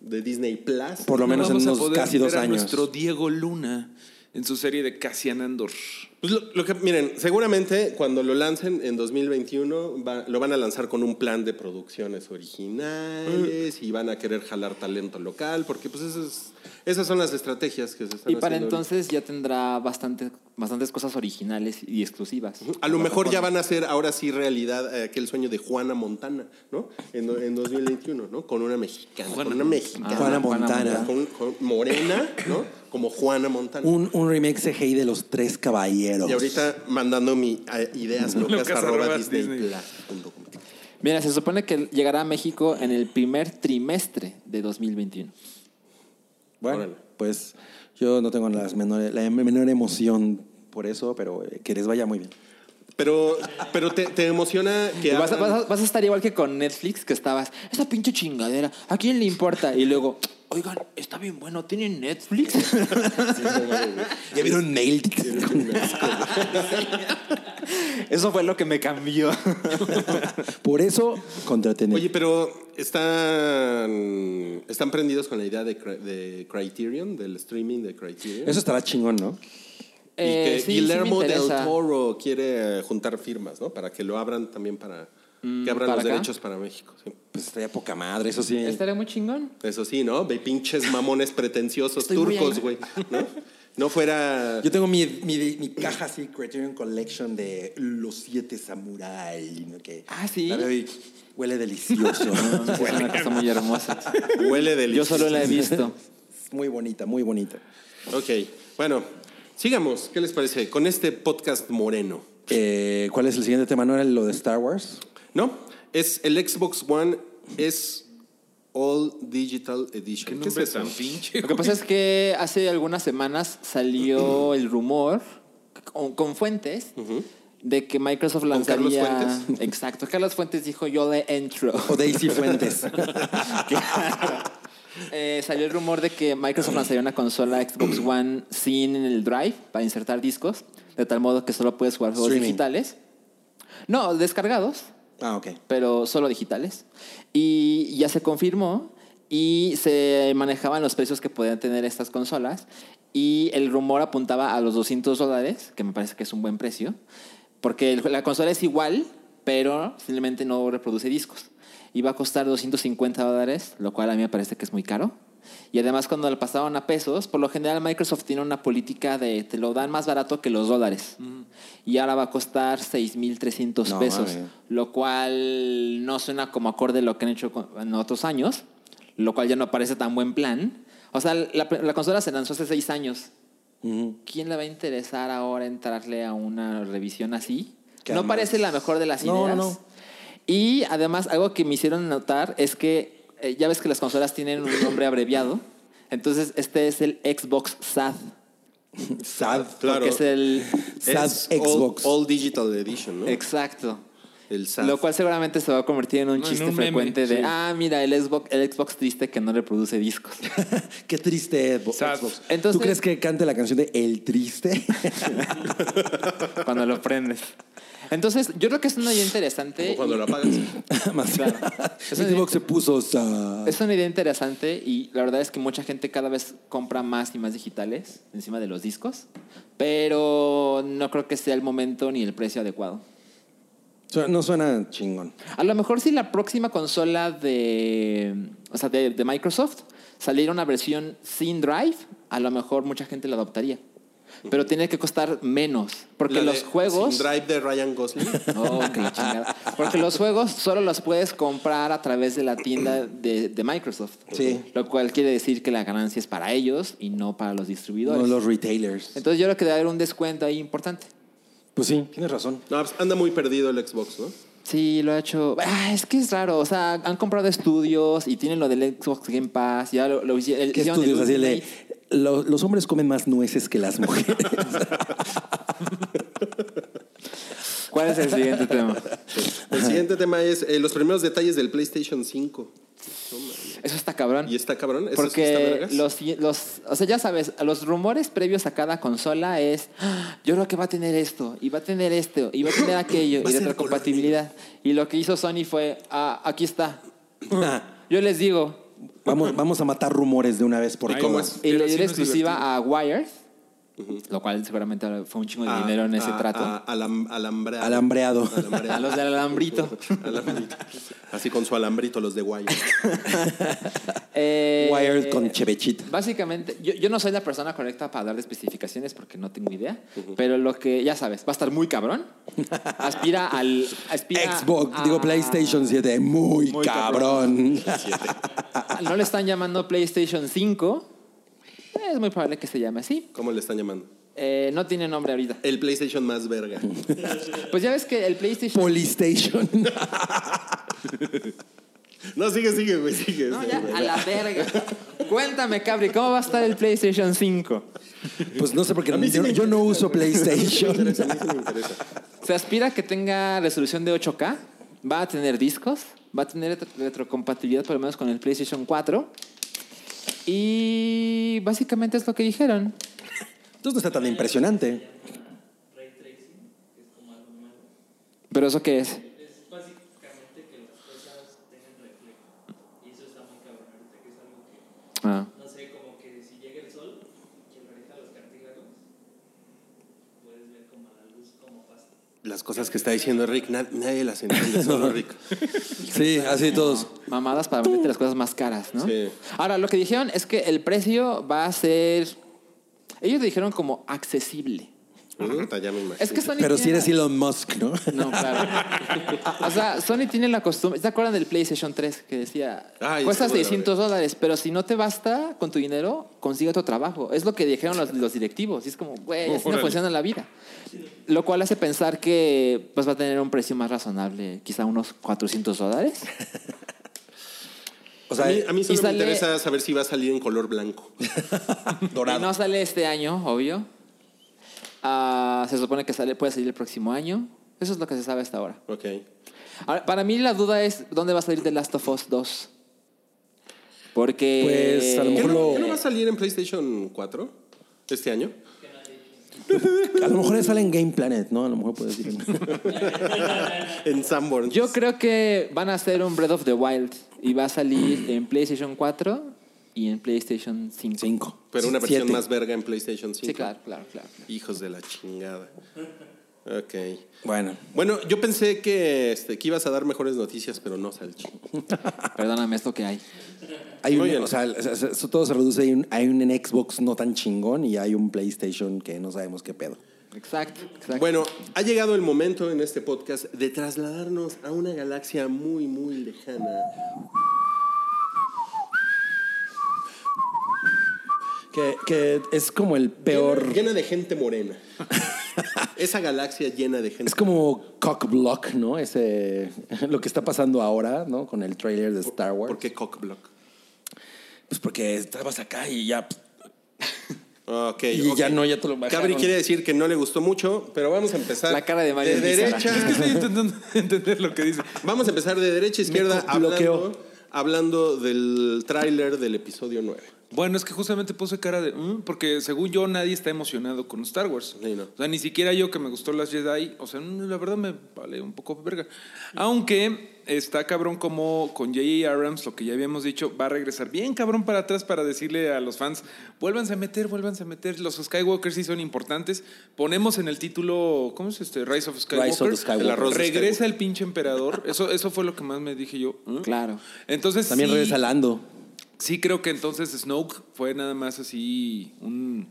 Speaker 3: de Disney Plus.
Speaker 4: Por lo
Speaker 5: No
Speaker 4: menos en
Speaker 5: vamos a
Speaker 4: unos
Speaker 5: poder
Speaker 4: casi dos
Speaker 5: ver a
Speaker 4: años.
Speaker 5: nuestro Diego Luna en su serie de Cassian Andor.
Speaker 3: Pues lo, lo que, miren, seguramente cuando lo lancen en 2021 va- lo van a lanzar con un plan de producciones originales y van a querer jalar talento local, porque pues eso es- esas son las estrategias que se están
Speaker 2: Y para
Speaker 3: haciendo ahorita.
Speaker 2: entonces ya tendrá bastante, bastantes cosas originales y exclusivas.
Speaker 3: A lo mejor ya van a hacer ahora sí realidad eh, aquel sueño de Juana Montana, ¿no? En, en 2021, ¿no? Con una mexicana.
Speaker 5: Juana.
Speaker 3: Con una
Speaker 2: Ah,
Speaker 3: mexicana.
Speaker 4: Juana Montana.
Speaker 3: Con, con morena, ¿no? Como Juana Montana.
Speaker 4: Un, un remake CGI de los tres caballeros.
Speaker 3: Y ahorita mandando mi eh, ideas locas,
Speaker 5: Locas
Speaker 3: arroba
Speaker 5: arroba
Speaker 3: Disney
Speaker 5: Disney.
Speaker 3: Plus punto com.
Speaker 2: Mira, se supone que llegará a México en el primer trimestre de 2021.
Speaker 4: Bueno,
Speaker 3: Órale.
Speaker 4: pues yo no tengo las menores- la em, menor emoción por eso, pero eh, que les vaya muy bien.
Speaker 3: Pero, pero te, te emociona que
Speaker 2: Y vas, a,
Speaker 3: hagan-
Speaker 2: vas a- vas a estar igual que con Netflix, que estabas, esa pinche chingadera, ¿a quién le importa? Y luego, oigan, está bien bueno, ¿tienen Netflix?
Speaker 4: ¿Ya vieron Nailed?
Speaker 2: Eso fue lo que me cambió.
Speaker 4: por eso contraten.
Speaker 3: Oye, pero están, están prendidos con la idea de, Cri- de Criterion, del streaming de Criterion.
Speaker 4: Eso estará chingón, ¿no?
Speaker 3: y
Speaker 2: Eh,
Speaker 3: que
Speaker 2: sí, sí me
Speaker 3: Guillermo del
Speaker 2: interesa.
Speaker 3: Toro quiere eh, juntar firmas, ¿no? Para que lo abran también para que abran
Speaker 2: Mm, ¿para
Speaker 3: los
Speaker 2: acá?
Speaker 3: derechos para México. sí.
Speaker 4: Pues estaría poca madre, eso sí.
Speaker 2: Estaría muy chingón.
Speaker 3: Eso sí, ¿no? De pinches mamones pretenciosos
Speaker 2: Estoy muy
Speaker 3: turcos,
Speaker 2: ahí.
Speaker 3: güey. ¿no? No fuera.
Speaker 4: Yo tengo mi, mi- mi caja así, Criterion Collection de Los Siete Samurai. ¿no? Que
Speaker 2: Ah, ¿sí?
Speaker 4: la veo y huele delicioso. ¿no?
Speaker 2: Es una cosa muy hermosa.
Speaker 3: Huele
Speaker 2: Yo
Speaker 3: delicioso.
Speaker 2: solo la he visto.
Speaker 4: Es muy bonita, muy bonita.
Speaker 3: Ok, bueno, sigamos. ¿Qué les parece? Con este podcast moreno.
Speaker 4: Eh, ¿Cuál es el siguiente tema? ¿No era lo de Star Wars?
Speaker 3: No, es el Xbox One, es All Digital Edition.
Speaker 5: Qué
Speaker 3: ¿Qué es
Speaker 5: nombre
Speaker 3: eso?
Speaker 5: tan pinche.
Speaker 2: Lo que pasa es que hace algunas semanas salió el rumor con, con fuentes de que Microsoft
Speaker 3: Carlos
Speaker 2: lanzaría.
Speaker 3: Fuentes?
Speaker 2: Exacto. Carlos Fuentes dijo yo le entro.
Speaker 4: O Daisy Fuentes.
Speaker 2: Eh, salió el rumor de que Microsoft lanzaría una consola Xbox One sin el drive para insertar discos, de tal modo que solo puedes jugar juegos
Speaker 4: Streaming.
Speaker 2: digitales. No, descargados.
Speaker 4: ah, ok.
Speaker 2: pero solo digitales. Y ya se confirmó y se manejaban los precios que podían tener estas consolas y el rumor apuntaba a los 200 dólares, que me parece que es un buen precio, porque el- la consola es igual, pero simplemente no reproduce discos. Y va a costar 250 dólares, lo cual a mí me parece que es muy caro. Y además cuando lo pasaron a pesos, por lo general Microsoft tiene una política de te lo dan más barato que los dólares. Y ahora va a costar 6.300
Speaker 4: No,
Speaker 2: pesos
Speaker 4: mames.
Speaker 2: lo cual no suena como acorde a lo que han hecho con- en otros años, lo cual ya no parece tan buen plan. O sea, la, la consola se lanzó hace seis años. ¿Quién le va a interesar ahora entrarle a una revisión así?
Speaker 4: Que
Speaker 2: no
Speaker 4: además-
Speaker 2: parece la mejor de las
Speaker 4: No,
Speaker 2: ideas.
Speaker 4: no, no.
Speaker 2: Y además, algo que me hicieron notar es que eh, ya ves que las consolas tienen un nombre abreviado. Entonces, este es el Xbox SAD.
Speaker 4: Sad.
Speaker 3: Claro.
Speaker 2: Porque es el.
Speaker 4: SAD
Speaker 3: Es
Speaker 4: Xbox.
Speaker 3: All, All Digital Edition, ¿no?
Speaker 2: Exacto.
Speaker 3: el SAD.
Speaker 2: Lo cual seguramente se va a convertir en un
Speaker 5: No, en
Speaker 2: chiste
Speaker 5: un meme,
Speaker 2: frecuente de,
Speaker 5: sí.
Speaker 2: ah, mira, el Xbox, el Xbox triste que no reproduce discos.
Speaker 4: Qué triste Xbox.
Speaker 5: Sad.
Speaker 2: Entonces-
Speaker 4: ¿Tú crees que cante la canción de El Triste?
Speaker 2: cuando lo prendes. Entonces, yo creo que es una idea interesante.
Speaker 3: Como cuando
Speaker 2: y-
Speaker 3: lo apagas.
Speaker 4: Más
Speaker 2: Claro.
Speaker 4: Ese Xbox se puso sad.
Speaker 2: Es una idea interesante y la verdad es que mucha gente cada vez compra más y más digitales encima de los discos, pero no creo que sea el momento ni el precio adecuado.
Speaker 4: Su- No suena chingón.
Speaker 2: A lo mejor si la próxima consola de, o sea, de, de Microsoft saliera una versión sin drive, a lo mejor mucha gente la adoptaría. Pero tiene que costar menos, porque
Speaker 3: La de
Speaker 2: los juegos...
Speaker 3: Sin Drive de Ryan Gosling.
Speaker 2: Oh, que la chingada. Porque los juegos solo los puedes comprar a través de la tienda de, de Microsoft.
Speaker 4: Sí.
Speaker 2: Lo cual quiere decir que la ganancia es para ellos y no para los distribuidores.
Speaker 4: No los retailers.
Speaker 2: Entonces yo creo que debe haber un descuento ahí importante.
Speaker 4: Pues sí, tienes razón.
Speaker 3: No, pues anda muy perdido el Xbox, ¿no?
Speaker 2: Sí, lo ha hecho. Ah, es que es raro. O sea, han comprado estudios y tienen lo del Xbox Game Pass. Ya lo, lo hicieron.
Speaker 4: ¿Qué
Speaker 2: hicieron el
Speaker 4: estudios? Así de,
Speaker 2: Ultimate.
Speaker 4: lo- los hombres comen más nueces que las mujeres.
Speaker 2: ¿Cuál es el siguiente tema?
Speaker 3: El siguiente tema es eh, los primeros detalles del PlayStation 5.
Speaker 2: Eso está cabrón.
Speaker 3: Y está cabrón, eso sí está
Speaker 2: Porque
Speaker 3: vergas.
Speaker 2: los, los, o sea, ya sabes, a los rumores previos a cada consola es, "Ah, yo creo que va a tener esto, y va a tener esto, y va a tener aquello,
Speaker 3: Va a
Speaker 2: y de
Speaker 3: ser de
Speaker 2: otra
Speaker 3: color
Speaker 2: compatibilidad. Y lo que hizo Sony fue, ah, aquí está. Yo les digo,
Speaker 4: Ah, Vamos, vamos a matar rumores de una vez por
Speaker 3: ¿Y
Speaker 5: Ay,
Speaker 3: cómo
Speaker 5: no.
Speaker 3: es?
Speaker 2: y
Speaker 5: Pero
Speaker 2: le
Speaker 5: sí
Speaker 2: dio la
Speaker 5: nos
Speaker 2: exclusiva a Wired, lo cual seguramente fue un chingo de
Speaker 3: A-
Speaker 2: dinero en ese
Speaker 3: a-
Speaker 2: trato.
Speaker 3: a- Ah, alam- alambreado.
Speaker 4: Alambreado.
Speaker 3: Alambreado.
Speaker 2: A los del alambrito.
Speaker 3: Alambrito. Así con su alambrito, los de guay.
Speaker 2: Eh,
Speaker 4: Wired con chevechita.
Speaker 2: Básicamente, yo, yo no soy la persona correcta para hablar de especificaciones porque no tengo idea, pero lo que ya sabes, va a estar muy cabrón. Aspira al. Aspira
Speaker 4: Xbox,
Speaker 2: a-
Speaker 4: digo PlayStation 7, muy, cabrón.
Speaker 2: No le están llamando PlayStation 5. Es muy probable que se llame así.
Speaker 3: ¿Cómo le están llamando?
Speaker 2: Eh, no tiene nombre ahorita.
Speaker 3: El PlayStation más verga.
Speaker 2: Pues ya ves que el PlayStation.
Speaker 4: Polystation.
Speaker 3: No, sigue, sigue, güey, sigue.
Speaker 2: No,
Speaker 3: sigue,
Speaker 2: ya,
Speaker 3: güey.
Speaker 2: a la verga. Cuéntame, Cabri, ¿cómo va a estar el PlayStation 5?
Speaker 4: Pues no sé porque
Speaker 3: A mí sí
Speaker 4: yo,
Speaker 3: me
Speaker 4: yo no uso
Speaker 3: A mí sí me
Speaker 4: PlayStation.
Speaker 3: interesa, a mí sí me interesa.
Speaker 2: Se aspira a que tenga resolución de 8K, va a tener discos, va a tener retro- retrocompatibilidad por lo menos con el PlayStation 4. Y básicamente es lo que dijeron.
Speaker 4: Entonces no está tan impresionante.
Speaker 2: ¿Pero eso qué es? Ah.
Speaker 3: Las cosas que está diciendo Rick, na- nadie las entiende, solo Rick.
Speaker 4: Sí, así todos.
Speaker 2: Mamadas para venderte las cosas más caras, ¿no?
Speaker 3: Sí.
Speaker 2: Ahora, lo que dijeron es que el precio va a ser. Ellos dijeron como accesible.
Speaker 3: Puta, ya me imagino.
Speaker 2: Es que Sony
Speaker 4: Pero
Speaker 2: tiene
Speaker 4: si
Speaker 2: la-
Speaker 4: eres Elon Musk, ¿no?
Speaker 2: No, claro. o sea, Sony tiene la costumbre. ¿Se acuerdan del PlayStation 3 que decía?
Speaker 3: Ay,
Speaker 2: cuesta
Speaker 3: estuvo de la
Speaker 2: 600 dólares, pero si no te basta con tu dinero, consigue otro trabajo. Es lo que dijeron los, los directivos. Y es como, güey, así no
Speaker 5: Órale.
Speaker 2: funciona la vida. Lo cual hace pensar que pues, va a tener un precio más razonable, quizá unos 400 dólares.
Speaker 4: O
Speaker 3: a
Speaker 4: sea,
Speaker 3: mí, a mí solo
Speaker 2: y sale-
Speaker 3: me interesa saber si va a salir en color blanco.
Speaker 2: Y no sale este año, obvio. Ah, se supone que sale, puede salir el próximo año. Eso es lo que se sabe hasta ahora.
Speaker 3: Ok.
Speaker 2: Ahora, para mí la duda es dónde va a salir The Last of Us 2. Porque
Speaker 4: Pues, a lo
Speaker 3: ¿Qué
Speaker 4: mejor
Speaker 3: no,
Speaker 4: lo-
Speaker 3: qué no va a salir en PlayStation 4 este año?
Speaker 4: a lo mejor sale en Game Planet, ¿no? A lo mejor puedes decir.
Speaker 3: En Sanborn.
Speaker 2: yo creo que van a hacer un Breath of the Wild y va a salir en PlayStation 4 y en PlayStation 5.
Speaker 4: Cinco.
Speaker 3: Pero una versión
Speaker 4: Siete.
Speaker 3: más verga en PlayStation 5.
Speaker 2: Sí, claro, claro, claro. claro.
Speaker 3: Hijos de la chingada. Ok.
Speaker 4: Bueno.
Speaker 3: Bueno, yo pensé que, este, que ibas a dar mejores noticias, pero no, Salchi.
Speaker 2: Perdóname esto que hay.
Speaker 4: Hay
Speaker 3: Muy
Speaker 4: un-
Speaker 3: bien.
Speaker 4: o sea, se- se- eso todo se reduce. Hay un, hay un en Xbox no tan chingón y hay un PlayStation que no sabemos qué pedo.
Speaker 2: Exacto, exacto.
Speaker 3: Bueno, ha llegado el momento en este podcast de trasladarnos a una galaxia muy, muy lejana.
Speaker 4: Que, que es como el peor.
Speaker 3: Llena, llena de gente morena. Esa galaxia llena de gente.
Speaker 4: Es como Cockblock, ¿no? Ese, lo que está pasando ahora, ¿no? Con el trailer de Star Wars.
Speaker 3: ¿Por qué cockblock?
Speaker 4: Pues porque estabas acá y ya. pues,
Speaker 3: Ok,
Speaker 4: Y ya
Speaker 3: ok.
Speaker 4: no, ya te lo bajaron.
Speaker 3: Cabri quiere decir que no le gustó mucho, pero vamos a empezar.
Speaker 2: La cara de Mario
Speaker 3: De
Speaker 2: Lizarra.
Speaker 3: derecha.
Speaker 5: Es que estoy intentando entender lo que dice.
Speaker 3: Vamos a empezar de derecha a izquierda
Speaker 4: bloqueó.
Speaker 3: hablando, hablando del tráiler del episodio 9.
Speaker 5: Bueno, es que justamente puse cara de. "Mm", porque según yo, nadie está emocionado con Star Wars.
Speaker 3: Sí, no.
Speaker 5: O sea, ni siquiera yo que me gustó las Jedi. O sea, mm, la verdad me vale un poco verga. Aunque está cabrón como con J.A. Abrams, lo que ya habíamos dicho, va a regresar bien cabrón para atrás para decirle a los fans: vuélvanse a meter, vuélvanse a meter. Los Skywalkers sí son importantes. Ponemos en el título, ¿cómo es este? Rise of Skywalker.
Speaker 4: Rise of the Skywalker.
Speaker 3: El arroz de
Speaker 5: Regresa
Speaker 3: Skywalker.
Speaker 5: el pinche emperador. Eso, eso fue lo que más me dije yo. ¿Mm?
Speaker 2: Claro.
Speaker 5: Entonces.
Speaker 4: También
Speaker 5: sí-
Speaker 4: regresa Lando.
Speaker 5: Sí, creo que entonces Snoke fue nada más así un.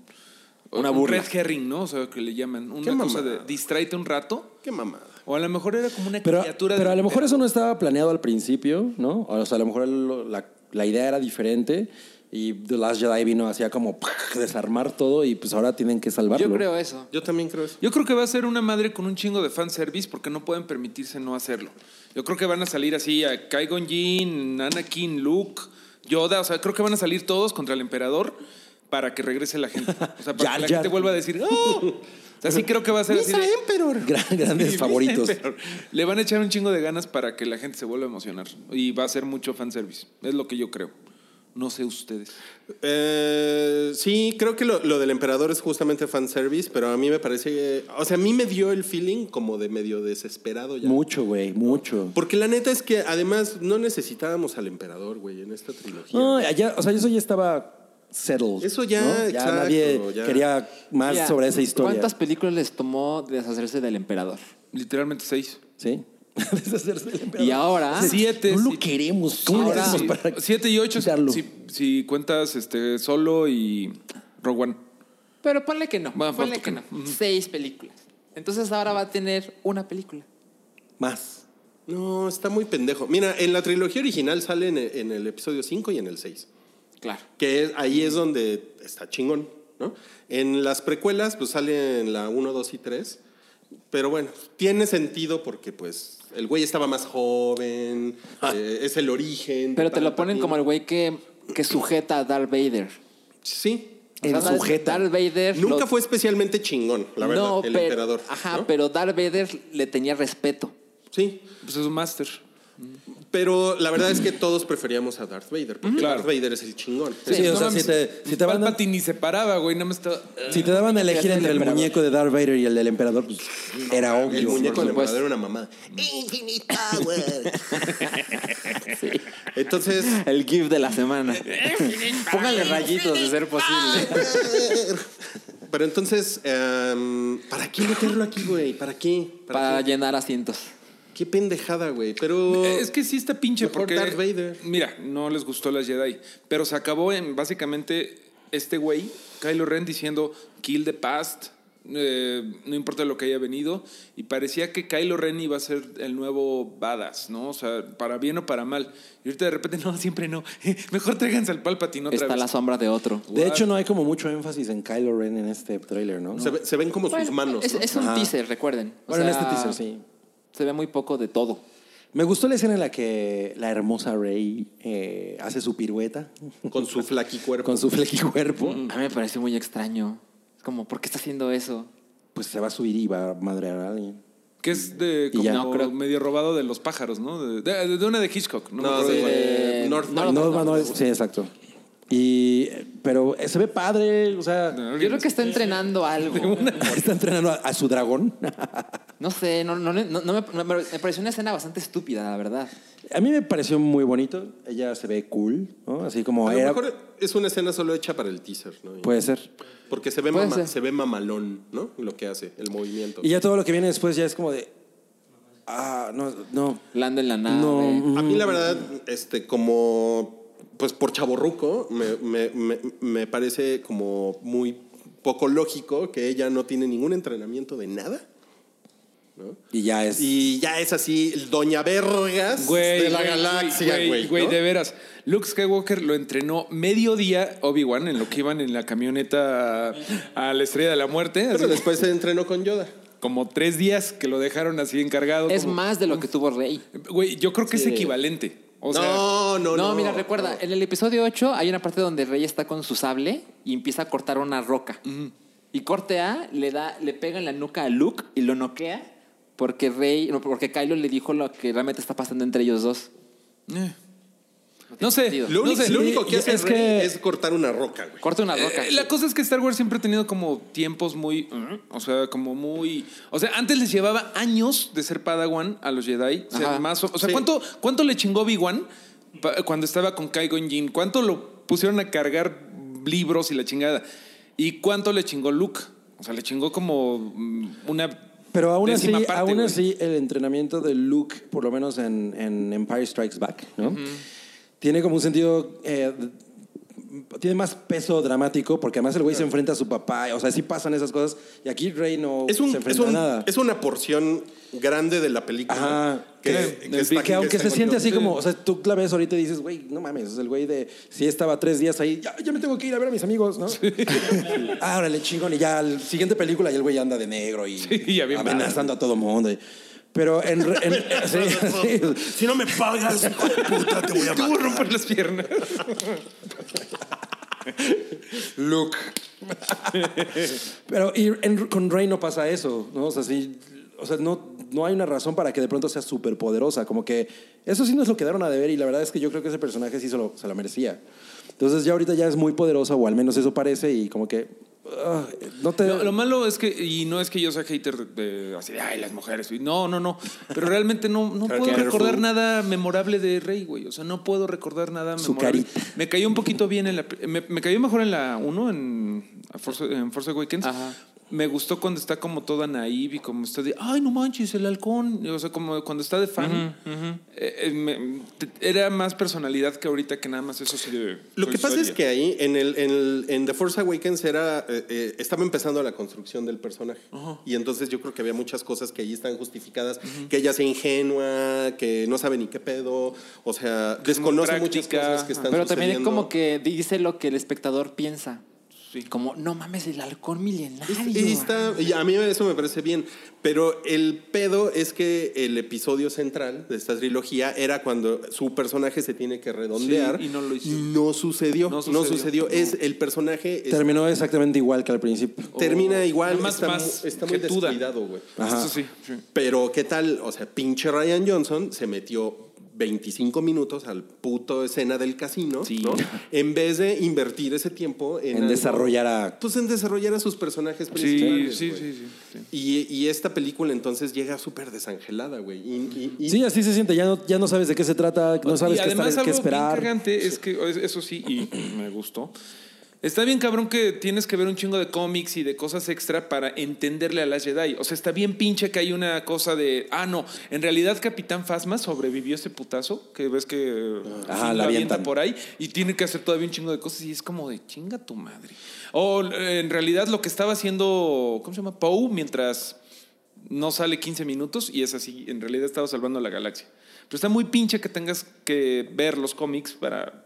Speaker 2: Una
Speaker 5: un
Speaker 2: burla.
Speaker 5: red herring, ¿no? O sea, que le llaman. Una
Speaker 3: Qué
Speaker 5: cosa
Speaker 3: mamada.
Speaker 5: de distráete un rato.
Speaker 3: Qué mamada.
Speaker 5: O a lo mejor era como una
Speaker 4: Pero,
Speaker 5: criatura.
Speaker 4: pero
Speaker 5: de-
Speaker 4: a lo mejor eso no estaba planeado al principio, ¿no? O sea, a lo mejor lo- la, la idea era diferente y The Last Jedi vino hacía como ¡pac! desarmar todo y pues ahora tienen que salvarlo.
Speaker 2: Yo creo eso.
Speaker 3: Yo también creo eso.
Speaker 5: Yo creo que va a ser una madre con un chingo de fanservice porque no pueden permitirse no hacerlo. Yo creo que van a salir así a Qui-Gon Jinn, Anakin, Luke, Yoda. O sea, creo que van a salir todos contra el emperador para que regrese la gente. O
Speaker 4: Jar
Speaker 5: sea, para que la
Speaker 4: Jar.
Speaker 5: gente vuelva a decir ¡Oh! O sea, sí creo que va a ser así. de-
Speaker 4: Gran- grandes
Speaker 5: Sí,
Speaker 4: favoritos.
Speaker 5: pero le van a echar un chingo de ganas para que la gente se vuelva a emocionar. Y va a ser mucho fanservice. Es lo que yo creo. No sé ustedes.
Speaker 3: Eh, sí, creo que lo, lo del emperador es justamente fanservice, pero a mí me parece. que- o sea, a mí me dio el feeling como de medio desesperado ya.
Speaker 4: Mucho, güey, mucho.
Speaker 3: Porque la neta es que además no necesitábamos al emperador, güey, en esta trilogía.
Speaker 4: No, ya- o sea, eso ya estaba settled.
Speaker 3: Eso ya,
Speaker 4: ¿no?
Speaker 3: exacto,
Speaker 4: nadie
Speaker 3: ya.
Speaker 4: quería más
Speaker 2: Mira,
Speaker 4: sobre esa historia.
Speaker 2: ¿Cuántas películas les tomó deshacerse del emperador?
Speaker 5: Literalmente seis.
Speaker 4: Sí. Deshacerse del emperador.
Speaker 2: Y ahora,
Speaker 5: Siete.
Speaker 4: No
Speaker 5: sí.
Speaker 4: lo queremos. ¿Cómo
Speaker 2: Ahora-
Speaker 4: le hacemos
Speaker 5: Sí,
Speaker 4: para
Speaker 5: siete y ocho
Speaker 4: quitarlo?
Speaker 5: si, si cuentas este solo y Rogue One.
Speaker 2: pero ponle que no,
Speaker 5: Bueno,
Speaker 2: ponle
Speaker 5: ponle
Speaker 2: que no.
Speaker 5: que no. Ujú.
Speaker 2: Seis películas. Entonces ahora va a tener una película.
Speaker 4: Más.
Speaker 3: No, está muy pendejo. Mira, en la trilogía original sale en, en el episodio 5 y en el 6.
Speaker 2: Claro.
Speaker 3: Que es- ahí es donde está chingón, ¿no? En las precuelas, pues salen la 1, 2 y 3. Pero bueno, tiene sentido porque, pues, el güey estaba más joven, eh, es el origen. de
Speaker 2: Ah. Pero te lo ponen
Speaker 3: Palpatine.
Speaker 2: como el güey que, que sujeta a Darth Vader.
Speaker 3: Sí.
Speaker 2: O sea, Darth- Darth Vader.
Speaker 3: Nunca
Speaker 2: lo-
Speaker 3: fue especialmente chingón, la verdad, el
Speaker 2: pero-
Speaker 3: emperador.
Speaker 2: Ajá,
Speaker 3: ¿no?
Speaker 2: pero Darth Vader le tenía respeto.
Speaker 3: Sí.
Speaker 5: Pues es un máster.
Speaker 3: Pero la verdad es que todos preferíamos a Darth Vader, porque
Speaker 5: Claro.
Speaker 3: Darth Vader es el chingón.
Speaker 4: Sí, o sea, si te, si te van a-
Speaker 5: Palpatine ni se paraba, güey. Nada más estaba.
Speaker 4: si te daban a elegir
Speaker 2: Hacía el
Speaker 4: entre el
Speaker 2: emperador.
Speaker 4: muñeco de Darth Vader y el del emperador, pues era obvio.
Speaker 3: El muñeco del
Speaker 2: supuesto.
Speaker 3: emperador era una mamá. Infinite Power. Entonces,
Speaker 2: El GIF de la semana. Pónganle rayitos de ser posible.
Speaker 3: pero entonces, em, ¿para qué meterlo aquí, güey? ¿Para qué?
Speaker 2: Para
Speaker 3: qué?
Speaker 2: llenar asientos.
Speaker 3: Qué pendejada, güey. Pero
Speaker 5: Es que sí está pinche
Speaker 3: Mejor
Speaker 5: porque.
Speaker 3: Darth Vader.
Speaker 5: Mira, no les gustó las Jedi. Pero se acabó en básicamente este güey, Kylo Ren, diciendo kill the past. eh, no importa lo que haya venido. Y parecía que Kylo Ren iba a ser el nuevo badass, ¿no? O sea, para bien o para mal. Y ahorita de repente, no, siempre no. Mejor tráiganse al Palpatine otra
Speaker 2: Está
Speaker 5: vez.
Speaker 2: la sombra de otro.
Speaker 4: De hecho, no hay como mucho énfasis en Kylo Ren en este tráiler, ¿no?
Speaker 3: se, ve- se ven como sus manos.
Speaker 2: es,
Speaker 3: ¿no?
Speaker 2: es un
Speaker 4: Ajá.
Speaker 2: teaser, recuerden. O
Speaker 4: Bueno, en
Speaker 2: sea,
Speaker 4: este teaser, sí.
Speaker 2: Se ve muy poco de todo.
Speaker 4: Me gustó la escena en la que la hermosa Rey eh, hace su pirueta
Speaker 3: Con su flaquicuerpo.
Speaker 4: con su flequicuerpo.
Speaker 2: A mí me pareció muy extraño. Es como, ¿por qué está haciendo eso?
Speaker 4: Pues se va a subir y va a madrear a alguien.
Speaker 5: Que es de
Speaker 4: Y
Speaker 5: como
Speaker 4: ya.
Speaker 2: No, creo-
Speaker 5: medio robado de los pájaros, ¿no? De, de- de una de Hitchcock. No, me
Speaker 3: No,
Speaker 5: acuerdo
Speaker 3: de-
Speaker 5: cuál.
Speaker 3: Eh,
Speaker 2: Eh,
Speaker 3: Northman.
Speaker 2: no,
Speaker 4: No,
Speaker 2: no,
Speaker 4: no, no, sí, exacto. Y, eh, pero eh, se ve padre, o sea,
Speaker 2: Yo creo que está entrenando algo.
Speaker 4: está entrenando a, a su dragón.
Speaker 2: No sé, no, no, no- no me, me- me pareció una escena bastante estúpida, la verdad.
Speaker 4: A mí me pareció muy bonito. Ella se ve cool, ¿no? Así como
Speaker 3: A lo
Speaker 4: era. Pues,
Speaker 3: mejor es una escena solo hecha para el teaser, ¿no? Y-
Speaker 4: Puede ser.
Speaker 3: porque se ve,
Speaker 2: puede
Speaker 3: mama-
Speaker 2: ser.
Speaker 3: se ve mamalón, ¿no? Lo que hace, el movimiento.
Speaker 4: Y ya todo lo que viene después ya es como de. Ah, no, no.
Speaker 2: Lando en la nave.
Speaker 4: No.
Speaker 3: A mí la verdad, este, como pues por chaborruco, me, me- me- me parece como muy poco lógico que ella no tiene ningún entrenamiento de nada.
Speaker 4: Y ya es.
Speaker 3: Y ya es así, Doña Vergas
Speaker 5: Güey,
Speaker 3: de la
Speaker 5: güey,
Speaker 3: galaxia,
Speaker 5: güey,
Speaker 3: güey.
Speaker 5: güey,
Speaker 3: ¿no?
Speaker 5: de veras. Luke Skywalker lo entrenó mediodía Obi-Wan en lo que iban en la camioneta a la Estrella de la Muerte.
Speaker 3: Pero
Speaker 5: Hace
Speaker 3: después se entrenó con Yoda.
Speaker 5: como tres días que lo dejaron así encargado.
Speaker 2: Es
Speaker 5: como-
Speaker 2: más de lo que tuvo Rey.
Speaker 5: Güey, yo creo que es equivalente. O sea,
Speaker 3: no, no,
Speaker 2: No,
Speaker 3: no.
Speaker 2: mira, recuerda, en el episodio 8 hay una parte donde Rey está con su sable y empieza a cortar una roca. Y corte A le da, le pega en la nuca a Luke y lo noquea porque Rey, no, porque Kylo le dijo lo que realmente está pasando entre ellos dos.
Speaker 5: eh. no sé.
Speaker 2: sentido.
Speaker 3: Lo,
Speaker 5: no
Speaker 3: único,
Speaker 5: sé.
Speaker 3: lo único que hace
Speaker 4: es
Speaker 3: es,
Speaker 4: que-
Speaker 3: es cortar una roca, güey.
Speaker 2: Corta una roca.
Speaker 5: Eh, la cosa es que Star Wars siempre ha tenido como tiempos muy. "Mm", O sea, como muy. O sea, antes les llevaba años de ser Padawan a los Jedi. O sea,
Speaker 2: Ajá.
Speaker 5: más o, o sea
Speaker 3: Sí.
Speaker 5: ¿cuánto, ¿cuánto le chingó Obi-Wan pa- cuando estaba con Kai Gon Jinn? ¿Cuánto lo pusieron a cargar libros y la chingada? ¿Y cuánto le chingó Luke? O sea, le chingó como mm, una.
Speaker 4: Pero aún así,
Speaker 5: décima parte,
Speaker 4: aún
Speaker 5: güey.
Speaker 4: así, el entrenamiento de Luke, por lo menos en, en Empire Strikes Back, ¿no? Tiene como un sentido. eh, tiene más peso dramático porque además el güey se enfrenta a su papá. O sea, sí pasan esas cosas. Y aquí Rey no
Speaker 3: Es, un- es,
Speaker 4: se enfrenta a
Speaker 3: un,
Speaker 4: nada.
Speaker 3: es una porción grande de la película.
Speaker 4: Ajá.
Speaker 3: que-
Speaker 4: Que,
Speaker 3: que
Speaker 4: que
Speaker 3: está- que
Speaker 4: aunque
Speaker 3: está
Speaker 4: se
Speaker 3: con
Speaker 4: siente
Speaker 3: Yoda.
Speaker 4: así como, o sea, tú la ves ahorita y dices, güey, no mames, es el güey de, si estaba tres días ahí, ya, ya me tengo que ir a ver a mis amigos, ¿no? Ah, órale, chingón, y ya, la siguiente película, y el güey anda de negro y
Speaker 5: Sí, ya bien
Speaker 4: amenazando a todo mundo. y- pero en... re- en- sí, sí.
Speaker 3: Si no me pagas, hijo de puta, te voy a
Speaker 5: Te voy a romper las piernas.
Speaker 3: Luke.
Speaker 4: Pero y en- con Rey no pasa eso, ¿no? O sea, sí, o sea no, no hay una razón para que de pronto sea súper poderosa. Como que eso sí nos lo quedaron a deber y la verdad es que yo creo que ese personaje sí se lo, se lo merecía. Entonces ya ahorita ya es muy poderosa, o al menos eso parece, y como que ah, no te...
Speaker 5: Lo, lo malo es que, y no es que yo sea hater de, de- así de, ay, las mujeres, y no, no, no, pero realmente no, no puedo
Speaker 3: Careful.
Speaker 5: recordar nada memorable de Rey, güey, o sea, no puedo recordar nada
Speaker 4: Su
Speaker 5: memorable.
Speaker 4: carita.
Speaker 5: Me cayó un poquito bien en la, pri- me, me cayó mejor en la 1, en a Force, en Force Awakens.
Speaker 2: Ajá.
Speaker 5: Me gustó cuando está como toda naive y como está de, ay, no manches, el halcón, o sea, como cuando está de fan. Eh, eh, me- te- era más personalidad que ahorita que nada más eso sí de...
Speaker 3: Lo
Speaker 5: soy
Speaker 3: que pasa
Speaker 5: seria.
Speaker 3: es que ahí, en, el, en, el- en The Force Awakens, era, eh, eh, estaba empezando la construcción del personaje. Y entonces yo creo que había muchas cosas que ahí están justificadas, que ella sea ingenua, que no sabe ni qué pedo, o sea,
Speaker 5: Que es muy
Speaker 3: desconoce muchas
Speaker 5: práctica.
Speaker 3: cosas que están
Speaker 2: Pero también es
Speaker 3: sucediendo.
Speaker 2: como que dice lo que el espectador piensa.
Speaker 5: Sí.
Speaker 2: Como, no mames, el halcón milenario.
Speaker 3: Y está- y a mí eso me parece bien, pero el pedo es que el episodio central de esta trilogía era cuando su personaje se tiene que redondear
Speaker 5: Sí, y no lo hizo.
Speaker 3: No sucedió,
Speaker 5: No
Speaker 3: no
Speaker 5: sucedió.
Speaker 3: sucedió. Es el personaje es-
Speaker 4: Terminó exactamente igual que al principio.
Speaker 3: termina igual,
Speaker 5: Nada más-
Speaker 3: está, mu-
Speaker 5: más
Speaker 3: está muy
Speaker 5: jetuda. Ah.
Speaker 3: descuidado, güey.
Speaker 4: Ajá.
Speaker 5: Eso sí, sí.
Speaker 3: Pero qué tal, o sea, pinche Ryan Johnson se metió 25 minutos al puto escena del casino, ¿no? En vez de invertir ese tiempo en,
Speaker 4: En
Speaker 3: algo-
Speaker 4: desarrollar a...
Speaker 3: pues en desarrollar a sus personajes
Speaker 5: Sí,
Speaker 3: principales.
Speaker 5: sí,
Speaker 3: güey.
Speaker 5: sí, sí, sí.
Speaker 3: Y, y esta película entonces llega súper desangelada, güey. Y, y- y-
Speaker 4: Sí, así se siente, ya no, ya no sabes de qué se trata, no sabes
Speaker 5: y
Speaker 4: qué,
Speaker 5: además
Speaker 4: estar- qué
Speaker 5: algo
Speaker 4: esperar.
Speaker 5: bien cagante es que, es- eso sí, y me gustó. Está bien cabrón que tienes que ver un chingo de cómics y de cosas extra para entenderle a las Jedi. O sea, está bien pinche que hay una cosa de, ah, no, en realidad Capitán Phasma sobrevivió a ese putazo, que ves que eh,
Speaker 4: Ajá,
Speaker 5: Finn
Speaker 4: la
Speaker 5: lo
Speaker 4: avientan.
Speaker 5: por ahí y tiene que hacer todavía un chingo de cosas y es como de chinga tu madre. O eh, en realidad lo que estaba haciendo, ¿cómo se llama? Poe mientras no sale 15 minutos y es así, en realidad estaba salvando la galaxia. Pero está muy pinche que tengas que ver los cómics para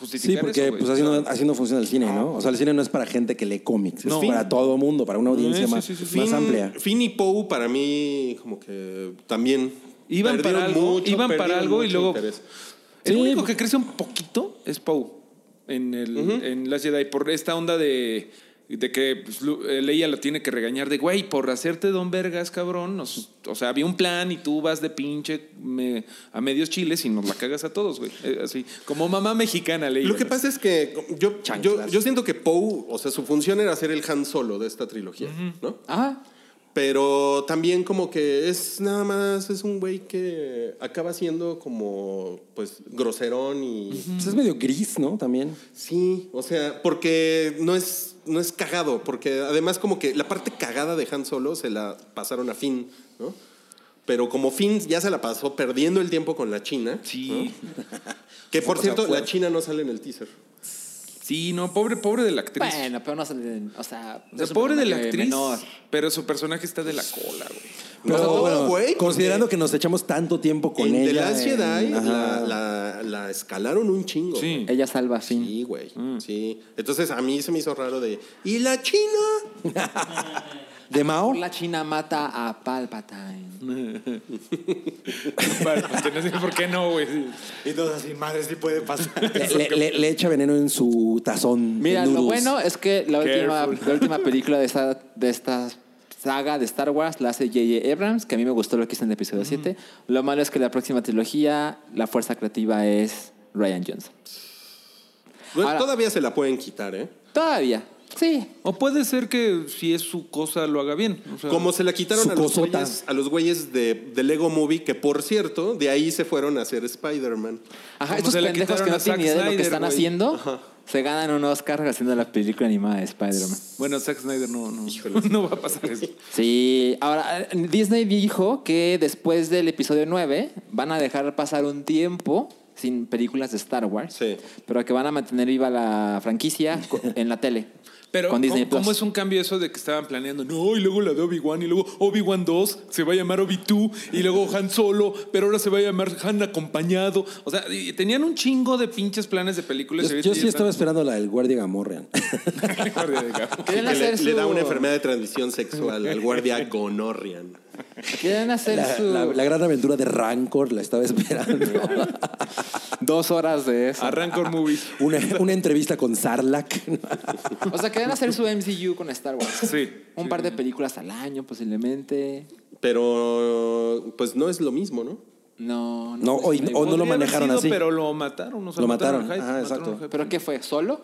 Speaker 5: justificar
Speaker 4: Sí, porque
Speaker 5: eso, güey. Ah.
Speaker 4: pues así no, así no funciona el cine, ¿no? O sea, el cine no es para gente que lee cómics,
Speaker 5: No.
Speaker 4: es para todo mundo, para una audiencia
Speaker 5: Sí, sí,
Speaker 4: más,
Speaker 5: sí, sí, sí.
Speaker 4: más
Speaker 3: Finn-
Speaker 4: amplia.
Speaker 3: Finn y Poe para mí como que también
Speaker 5: Iban para
Speaker 3: perdieron
Speaker 5: algo,
Speaker 3: mucho-
Speaker 5: iban para
Speaker 3: perdieron
Speaker 5: algo y
Speaker 3: mucho
Speaker 5: luego...
Speaker 3: interés.
Speaker 5: El
Speaker 4: Sí.
Speaker 5: único que crece un poquito es Poe en, el, en Last Jedi por esta onda de, de que pues, Lu- eh, Leia la tiene que regañar de, güey, por hacerte don vergas, cabrón. nos- o sea, había un plan y tú vas de pinche me- a medios chiles y nos la cagas a todos, güey. Eh, así, como mamá mexicana, Leia.
Speaker 3: Lo que pasa es que yo, yo,
Speaker 4: Chanclas.
Speaker 3: yo siento que Poe, o sea, su función era ser el Han Solo de esta trilogía, ¿no?
Speaker 2: Ah,
Speaker 3: Pero también como que es nada más, es un güey que acaba siendo como, pues, groserón y...
Speaker 4: Pues
Speaker 5: Mm.
Speaker 4: es medio gris, ¿no? También.
Speaker 3: Sí, o sea, porque no es, no es cagado, porque además como que la parte cagada de Han Solo se la pasaron a Finn, ¿no? Pero como Finn ya se la pasó perdiendo el tiempo con la China,
Speaker 5: Sí,
Speaker 3: que por
Speaker 4: O sea,
Speaker 3: cierto,
Speaker 4: fue-
Speaker 3: la China no sale en el teaser.
Speaker 5: sí, no, pobre, pobre de la actriz.
Speaker 2: bueno, pero no salen. O sea,
Speaker 5: O sea,
Speaker 2: es un
Speaker 5: pobre de la
Speaker 2: personaje
Speaker 5: actriz,
Speaker 2: menor.
Speaker 5: pero su personaje está de la cola, güey.
Speaker 4: Pero
Speaker 3: O sea, todo,
Speaker 4: bueno,
Speaker 3: güey,
Speaker 4: considerando
Speaker 3: porque
Speaker 4: que nos echamos tanto tiempo con
Speaker 3: en
Speaker 4: ella.
Speaker 3: The Last
Speaker 4: en-
Speaker 3: Jedi
Speaker 4: ajá.
Speaker 3: la, la- la escalaron un chingo. güey.
Speaker 2: Ella salva a Finn.
Speaker 3: Sí, güey.
Speaker 5: Mm.
Speaker 3: Sí. Entonces a mí se me hizo raro de. ¿Y la China?
Speaker 4: ¿De Mao?
Speaker 2: La China mata a Palpatine.
Speaker 5: Bueno, pues, no sé por qué no, güey. Sí.
Speaker 6: Y todos así, madre, sí puede pasar.
Speaker 4: Le, le- le- le echa veneno en su tazón.
Speaker 2: Mira,
Speaker 4: de
Speaker 2: lo
Speaker 4: noodles.
Speaker 2: bueno es que la última,
Speaker 5: Careful.
Speaker 2: la última película de esta, de esta saga de Star Wars la hace J.J. Abrams, que a mí me gustó lo que hizo en el episodio 7. Lo malo es que la próxima trilogía, la fuerza creativa es Ryan Johnson.
Speaker 3: Pues,
Speaker 2: Ahora-
Speaker 3: todavía se la pueden quitar, ¿eh?
Speaker 2: Todavía. Sí.
Speaker 5: O puede ser que si es su cosa lo haga bien. O sea,
Speaker 3: Como se la quitaron
Speaker 4: Su
Speaker 3: a los,
Speaker 4: cosota.
Speaker 3: güeyes, a los güeyes de, de Lego Movie, que por cierto, de ahí se fueron a hacer Spider-Man.
Speaker 2: Ajá,
Speaker 5: Como
Speaker 2: estos
Speaker 5: se le
Speaker 2: pendejos
Speaker 5: quitaron
Speaker 2: que
Speaker 5: a
Speaker 2: no
Speaker 5: Zack
Speaker 2: tienen idea de lo que
Speaker 5: Snyder,
Speaker 2: están
Speaker 5: güey.
Speaker 2: haciendo se ganan un Oscar haciendo la película animada de Spider-Man.
Speaker 5: Bueno, Zack Snyder no, no, no va a pasar eso.
Speaker 2: Sí, ahora eh, Disney dijo que después del episodio 9 van a dejar pasar un tiempo sin películas de Star Wars,
Speaker 3: Sí.
Speaker 2: pero que van a mantener viva la franquicia co- en la tele.
Speaker 5: Pero,
Speaker 2: con Disney
Speaker 5: ¿cómo, cómo
Speaker 2: Plus.
Speaker 5: es un cambio eso de que estaban planeando? No, y luego la de Obi-Wan, y luego Obi-Wan 2 se va a llamar Obi-2, y luego Han Solo, pero ahora se va a llamar Han acompañado. O sea, y tenían un chingo de pinches planes de películas. y
Speaker 4: Yo,
Speaker 5: ahorita
Speaker 4: yo
Speaker 5: ya
Speaker 4: sí estaba
Speaker 5: están-
Speaker 4: esperando la del Guardia Gamorrean.
Speaker 5: Guardia de Gato.
Speaker 3: Que
Speaker 2: Quieren
Speaker 3: le,
Speaker 2: hacer
Speaker 3: le da
Speaker 2: su-
Speaker 3: una enfermedad de transmisión sexual al guardia Gonorrian.
Speaker 2: Quieren hacer
Speaker 4: La,
Speaker 2: su-
Speaker 4: la- la gran aventura de Rancor la estaba esperando.
Speaker 2: dos horas de eso.
Speaker 5: A Rancor Movies.
Speaker 4: una, una entrevista con Sarlacc.
Speaker 2: O sea, quieren hacer su MCU con Star Wars.
Speaker 5: Sí.
Speaker 2: Un par de películas al año posiblemente.
Speaker 3: Pero, pues no es lo mismo, ¿no?
Speaker 2: No. No,
Speaker 4: No,
Speaker 2: es
Speaker 4: hoy-
Speaker 2: Playboy.
Speaker 4: o no lo
Speaker 5: Podría haber
Speaker 4: mataron
Speaker 5: sido,
Speaker 4: así.
Speaker 5: Pero lo mataron. o sea,
Speaker 4: Lo
Speaker 5: al
Speaker 4: mataron,
Speaker 5: Hyde,
Speaker 4: ajá, exacto.
Speaker 5: al Hyde.
Speaker 2: ¿Pero qué fue? ¿Solo?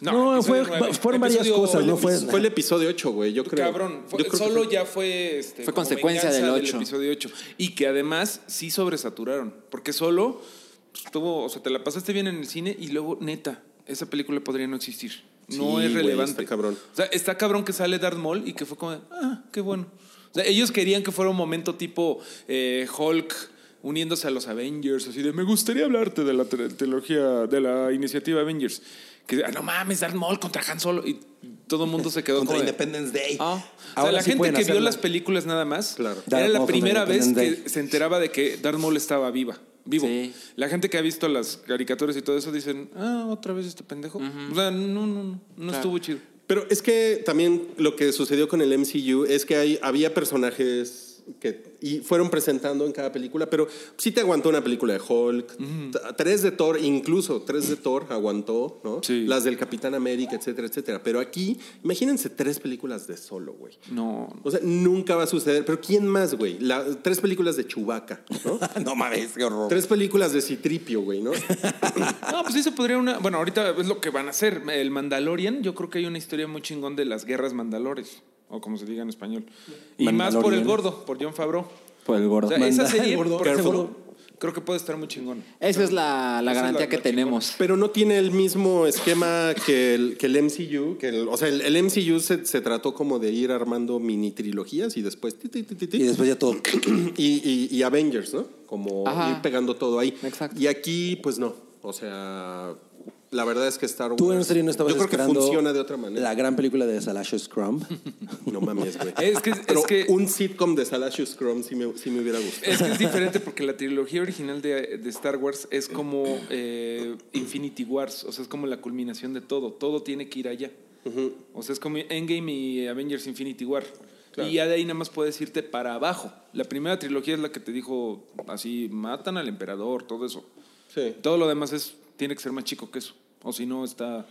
Speaker 4: No,
Speaker 5: episodio
Speaker 4: fue-
Speaker 5: nueve.
Speaker 4: fueron varias
Speaker 5: Episodio-
Speaker 4: cosas, no fue-
Speaker 3: Fue el episodio 8, güey, yo creo.
Speaker 5: Cabrón, fue-
Speaker 3: Yo creo que
Speaker 5: solo
Speaker 3: fue.
Speaker 5: ya fue. este,
Speaker 2: Fue
Speaker 5: como
Speaker 2: consecuencia
Speaker 5: venganza
Speaker 2: del ocho.
Speaker 5: episodio 8. Y que además sí sobresaturaron. Porque solo estuvo. O sea, te la pasaste bien en el cine y luego, neta, esa película podría no existir.
Speaker 3: Sí,
Speaker 5: No
Speaker 3: güey,
Speaker 5: es relevante.
Speaker 3: está cabrón.
Speaker 5: O sea, está cabrón que sale Darth Maul y que fue como. de, Ah, qué bueno. O sea, ellos querían que fuera un momento tipo eh, Hulk uniéndose a los Avengers, así de me gustaría hablarte de la trilogía de la iniciativa Avengers. Que ah, no mames, Darth Maul contra Han Solo y todo el mundo se quedó
Speaker 7: Contra
Speaker 5: como de,
Speaker 7: Independence Day.
Speaker 5: Ah. O sea,
Speaker 4: Eh, Ahora
Speaker 5: la
Speaker 4: sí
Speaker 5: gente
Speaker 4: pueden
Speaker 5: que vio
Speaker 4: hacerlo.
Speaker 5: las películas nada más
Speaker 3: Claro.
Speaker 4: Darth
Speaker 5: era la
Speaker 4: Maul,
Speaker 5: primera vez
Speaker 4: Independence
Speaker 5: que se enteraba de que Darth Maul estaba viva. Vivo.
Speaker 2: Sí.
Speaker 5: La gente que ha visto las caricaturas y todo eso dicen, ah, otra vez este pendejo. O sea, no, no, no, no estuvo chido.
Speaker 3: Pero es que también lo que sucedió con el MCU es que hay, había personajes que y fueron presentando en cada película, pero sí te aguantó una película de Hulk, t- tres de Thor, incluso tres de Thor aguantó, ¿no?
Speaker 5: Sí.
Speaker 3: Las del Capitán América, etcétera, etcétera. Pero aquí, imagínense tres películas de solo, güey.
Speaker 5: No.
Speaker 3: O sea, nunca va a suceder. Pero ¿quién más, güey? La- tres películas de Chewbacca, ¿no?
Speaker 7: no mames, qué horror.
Speaker 3: tres películas de Citripio, güey, ¿no?
Speaker 5: No, pues sí se podría una. Bueno, ahorita es lo que van a hacer. El Mandalorian, yo creo que hay una historia muy chingón de las guerras mandalores, o como se diga en español. Y más por el
Speaker 4: Mandalorian.
Speaker 5: gordo, por John Favreau.
Speaker 2: Por el gordo.
Speaker 5: O sea, esa
Speaker 4: Manda-
Speaker 5: serie,
Speaker 4: el gordo,
Speaker 5: por
Speaker 4: ese
Speaker 5: ejemplo,
Speaker 4: gordo.
Speaker 5: creo que puede estar muy chingón.
Speaker 2: Esa es la, la
Speaker 5: Esa es
Speaker 2: garantía
Speaker 5: la-
Speaker 2: que
Speaker 5: la
Speaker 2: tenemos.
Speaker 3: Pero no tiene el mismo esquema que el, que el MCU. Que el- o sea, el, el MCU se, se trató como de ir armando mini trilogías y después. ti, ti, ti, ti, ti,
Speaker 4: Y después ya todo.
Speaker 3: y- y- y Avengers, ¿no? Como
Speaker 2: Ajá.
Speaker 3: ir pegando todo ahí.
Speaker 2: Exacto.
Speaker 3: Y aquí, pues no. O sea, la verdad es que Star Wars.
Speaker 4: Tú en serio no estabas
Speaker 3: Yo creo que
Speaker 4: esperando
Speaker 3: funciona de otra manera.
Speaker 4: La gran película de Salacious Crumb.
Speaker 3: No mames, güey.
Speaker 5: Es que- es
Speaker 3: Pero
Speaker 5: que-
Speaker 3: un sitcom de Salacious Crumb sí me, sí me hubiera
Speaker 4: Eh,
Speaker 3: gustado.
Speaker 5: Es que es diferente porque la trilogía original de, de Star Wars es como eh, Infinity Wars, o sea, es como la culminación de todo, todo tiene que ir allá. O sea, es como Endgame y Avengers Infinity War. Y ya de ahí nada más puedes irte para abajo. La primera trilogía es la que te dijo así, matan al emperador, todo eso.
Speaker 3: Sí.
Speaker 5: Todo lo demás es, tiene que ser más chico que eso. O si no, está...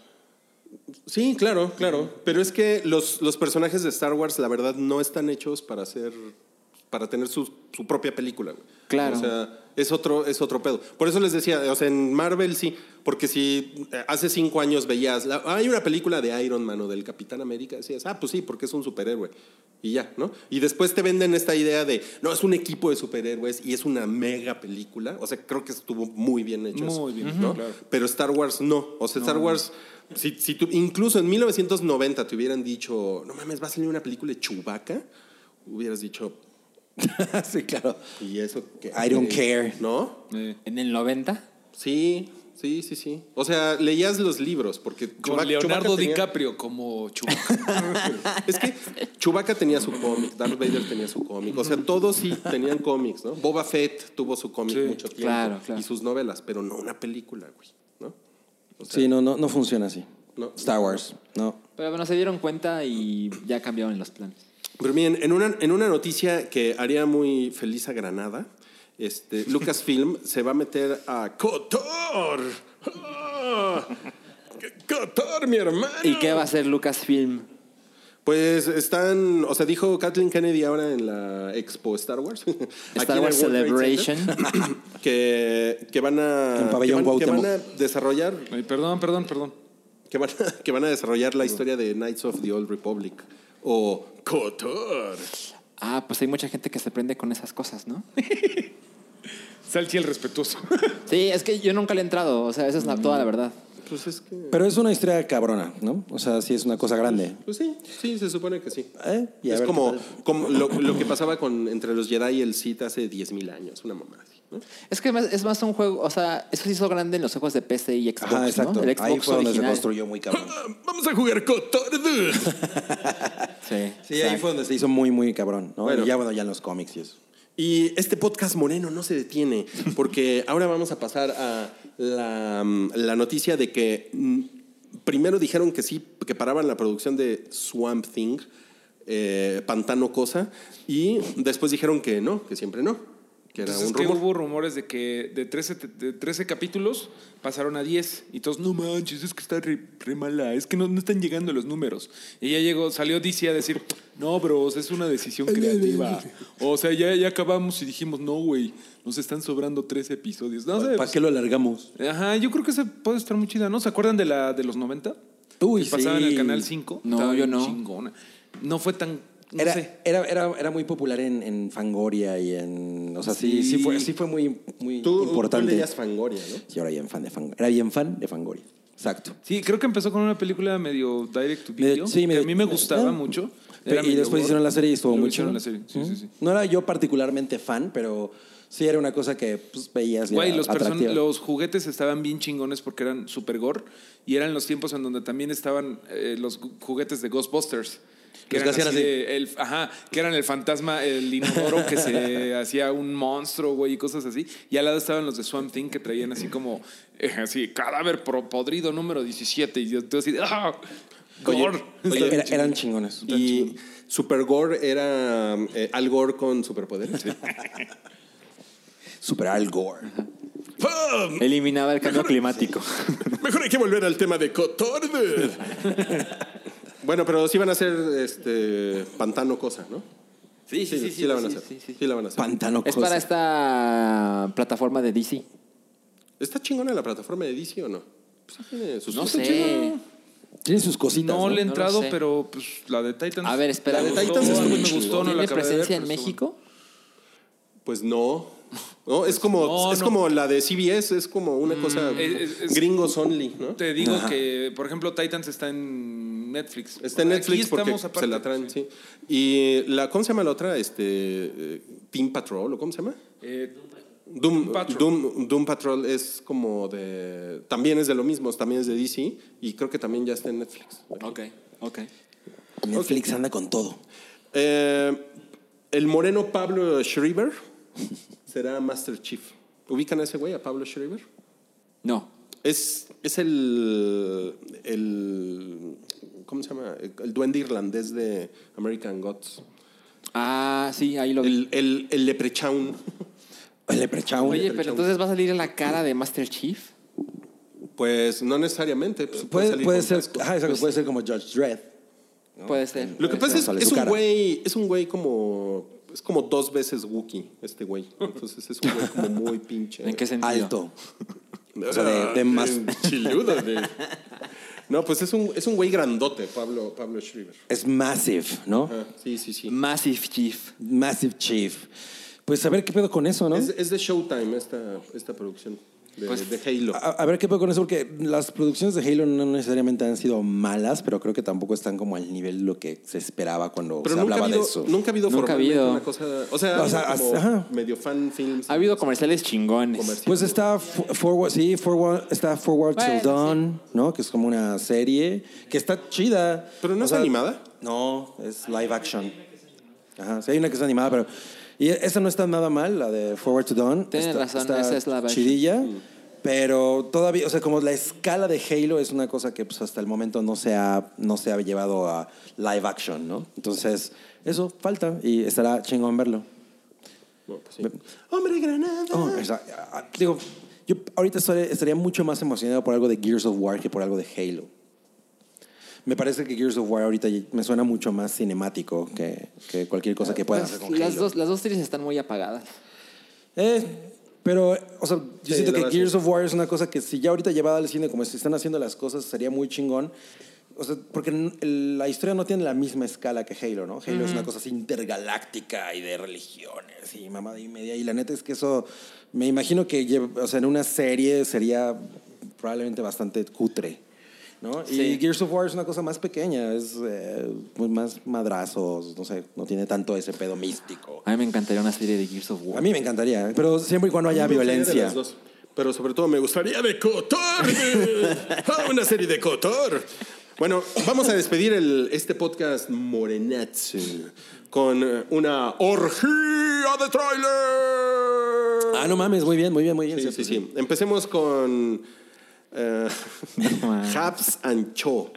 Speaker 3: Sí, claro, claro. Pero es que los, los personajes de Star Wars, la verdad, no están hechos para ser. para tener su, su propia película. güey.
Speaker 2: Claro.
Speaker 3: O sea, es otro, es otro pedo. Por eso les decía, o sea, en Marvel sí, porque si eh, hace cinco años veías. la- hay una película de Iron Man o del Capitán América, decías, ah, pues sí, porque es un superhéroe. Y ya, ¿no? Y después te venden esta idea de, no, es un equipo de superhéroes y es una mega película. O sea, creo que estuvo muy bien hecho. eso,
Speaker 5: Muy bien,
Speaker 3: ¿no?
Speaker 5: claro.
Speaker 3: Pero Star Wars no. O sea, Star Wars, si, si tú- incluso en 1990 te hubieran dicho, no mames, va a salir una película de Chewbacca, hubieras dicho,
Speaker 4: sí, claro.
Speaker 3: ¿y eso qué?
Speaker 4: I don't care.
Speaker 3: ¿No?
Speaker 5: eh,
Speaker 2: ¿En el 90?
Speaker 3: Sí, sí, sí, sí. O sea, leías los libros, porque
Speaker 5: con
Speaker 3: Chewbac-
Speaker 5: Leonardo
Speaker 3: Chewbacca tenía-
Speaker 5: DiCaprio como Chewbacca.
Speaker 3: Es que Chewbacca tenía su cómic, Darth Vader tenía su cómic. O sea, todos sí tenían cómics, ¿no? Boba Fett tuvo su cómic
Speaker 5: Sí.
Speaker 3: mucho tiempo.
Speaker 2: Claro, claro.
Speaker 3: Y sus novelas, pero no una película, güey. ¿No? O sea,
Speaker 4: Sí, no, no, no funciona así.
Speaker 3: No.
Speaker 4: Star Wars, no.
Speaker 2: Pero bueno, se dieron cuenta y ya cambiaron los planes.
Speaker 3: Pero miren, en una, en una noticia que haría muy feliz a Granada, este, Lucasfilm se va a meter a Cotor. ¡Ah! Cotor, mi hermano.
Speaker 2: ¿Y qué va a hacer Lucasfilm?
Speaker 3: Pues están, o sea, dijo Kathleen Kennedy ahora en la Expo Star Wars. Aquí en
Speaker 2: Star
Speaker 3: el
Speaker 2: Wars
Speaker 3: World Trade
Speaker 2: Celebration.
Speaker 3: Center, que, que van a
Speaker 4: En Pabellón
Speaker 3: que van- que van a
Speaker 4: Cuauhtémoc.
Speaker 3: desarrollar
Speaker 5: Ay, perdón, perdón, perdón.
Speaker 3: que van, a, que van a desarrollar la historia de Knights of the Old Republic o Cotor.
Speaker 2: Ah, pues hay mucha gente que se prende con esas cosas, ¿no?
Speaker 5: Salchi el respetuoso.
Speaker 2: Sí, es que yo nunca le he entrado, o sea, esa es la- toda la verdad.
Speaker 3: Pues es que
Speaker 4: Pero es una historia cabrona, ¿no? O sea, sí es una cosa grande.
Speaker 3: pues sí, sí se supone que sí.
Speaker 4: ¿Eh? Y a
Speaker 3: es
Speaker 4: ver
Speaker 3: como,
Speaker 4: qué tal.
Speaker 3: como lo, lo que pasaba con entre los Jedi y el Sith hace 10.000 años, una mamá así, ¿no?
Speaker 2: Es que más- es más un juego, o sea, eso se hizo grande en los ojos de PC y Xbox,
Speaker 4: Ajá, exacto.
Speaker 2: ¿no? El
Speaker 4: Ahí
Speaker 2: Xbox
Speaker 4: fue donde se
Speaker 2: original.
Speaker 4: construyó muy cabrón.
Speaker 3: Ah, Vamos a jugar Cotor. dude.
Speaker 2: Sí.
Speaker 4: Sí, ahí fue donde se hizo muy, muy cabrón, ¿no?
Speaker 3: Bueno.
Speaker 4: Y ya, bueno, ya en los cómics y eso.
Speaker 3: Y este podcast moreno no se detiene, porque ahora vamos a pasar a la, mm, la noticia de que mm, primero dijeron que sí, que paraban la producción de Swamp Thing, eh, Pantano Cosa, y después dijeron que no, que siempre no. Que era
Speaker 5: Entonces
Speaker 3: un
Speaker 5: es que
Speaker 3: rumor.
Speaker 5: hubo rumores de que de 13, te- de 13 capítulos pasaron a 10. Y todos, no manches, es que está re, re mala, es que no, no están llegando los números. Y ya llegó, salió DC a decir, no, bros, es una decisión creativa. O sea, ya, ya acabamos y dijimos, no, güey, nos están sobrando 13 episodios. No sé. pues,
Speaker 4: ¿Para qué lo alargamos?
Speaker 5: Ajá, yo creo que esa puede estar muy chida, ¿no? ¿Se acuerdan de la de los 90?
Speaker 4: Uy,
Speaker 5: que pasaba en
Speaker 4: sí.
Speaker 5: el Canal 5.
Speaker 2: No,
Speaker 5: Estaba
Speaker 2: yo
Speaker 5: bien
Speaker 2: no.
Speaker 5: chingona. No fue tan... No
Speaker 4: Era,
Speaker 5: sé.
Speaker 4: era, era, era muy popular en, en Fangoria y en. O sea, sí, sí,
Speaker 5: Sí.
Speaker 4: fue, sí fue muy, muy
Speaker 3: Tú, tú
Speaker 4: importante.
Speaker 3: leías Fangoria, ¿no?
Speaker 4: Yo era bien fan de Fangoria. Era bien fan de Fangoria. Exacto.
Speaker 5: Sí, creo que empezó con una película medio direct to
Speaker 4: Medio-
Speaker 5: video,
Speaker 4: sí,
Speaker 5: que
Speaker 4: medio-
Speaker 5: a mí me gustaba
Speaker 4: eh,
Speaker 5: mucho.
Speaker 4: Pe-
Speaker 5: Era
Speaker 4: y
Speaker 5: medio
Speaker 4: después
Speaker 5: gore.
Speaker 4: hicieron la serie y estuvo
Speaker 5: Luego
Speaker 4: muy Mm.
Speaker 5: hicieron
Speaker 4: chido.
Speaker 5: la serie, sí,
Speaker 4: Ujú.
Speaker 5: sí, sí.
Speaker 4: No era yo particularmente fan, pero sí era una cosa que pues, veías. y
Speaker 5: Güey,
Speaker 4: era
Speaker 5: los, person-
Speaker 4: atractiva.
Speaker 5: los juguetes estaban bien chingones porque eran super gore y eran los tiempos en donde también estaban eh, los gu- juguetes de Ghostbusters. Que
Speaker 4: Los
Speaker 5: eran,
Speaker 4: que hacían
Speaker 5: así
Speaker 4: así.
Speaker 5: de- el, ajá, que eran el fantasma, el inodoro que se hacía un monstruo, güey, y cosas así. Y al lado estaban los de Swamp Thing que traían así como, eh, así, cadáver pro- podrido número 17. Y yo, tú así, de, ¡ah!
Speaker 3: Oye,
Speaker 5: ¡Gore!
Speaker 3: oye,
Speaker 5: Está
Speaker 4: Era-
Speaker 5: bien
Speaker 4: eran chingones.
Speaker 3: Y Super Gore era eh, Al Gore con superpoderes.
Speaker 4: Super Al Gore.
Speaker 3: ¡Pum!
Speaker 2: Eliminaba el cambio climático.
Speaker 3: Mejor hay que volver al tema de Cotorder. bueno, pero sí van a hacer este, Pantano Cosa, ¿no?
Speaker 2: Sí, sí, sí, sí,
Speaker 3: la van a
Speaker 2: sí,
Speaker 3: hacer.
Speaker 2: sí, sí.
Speaker 3: la van a hacer.
Speaker 4: Pantano
Speaker 2: Es
Speaker 4: Cosa.
Speaker 2: para esta plataforma de DC.
Speaker 3: ¿Está chingona la plataforma de DC o no? Pues sí tiene sus
Speaker 2: No
Speaker 3: cosas.
Speaker 2: sé.
Speaker 4: Tiene sus cositas.
Speaker 5: No,
Speaker 4: No,
Speaker 5: le he
Speaker 2: No lo
Speaker 5: entrado,
Speaker 2: sé.
Speaker 5: pero pues la de Titans.
Speaker 2: A ver, espera.
Speaker 5: La de
Speaker 3: ¿La de
Speaker 5: Titans
Speaker 3: Titans es
Speaker 5: me
Speaker 3: muy
Speaker 5: gustó, no
Speaker 2: ¿Tiene
Speaker 5: la acabé de ver,
Speaker 2: presencia en
Speaker 5: pero estuvo-
Speaker 2: México?
Speaker 3: Pues no. No,
Speaker 2: Pues
Speaker 3: es como,
Speaker 5: no,
Speaker 3: es
Speaker 5: no.
Speaker 3: como la de CBS, es como una cosa
Speaker 5: es- es-
Speaker 3: gringos only, ¿no?
Speaker 5: Te digo que, por ejemplo, Titans está en Netflix.
Speaker 3: Está en
Speaker 5: Aquí
Speaker 3: Netflix porque
Speaker 5: estamos aparte.
Speaker 3: se la traen, sí. Y la, ¿cómo se llama la otra? Este, eh, Team Patrol, ¿o cómo se llama?
Speaker 5: Eh,
Speaker 3: Doom,
Speaker 5: Patrol.
Speaker 3: Doom, Doom Patrol es como de. También es de lo mismo, también es de DC y creo que también ya está en Netflix.
Speaker 2: Ok, ok.
Speaker 4: Netflix anda con todo.
Speaker 3: Eh, el moreno Pablo Schreiber será Master Chief. ¿Ubican a ese güey, a Pablo Schreiber?
Speaker 2: No.
Speaker 3: Es, es el, el. ¿Cómo se llama? El duende irlandés de American Gods.
Speaker 2: Ah, sí, ahí lo vi.
Speaker 3: El, el, el leprechaun.
Speaker 4: El Leprechaun.
Speaker 2: Oye, pero entonces va a salir en la cara de Master Chief.
Speaker 3: Pues no necesariamente. pues, puede
Speaker 4: puede,
Speaker 3: salir
Speaker 4: puede
Speaker 3: con
Speaker 4: ser,
Speaker 3: casco.
Speaker 4: ajá, exacto,
Speaker 5: Pues
Speaker 4: puede ser como Judge Dredd.
Speaker 2: Puede ser.
Speaker 3: Lo que
Speaker 4: Ahí
Speaker 3: pasa
Speaker 4: está,
Speaker 3: es
Speaker 4: Eh, sale
Speaker 3: es
Speaker 4: su
Speaker 3: un
Speaker 4: cara.
Speaker 3: güey, es un güey como es como dos veces Wookiee, este güey. Entonces es un güey como muy pinche.
Speaker 2: ¿En qué sentido?
Speaker 4: Alto. O sea, de- de más-
Speaker 3: chiludo, de- No, pues es un es un güey grandote, Pablo Pablo Schreiber.
Speaker 4: Es Massive, ¿no?
Speaker 3: Ah, sí, sí, sí.
Speaker 2: Massive Chief.
Speaker 4: Massive Chief. Pues a ver qué pedo con eso, ¿no?
Speaker 3: Es, es de Showtime esta esta producción de,
Speaker 4: Pues,
Speaker 3: de Halo.
Speaker 4: A, a ver qué pedo con eso, porque las producciones de Halo no necesariamente han sido malas, pero creo que tampoco están como al nivel de lo que se esperaba cuando
Speaker 3: Pero
Speaker 4: se
Speaker 3: nunca ha,
Speaker 4: hablaba
Speaker 3: habido,
Speaker 4: de eso.
Speaker 3: nunca ha habido
Speaker 2: Nunca ha
Speaker 3: formalmente
Speaker 2: habido.
Speaker 3: una cosa, o sea, ha
Speaker 4: O sea,
Speaker 3: habido como
Speaker 4: ajá.
Speaker 3: medio fan films.
Speaker 2: Ha habido comerciales chingones.
Speaker 3: Comercial.
Speaker 4: Pues está Fo- Forward, sí, Forward, está Forward
Speaker 2: Bueno,
Speaker 4: Till Dawn, ¿no? Que es como una serie que está chida.
Speaker 3: Pero no
Speaker 4: O
Speaker 3: es animada.
Speaker 4: No, es live action. Ajá, sí hay una que es animada, pero y esa no está nada mal, la de Forward to Dawn.
Speaker 2: Tienes
Speaker 4: Está-
Speaker 2: razón,
Speaker 4: está
Speaker 2: esa es live action. Mm.
Speaker 4: Chidilla. Pero todavía, o sea, como la escala de Halo es una cosa que pues, hasta el momento no se, ha, no se ha llevado a live action, ¿no? Entonces, eso falta y estará chingón verlo.
Speaker 3: No, pues sí. Hombre granada.
Speaker 4: Oh, o sea, ah, ah, digo, yo ahorita estaré- estaría mucho más emocionado por algo de Gears of War que por algo de Halo. Me parece que Gears of War ahorita ya- me suena mucho más cinemático que, que cualquier cosa que pueda
Speaker 2: Pues,
Speaker 4: hacer con
Speaker 2: las,
Speaker 4: Halo.
Speaker 2: dos, las dos series están muy apagadas.
Speaker 4: Eh, pero, o sea, yo
Speaker 3: Sí,
Speaker 4: siento
Speaker 3: la
Speaker 4: que
Speaker 3: verdad,
Speaker 4: Gears
Speaker 3: sí.
Speaker 4: of War es una cosa que si ya ahorita llevada al cine como se están haciendo las cosas, sería muy chingón. O sea, porque n- el- la historia no tiene la misma escala que Halo, ¿no? Halo es una cosa así intergaláctica y de religiones y mamada y media. Y la neta es que eso, me imagino que llev- o sea, en una serie sería probablemente bastante cutre, ¿no?
Speaker 2: Sí.
Speaker 4: Y Gears of War es una cosa más pequeña, es eh, pues más madrazos, no sé, no tiene tanto ese pedo místico.
Speaker 2: A mí me encantaría una serie de Gears of
Speaker 4: A
Speaker 2: War.
Speaker 4: mí me encantaría, ¿eh? pero siempre y cuando haya
Speaker 3: Me gustaría de
Speaker 4: violencia.
Speaker 3: las dos, Pero sobre todo me gustaría de Cotor. Ah, Una serie de Cotor. Bueno, vamos a despedir el, este podcast Morenatsu con eh, una orgía de trailer.
Speaker 4: Ah, no mames, muy bien, muy bien, muy bien.
Speaker 3: Sí,
Speaker 4: cierto,
Speaker 3: sí, sí. Empecemos con eh,
Speaker 2: mames.
Speaker 3: Habs and Cho.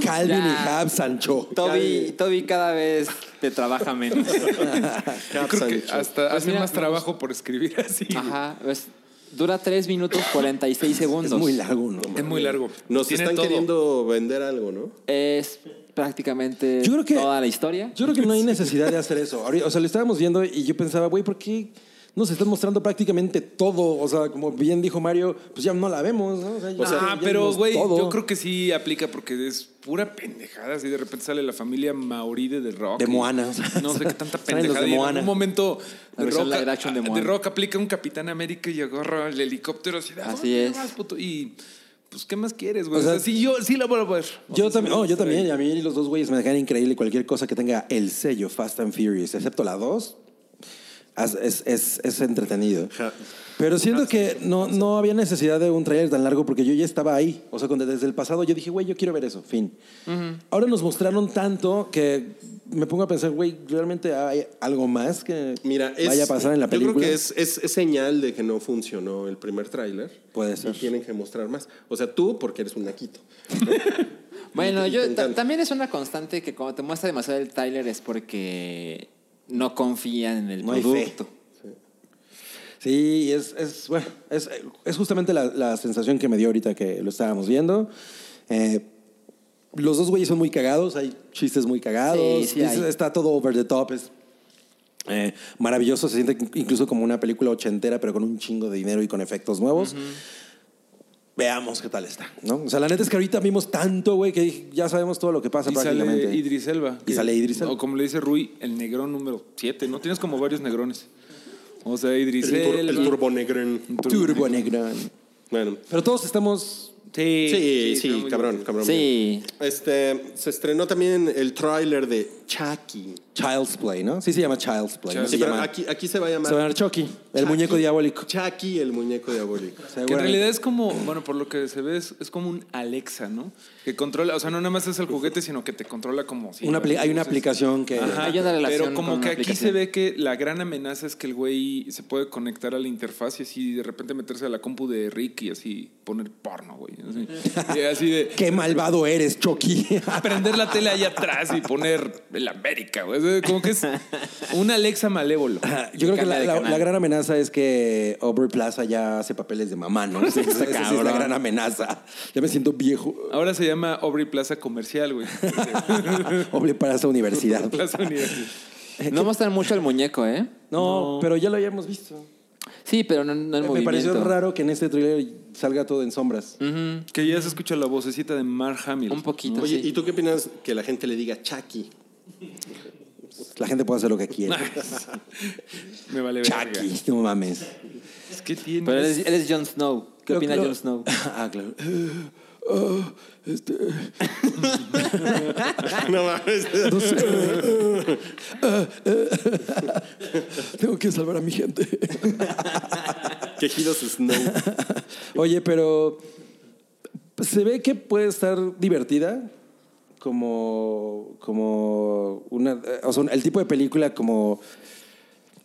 Speaker 4: Calvin
Speaker 2: Ya.
Speaker 4: y Hab Sancho.
Speaker 2: Toby, Toby cada vez te trabaja menos.
Speaker 5: Yo creo que hasta hace
Speaker 2: Pues mira,
Speaker 5: más trabajo por escribir así.
Speaker 2: Ajá, es- dura 3 minutos 46 segundos.
Speaker 4: Es muy largo, ¿no?
Speaker 5: Es muy largo.
Speaker 3: Nos
Speaker 5: Tiene
Speaker 3: están
Speaker 5: todo.
Speaker 3: queriendo vender algo, ¿no?
Speaker 2: Es prácticamente
Speaker 4: Yo creo que-
Speaker 2: toda la historia.
Speaker 4: Yo creo que no hay necesidad de hacer eso. Ahorita, O sea, lo estábamos viendo y yo pensaba, güey, ¿por qué nos están mostrando prácticamente todo? O sea, como bien dijo Mario, pues ya no la vemos, ¿no? O sea, ya-
Speaker 5: ah,
Speaker 4: ya
Speaker 5: pero
Speaker 4: vimos
Speaker 5: güey,
Speaker 4: todo.
Speaker 5: yo creo que sí aplica porque es pura pendejada. Así de repente sale la familia Maori de The Rock.
Speaker 4: De
Speaker 5: Y
Speaker 4: Moana.
Speaker 5: No sé qué tanta
Speaker 4: Salen los
Speaker 5: pendejada.
Speaker 4: de
Speaker 5: y en
Speaker 4: Moana.
Speaker 5: un momento
Speaker 2: La
Speaker 5: The
Speaker 2: versión
Speaker 5: Rock,
Speaker 2: live action de
Speaker 5: ah, The
Speaker 2: Moana.
Speaker 5: Rock aplica un Capitán América y agarra el helicóptero así. de, "Ah,
Speaker 2: Así
Speaker 5: "¿Dónde
Speaker 2: es.
Speaker 5: vas, puto?" Y pues, ¿qué más quieres,
Speaker 4: O
Speaker 5: güey? O sea,
Speaker 4: sea,
Speaker 5: sí, yo sí la vuelvo a ver.
Speaker 4: Yo también, no, yo también. A mí los dos güeyes me dejan increíble cualquier cosa que tenga el sello Fast and Furious, excepto la 2. Es, es- es- es entretenido. Pero siento que no, no había necesidad de un trailer tan largo porque yo ya estaba ahí. O sea, cuando- desde el pasado yo dije, güey, yo quiero ver eso, fin. Ahora nos mostraron tanto que me pongo a pensar, güey, ¿realmente hay algo más que
Speaker 3: Mira, es,
Speaker 4: vaya a pasar en la película?
Speaker 3: Yo creo que es, es- es señal de que no funcionó el primer tráiler.
Speaker 4: Puede ser.
Speaker 3: Y tienen que mostrar más. O sea, tú porque eres un naquito.
Speaker 2: Bueno,
Speaker 3: Y- y
Speaker 2: yo
Speaker 3: te
Speaker 2: ta-
Speaker 3: encanta.
Speaker 2: también es una constante que cuando te muestra demasiado el Tyler es porque no confían en el
Speaker 4: No hay fe.
Speaker 2: producto.
Speaker 4: Sí, y es, es, bueno, es, es justamente la, la sensación que me dio ahorita que lo estábamos viendo. Eh, los dos güeyes son muy cagados, hay chistes muy cagados,
Speaker 2: Sí, sí hay.
Speaker 4: dices, está todo over the top, es eh, maravilloso, se siente incluso como una película ochentera, pero con un chingo de dinero y con efectos nuevos. Veamos qué tal está, ¿no? O sea, la neta es que ahorita vimos tanto, güey, que dije, ya sabemos todo lo que pasa
Speaker 5: Y
Speaker 4: prácticamente.
Speaker 5: sale Idris Elba.
Speaker 4: Y sale Idris Elba.
Speaker 5: O como le dice Rui, el negrón número 7. No tienes como varios negrones. O sea, Idris
Speaker 3: El, tur-
Speaker 5: Elba.
Speaker 3: el turbo negrón.
Speaker 4: Turbo Negra.
Speaker 3: Bueno.
Speaker 4: Pero todos estamos...
Speaker 5: Sí,
Speaker 3: Sí, sí,
Speaker 5: está muy
Speaker 3: cabrón,
Speaker 5: bien.
Speaker 3: cabrón.
Speaker 2: Sí.
Speaker 3: Este, se estrenó también el tráiler de Chucky.
Speaker 4: Child's Play, ¿no? Sí se llama Child's Play. no
Speaker 5: Child's
Speaker 4: se
Speaker 3: Sí, pero
Speaker 4: llama-
Speaker 3: aquí, aquí se va a llamar
Speaker 4: Se va a llamar Chucky, el
Speaker 3: Chucky-
Speaker 4: muñeco diabólico.
Speaker 3: Chucky, el muñeco diabólico.
Speaker 5: Que en realidad es como, bueno, por lo que se ve, es, es como un Alexa, ¿no? Que controla, o sea, no nada más es el juguete, sino que te controla como si.
Speaker 4: Una apli- hay una aplicación que-
Speaker 5: Ajá,
Speaker 2: Hay una relación
Speaker 5: Pero como
Speaker 2: con
Speaker 5: que
Speaker 2: una
Speaker 5: aquí
Speaker 2: aplicación.
Speaker 5: se ve que la gran amenaza es que el güey se puede conectar a la interfaz y así de repente meterse a la compu de Rick y así poner porno, güey. Así, Y así de.
Speaker 4: Qué malvado eres, Chucky.
Speaker 5: Prender la tele allá atrás y poner el América, güey. O sea, Como que es un Alexa malévolo.
Speaker 4: Yo creo que la,
Speaker 2: Cambia de
Speaker 4: la-
Speaker 2: canal.
Speaker 4: la gran amenaza es que Aubrey Plaza ya hace papeles de mamá, ¿no? Esa- esa sí es la
Speaker 2: cabrón.
Speaker 4: gran amenaza. Ya me siento viejo.
Speaker 5: Ahora se llama Aubrey Plaza Comercial, güey.
Speaker 4: Aubrey Plaza Universidad.
Speaker 5: Plaza Universidad.
Speaker 2: No muestran mucho el muñeco, ¿eh?
Speaker 4: No, pero ya lo habíamos visto.
Speaker 2: Sí, pero no, no el
Speaker 4: me
Speaker 2: movimiento.
Speaker 4: pareció raro que en este thriller salga todo en sombras.
Speaker 5: Que ya se escucha la vocecita de Mark Hamill.
Speaker 2: Un poquito,
Speaker 3: Oye,
Speaker 2: sí.
Speaker 3: ¿y tú qué opinas que la gente le diga Chucky?
Speaker 4: La gente puede hacer lo que quiera.
Speaker 5: Me vale verga.
Speaker 4: Chucky, no mames.
Speaker 5: Es que tiene.
Speaker 2: Pero él es, él es Jon Snow. ¿Qué
Speaker 4: Lo-
Speaker 2: opina
Speaker 4: lo-
Speaker 2: Jon Snow?
Speaker 4: Ah, claro. Ah, este.
Speaker 3: Ah, No mames.
Speaker 4: No sé. Ah, ah. Tengo que salvar a mi gente.
Speaker 3: Que giros Snow.
Speaker 4: Oye, pero se ve que puede estar divertida como como una eh, o sea, el tipo de película como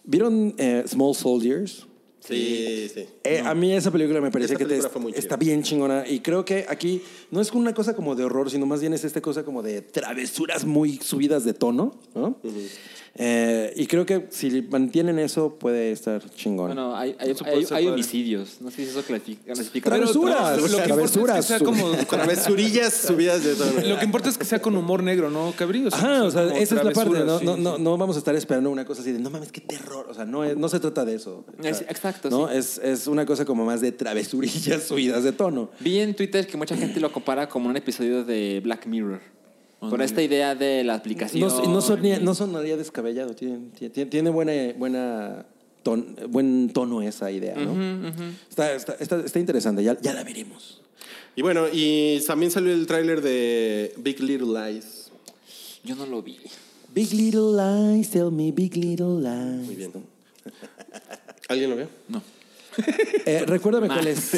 Speaker 4: ¿Vieron eh, Small Soldiers?
Speaker 3: Sí, sí.
Speaker 4: Eh, A mí esa película me parece
Speaker 3: Esa
Speaker 4: que te-
Speaker 3: película fue muy chida.
Speaker 4: está bien chingona y creo que aquí no es una cosa como de horror, sino más bien es esta cosa como de travesuras muy subidas de tono, ¿no? Eh, y creo que si mantienen eso puede estar chingón.
Speaker 2: Bueno, hay, hay,
Speaker 5: Eso puede
Speaker 2: hay,
Speaker 5: ser
Speaker 2: hay
Speaker 5: padre.
Speaker 2: homicidios. No sé si eso clasi- clasifica.
Speaker 5: Pero
Speaker 4: Travesuras,
Speaker 5: lo, lo que importa
Speaker 4: travesuras,
Speaker 5: es que sea
Speaker 4: su-
Speaker 5: como.
Speaker 3: Travesurillas subidas de tono.
Speaker 5: Lo que importa es que sea con humor negro, ¿no, Cabrillo?
Speaker 4: Ajá, o sea,
Speaker 5: como
Speaker 4: esa es la parte.
Speaker 5: travesuras,
Speaker 4: No,
Speaker 5: sí,
Speaker 4: no,
Speaker 5: sí.
Speaker 4: no, no vamos a estar esperando una cosa así de no mames, qué terror. O sea, no, es- no se trata de eso. O sea,
Speaker 2: Es- exacto,
Speaker 4: ¿no?
Speaker 2: sí.
Speaker 4: Es, es una cosa como más de travesurillas subidas de tono.
Speaker 2: Vi en Twitter que mucha gente lo compara como un episodio de Black Mirror. Por esta idea de la aplicación.
Speaker 4: No, no, sonaría, no sonaría descabellado. Tiene, tiene- tiene buena, buena ton- buen tono esa idea, ¿no? está, está, está, está interesante, ya, ya la veremos.
Speaker 3: Y bueno, y también salió el tráiler de Big Little Lies.
Speaker 2: Yo no lo vi.
Speaker 4: Big Little Lies, tell me Big Little Lies.
Speaker 3: Muy bien. ¿Alguien lo vio?
Speaker 4: Eh, recuérdame cuál es.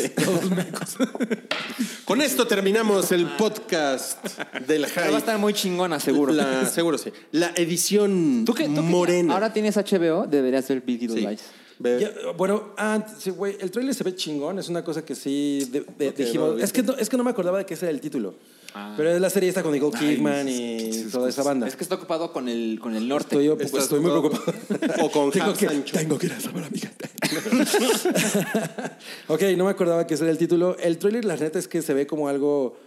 Speaker 3: Con esto terminamos el podcast del
Speaker 2: Pero va a
Speaker 3: Hype.
Speaker 2: estar muy chingona, seguro.
Speaker 3: La, seguro sí. La edición
Speaker 2: ¿Tú qué, tú qué-
Speaker 3: morena.
Speaker 2: Ahora tienes HBO, deberías ver Big Little
Speaker 3: Sí.
Speaker 2: Lies.
Speaker 3: Ve-
Speaker 4: Ya, bueno, ah, sí, güey, el tráiler se ve chingón, es una cosa que sí de- de-
Speaker 3: Ok,
Speaker 4: dijimos.
Speaker 3: no,
Speaker 4: es, que no, es que no me acordaba de que ese era el título.
Speaker 2: Ah.
Speaker 4: Pero es la serie está con Nicole Kidman y toda esa banda.
Speaker 2: Es que está ocupado con el, con el norte.
Speaker 4: Estoy,
Speaker 3: Estás
Speaker 4: estoy muy
Speaker 3: ocupado.
Speaker 4: preocupado.
Speaker 3: O con
Speaker 4: tengo
Speaker 3: Hank
Speaker 4: que,
Speaker 3: Sancho.
Speaker 4: tengo que ir a salvar a mi gente. ok, no me acordaba que ese era el título. El tráiler, la neta, es que se ve como algo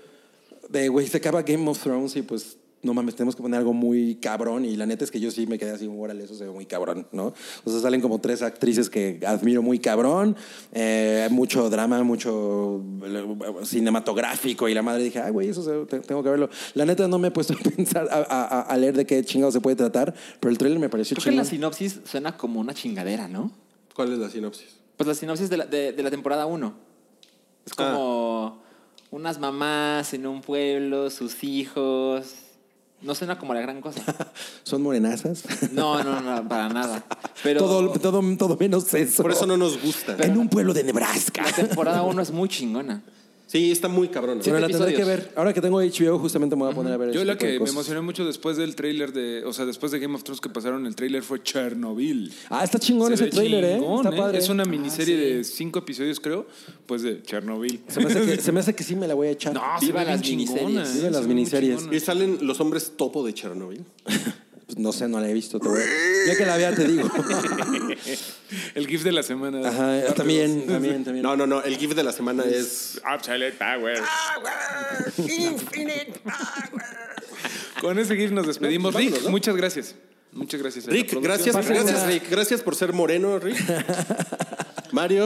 Speaker 4: de, güey, se acaba Game of Thrones y pues, no mames, tenemos que poner algo muy cabrón. Y la neta es que yo sí me quedé así, órale, eso se ve muy cabrón, ¿no? O sea, salen como tres actrices que admiro muy cabrón. eh, mucho drama, mucho eh, cinematográfico. Y la madre dije, ay, güey, eso se- te- tengo que verlo. La neta no me he puesto a pensar, a, a- a leer de qué chingado se puede tratar, pero el tráiler me pareció
Speaker 2: Creo que la
Speaker 4: chingón.
Speaker 2: sinopsis suena como una chingadera, ¿no?
Speaker 3: ¿Cuál es la sinopsis?
Speaker 2: Pues la sinopsis de la, de, de la temporada 1. Es como unas mamás en un pueblo, sus hijos. No suena como la gran cosa.
Speaker 4: Son morenazas.
Speaker 2: No, no, no, para nada. Pero
Speaker 4: todo, todo, todo menos eso.
Speaker 3: Por eso no nos gusta.
Speaker 4: En un pueblo de Nebraska.
Speaker 2: la temporada 1 es muy chingona.
Speaker 3: Sí, está muy cabrón.
Speaker 4: Pero la
Speaker 2: Siete
Speaker 4: tendré que
Speaker 2: episodios.
Speaker 4: ver. Ahora que tengo HBO, justamente me voy a poner a ver.
Speaker 5: Yo
Speaker 4: ese
Speaker 5: la
Speaker 4: tipo de
Speaker 5: que me
Speaker 4: cosas.
Speaker 5: emocioné mucho después del tráiler de, o sea, después de Game of Thrones que pasaron el tráiler fue Chernobyl.
Speaker 4: Ah, está chingón
Speaker 5: Se
Speaker 4: ese
Speaker 5: ve
Speaker 4: tráiler, ¿eh?
Speaker 5: chingón,
Speaker 4: Está padre.
Speaker 5: Es una miniserie de cinco episodios, creo, pues de Chernobyl.
Speaker 4: Se me, hace que, se me hace que sí me la voy a echar.
Speaker 5: No,
Speaker 2: Viva
Speaker 5: se ve
Speaker 2: las
Speaker 5: bien chingona,
Speaker 2: miniseries.
Speaker 5: ¿eh?
Speaker 4: Viva
Speaker 5: Se
Speaker 4: las
Speaker 5: ve muy
Speaker 4: miniseries.
Speaker 5: chingona.
Speaker 3: Y salen los hombres topo de Chernobyl.
Speaker 4: Pues no sé, no la he visto. te voy a- Ya que la vea, te digo.
Speaker 5: El GIF de la semana.
Speaker 4: Ajá, también, también, también.
Speaker 3: No, no, no. El GIF de la semana es.
Speaker 5: Absolute Power. Con ese GIF nos
Speaker 3: No,
Speaker 5: despedimos.
Speaker 3: pues,
Speaker 5: Rick,
Speaker 3: vámonos, ¿no?
Speaker 5: muchas gracias. Muchas gracias. a la
Speaker 3: Rick,
Speaker 5: producción.
Speaker 3: gracias,
Speaker 4: Pásenla.
Speaker 3: gracias, Rick. Gracias por ser moreno, Rick. Mario,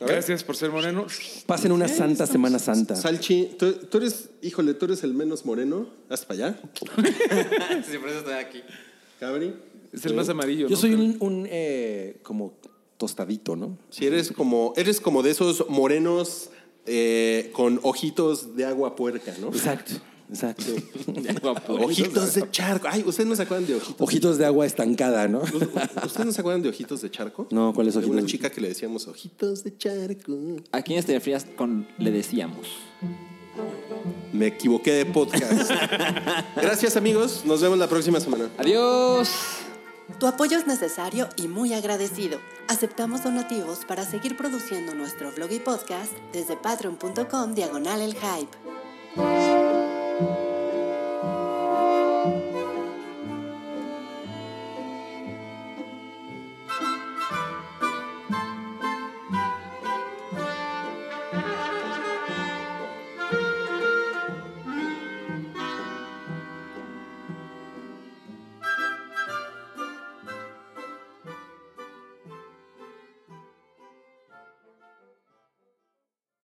Speaker 3: a ver,
Speaker 5: Gracias por ser moreno.
Speaker 4: Pasen una santa Semana Santa.
Speaker 3: Salchi, tú, tú eres, híjole, tú eres el menos moreno. Hasta para allá.
Speaker 2: Sí, por eso estoy aquí.
Speaker 3: Cabri.
Speaker 5: Es el más amarillo.
Speaker 4: Yo
Speaker 5: ¿no?
Speaker 4: soy un, un, eh, como tostadito, ¿no?
Speaker 3: Si eres como, eres como de esos morenos eh, con ojitos de agua puerca, ¿no?
Speaker 4: Exacto, exacto.
Speaker 3: Ojitos de charco. Ay, ¿ustedes no se acuerdan de ojitos?
Speaker 4: Ojitos de agua estancada, ¿no?
Speaker 3: ¿Ustedes no se acuerdan de ojitos de charco?
Speaker 4: No, ¿cuáles
Speaker 3: De
Speaker 4: ojitos?
Speaker 3: Una chica que le decíamos ojitos de charco.
Speaker 2: ¿A quiénes te refieres con le decíamos?
Speaker 3: Me equivoqué de podcast. Gracias, amigos. Nos vemos la próxima semana.
Speaker 2: Adiós.
Speaker 1: Tu apoyo es necesario y muy agradecido. Aceptamos donativos para seguir produciendo nuestro blog y podcast desde patreon.com diagonal el hype.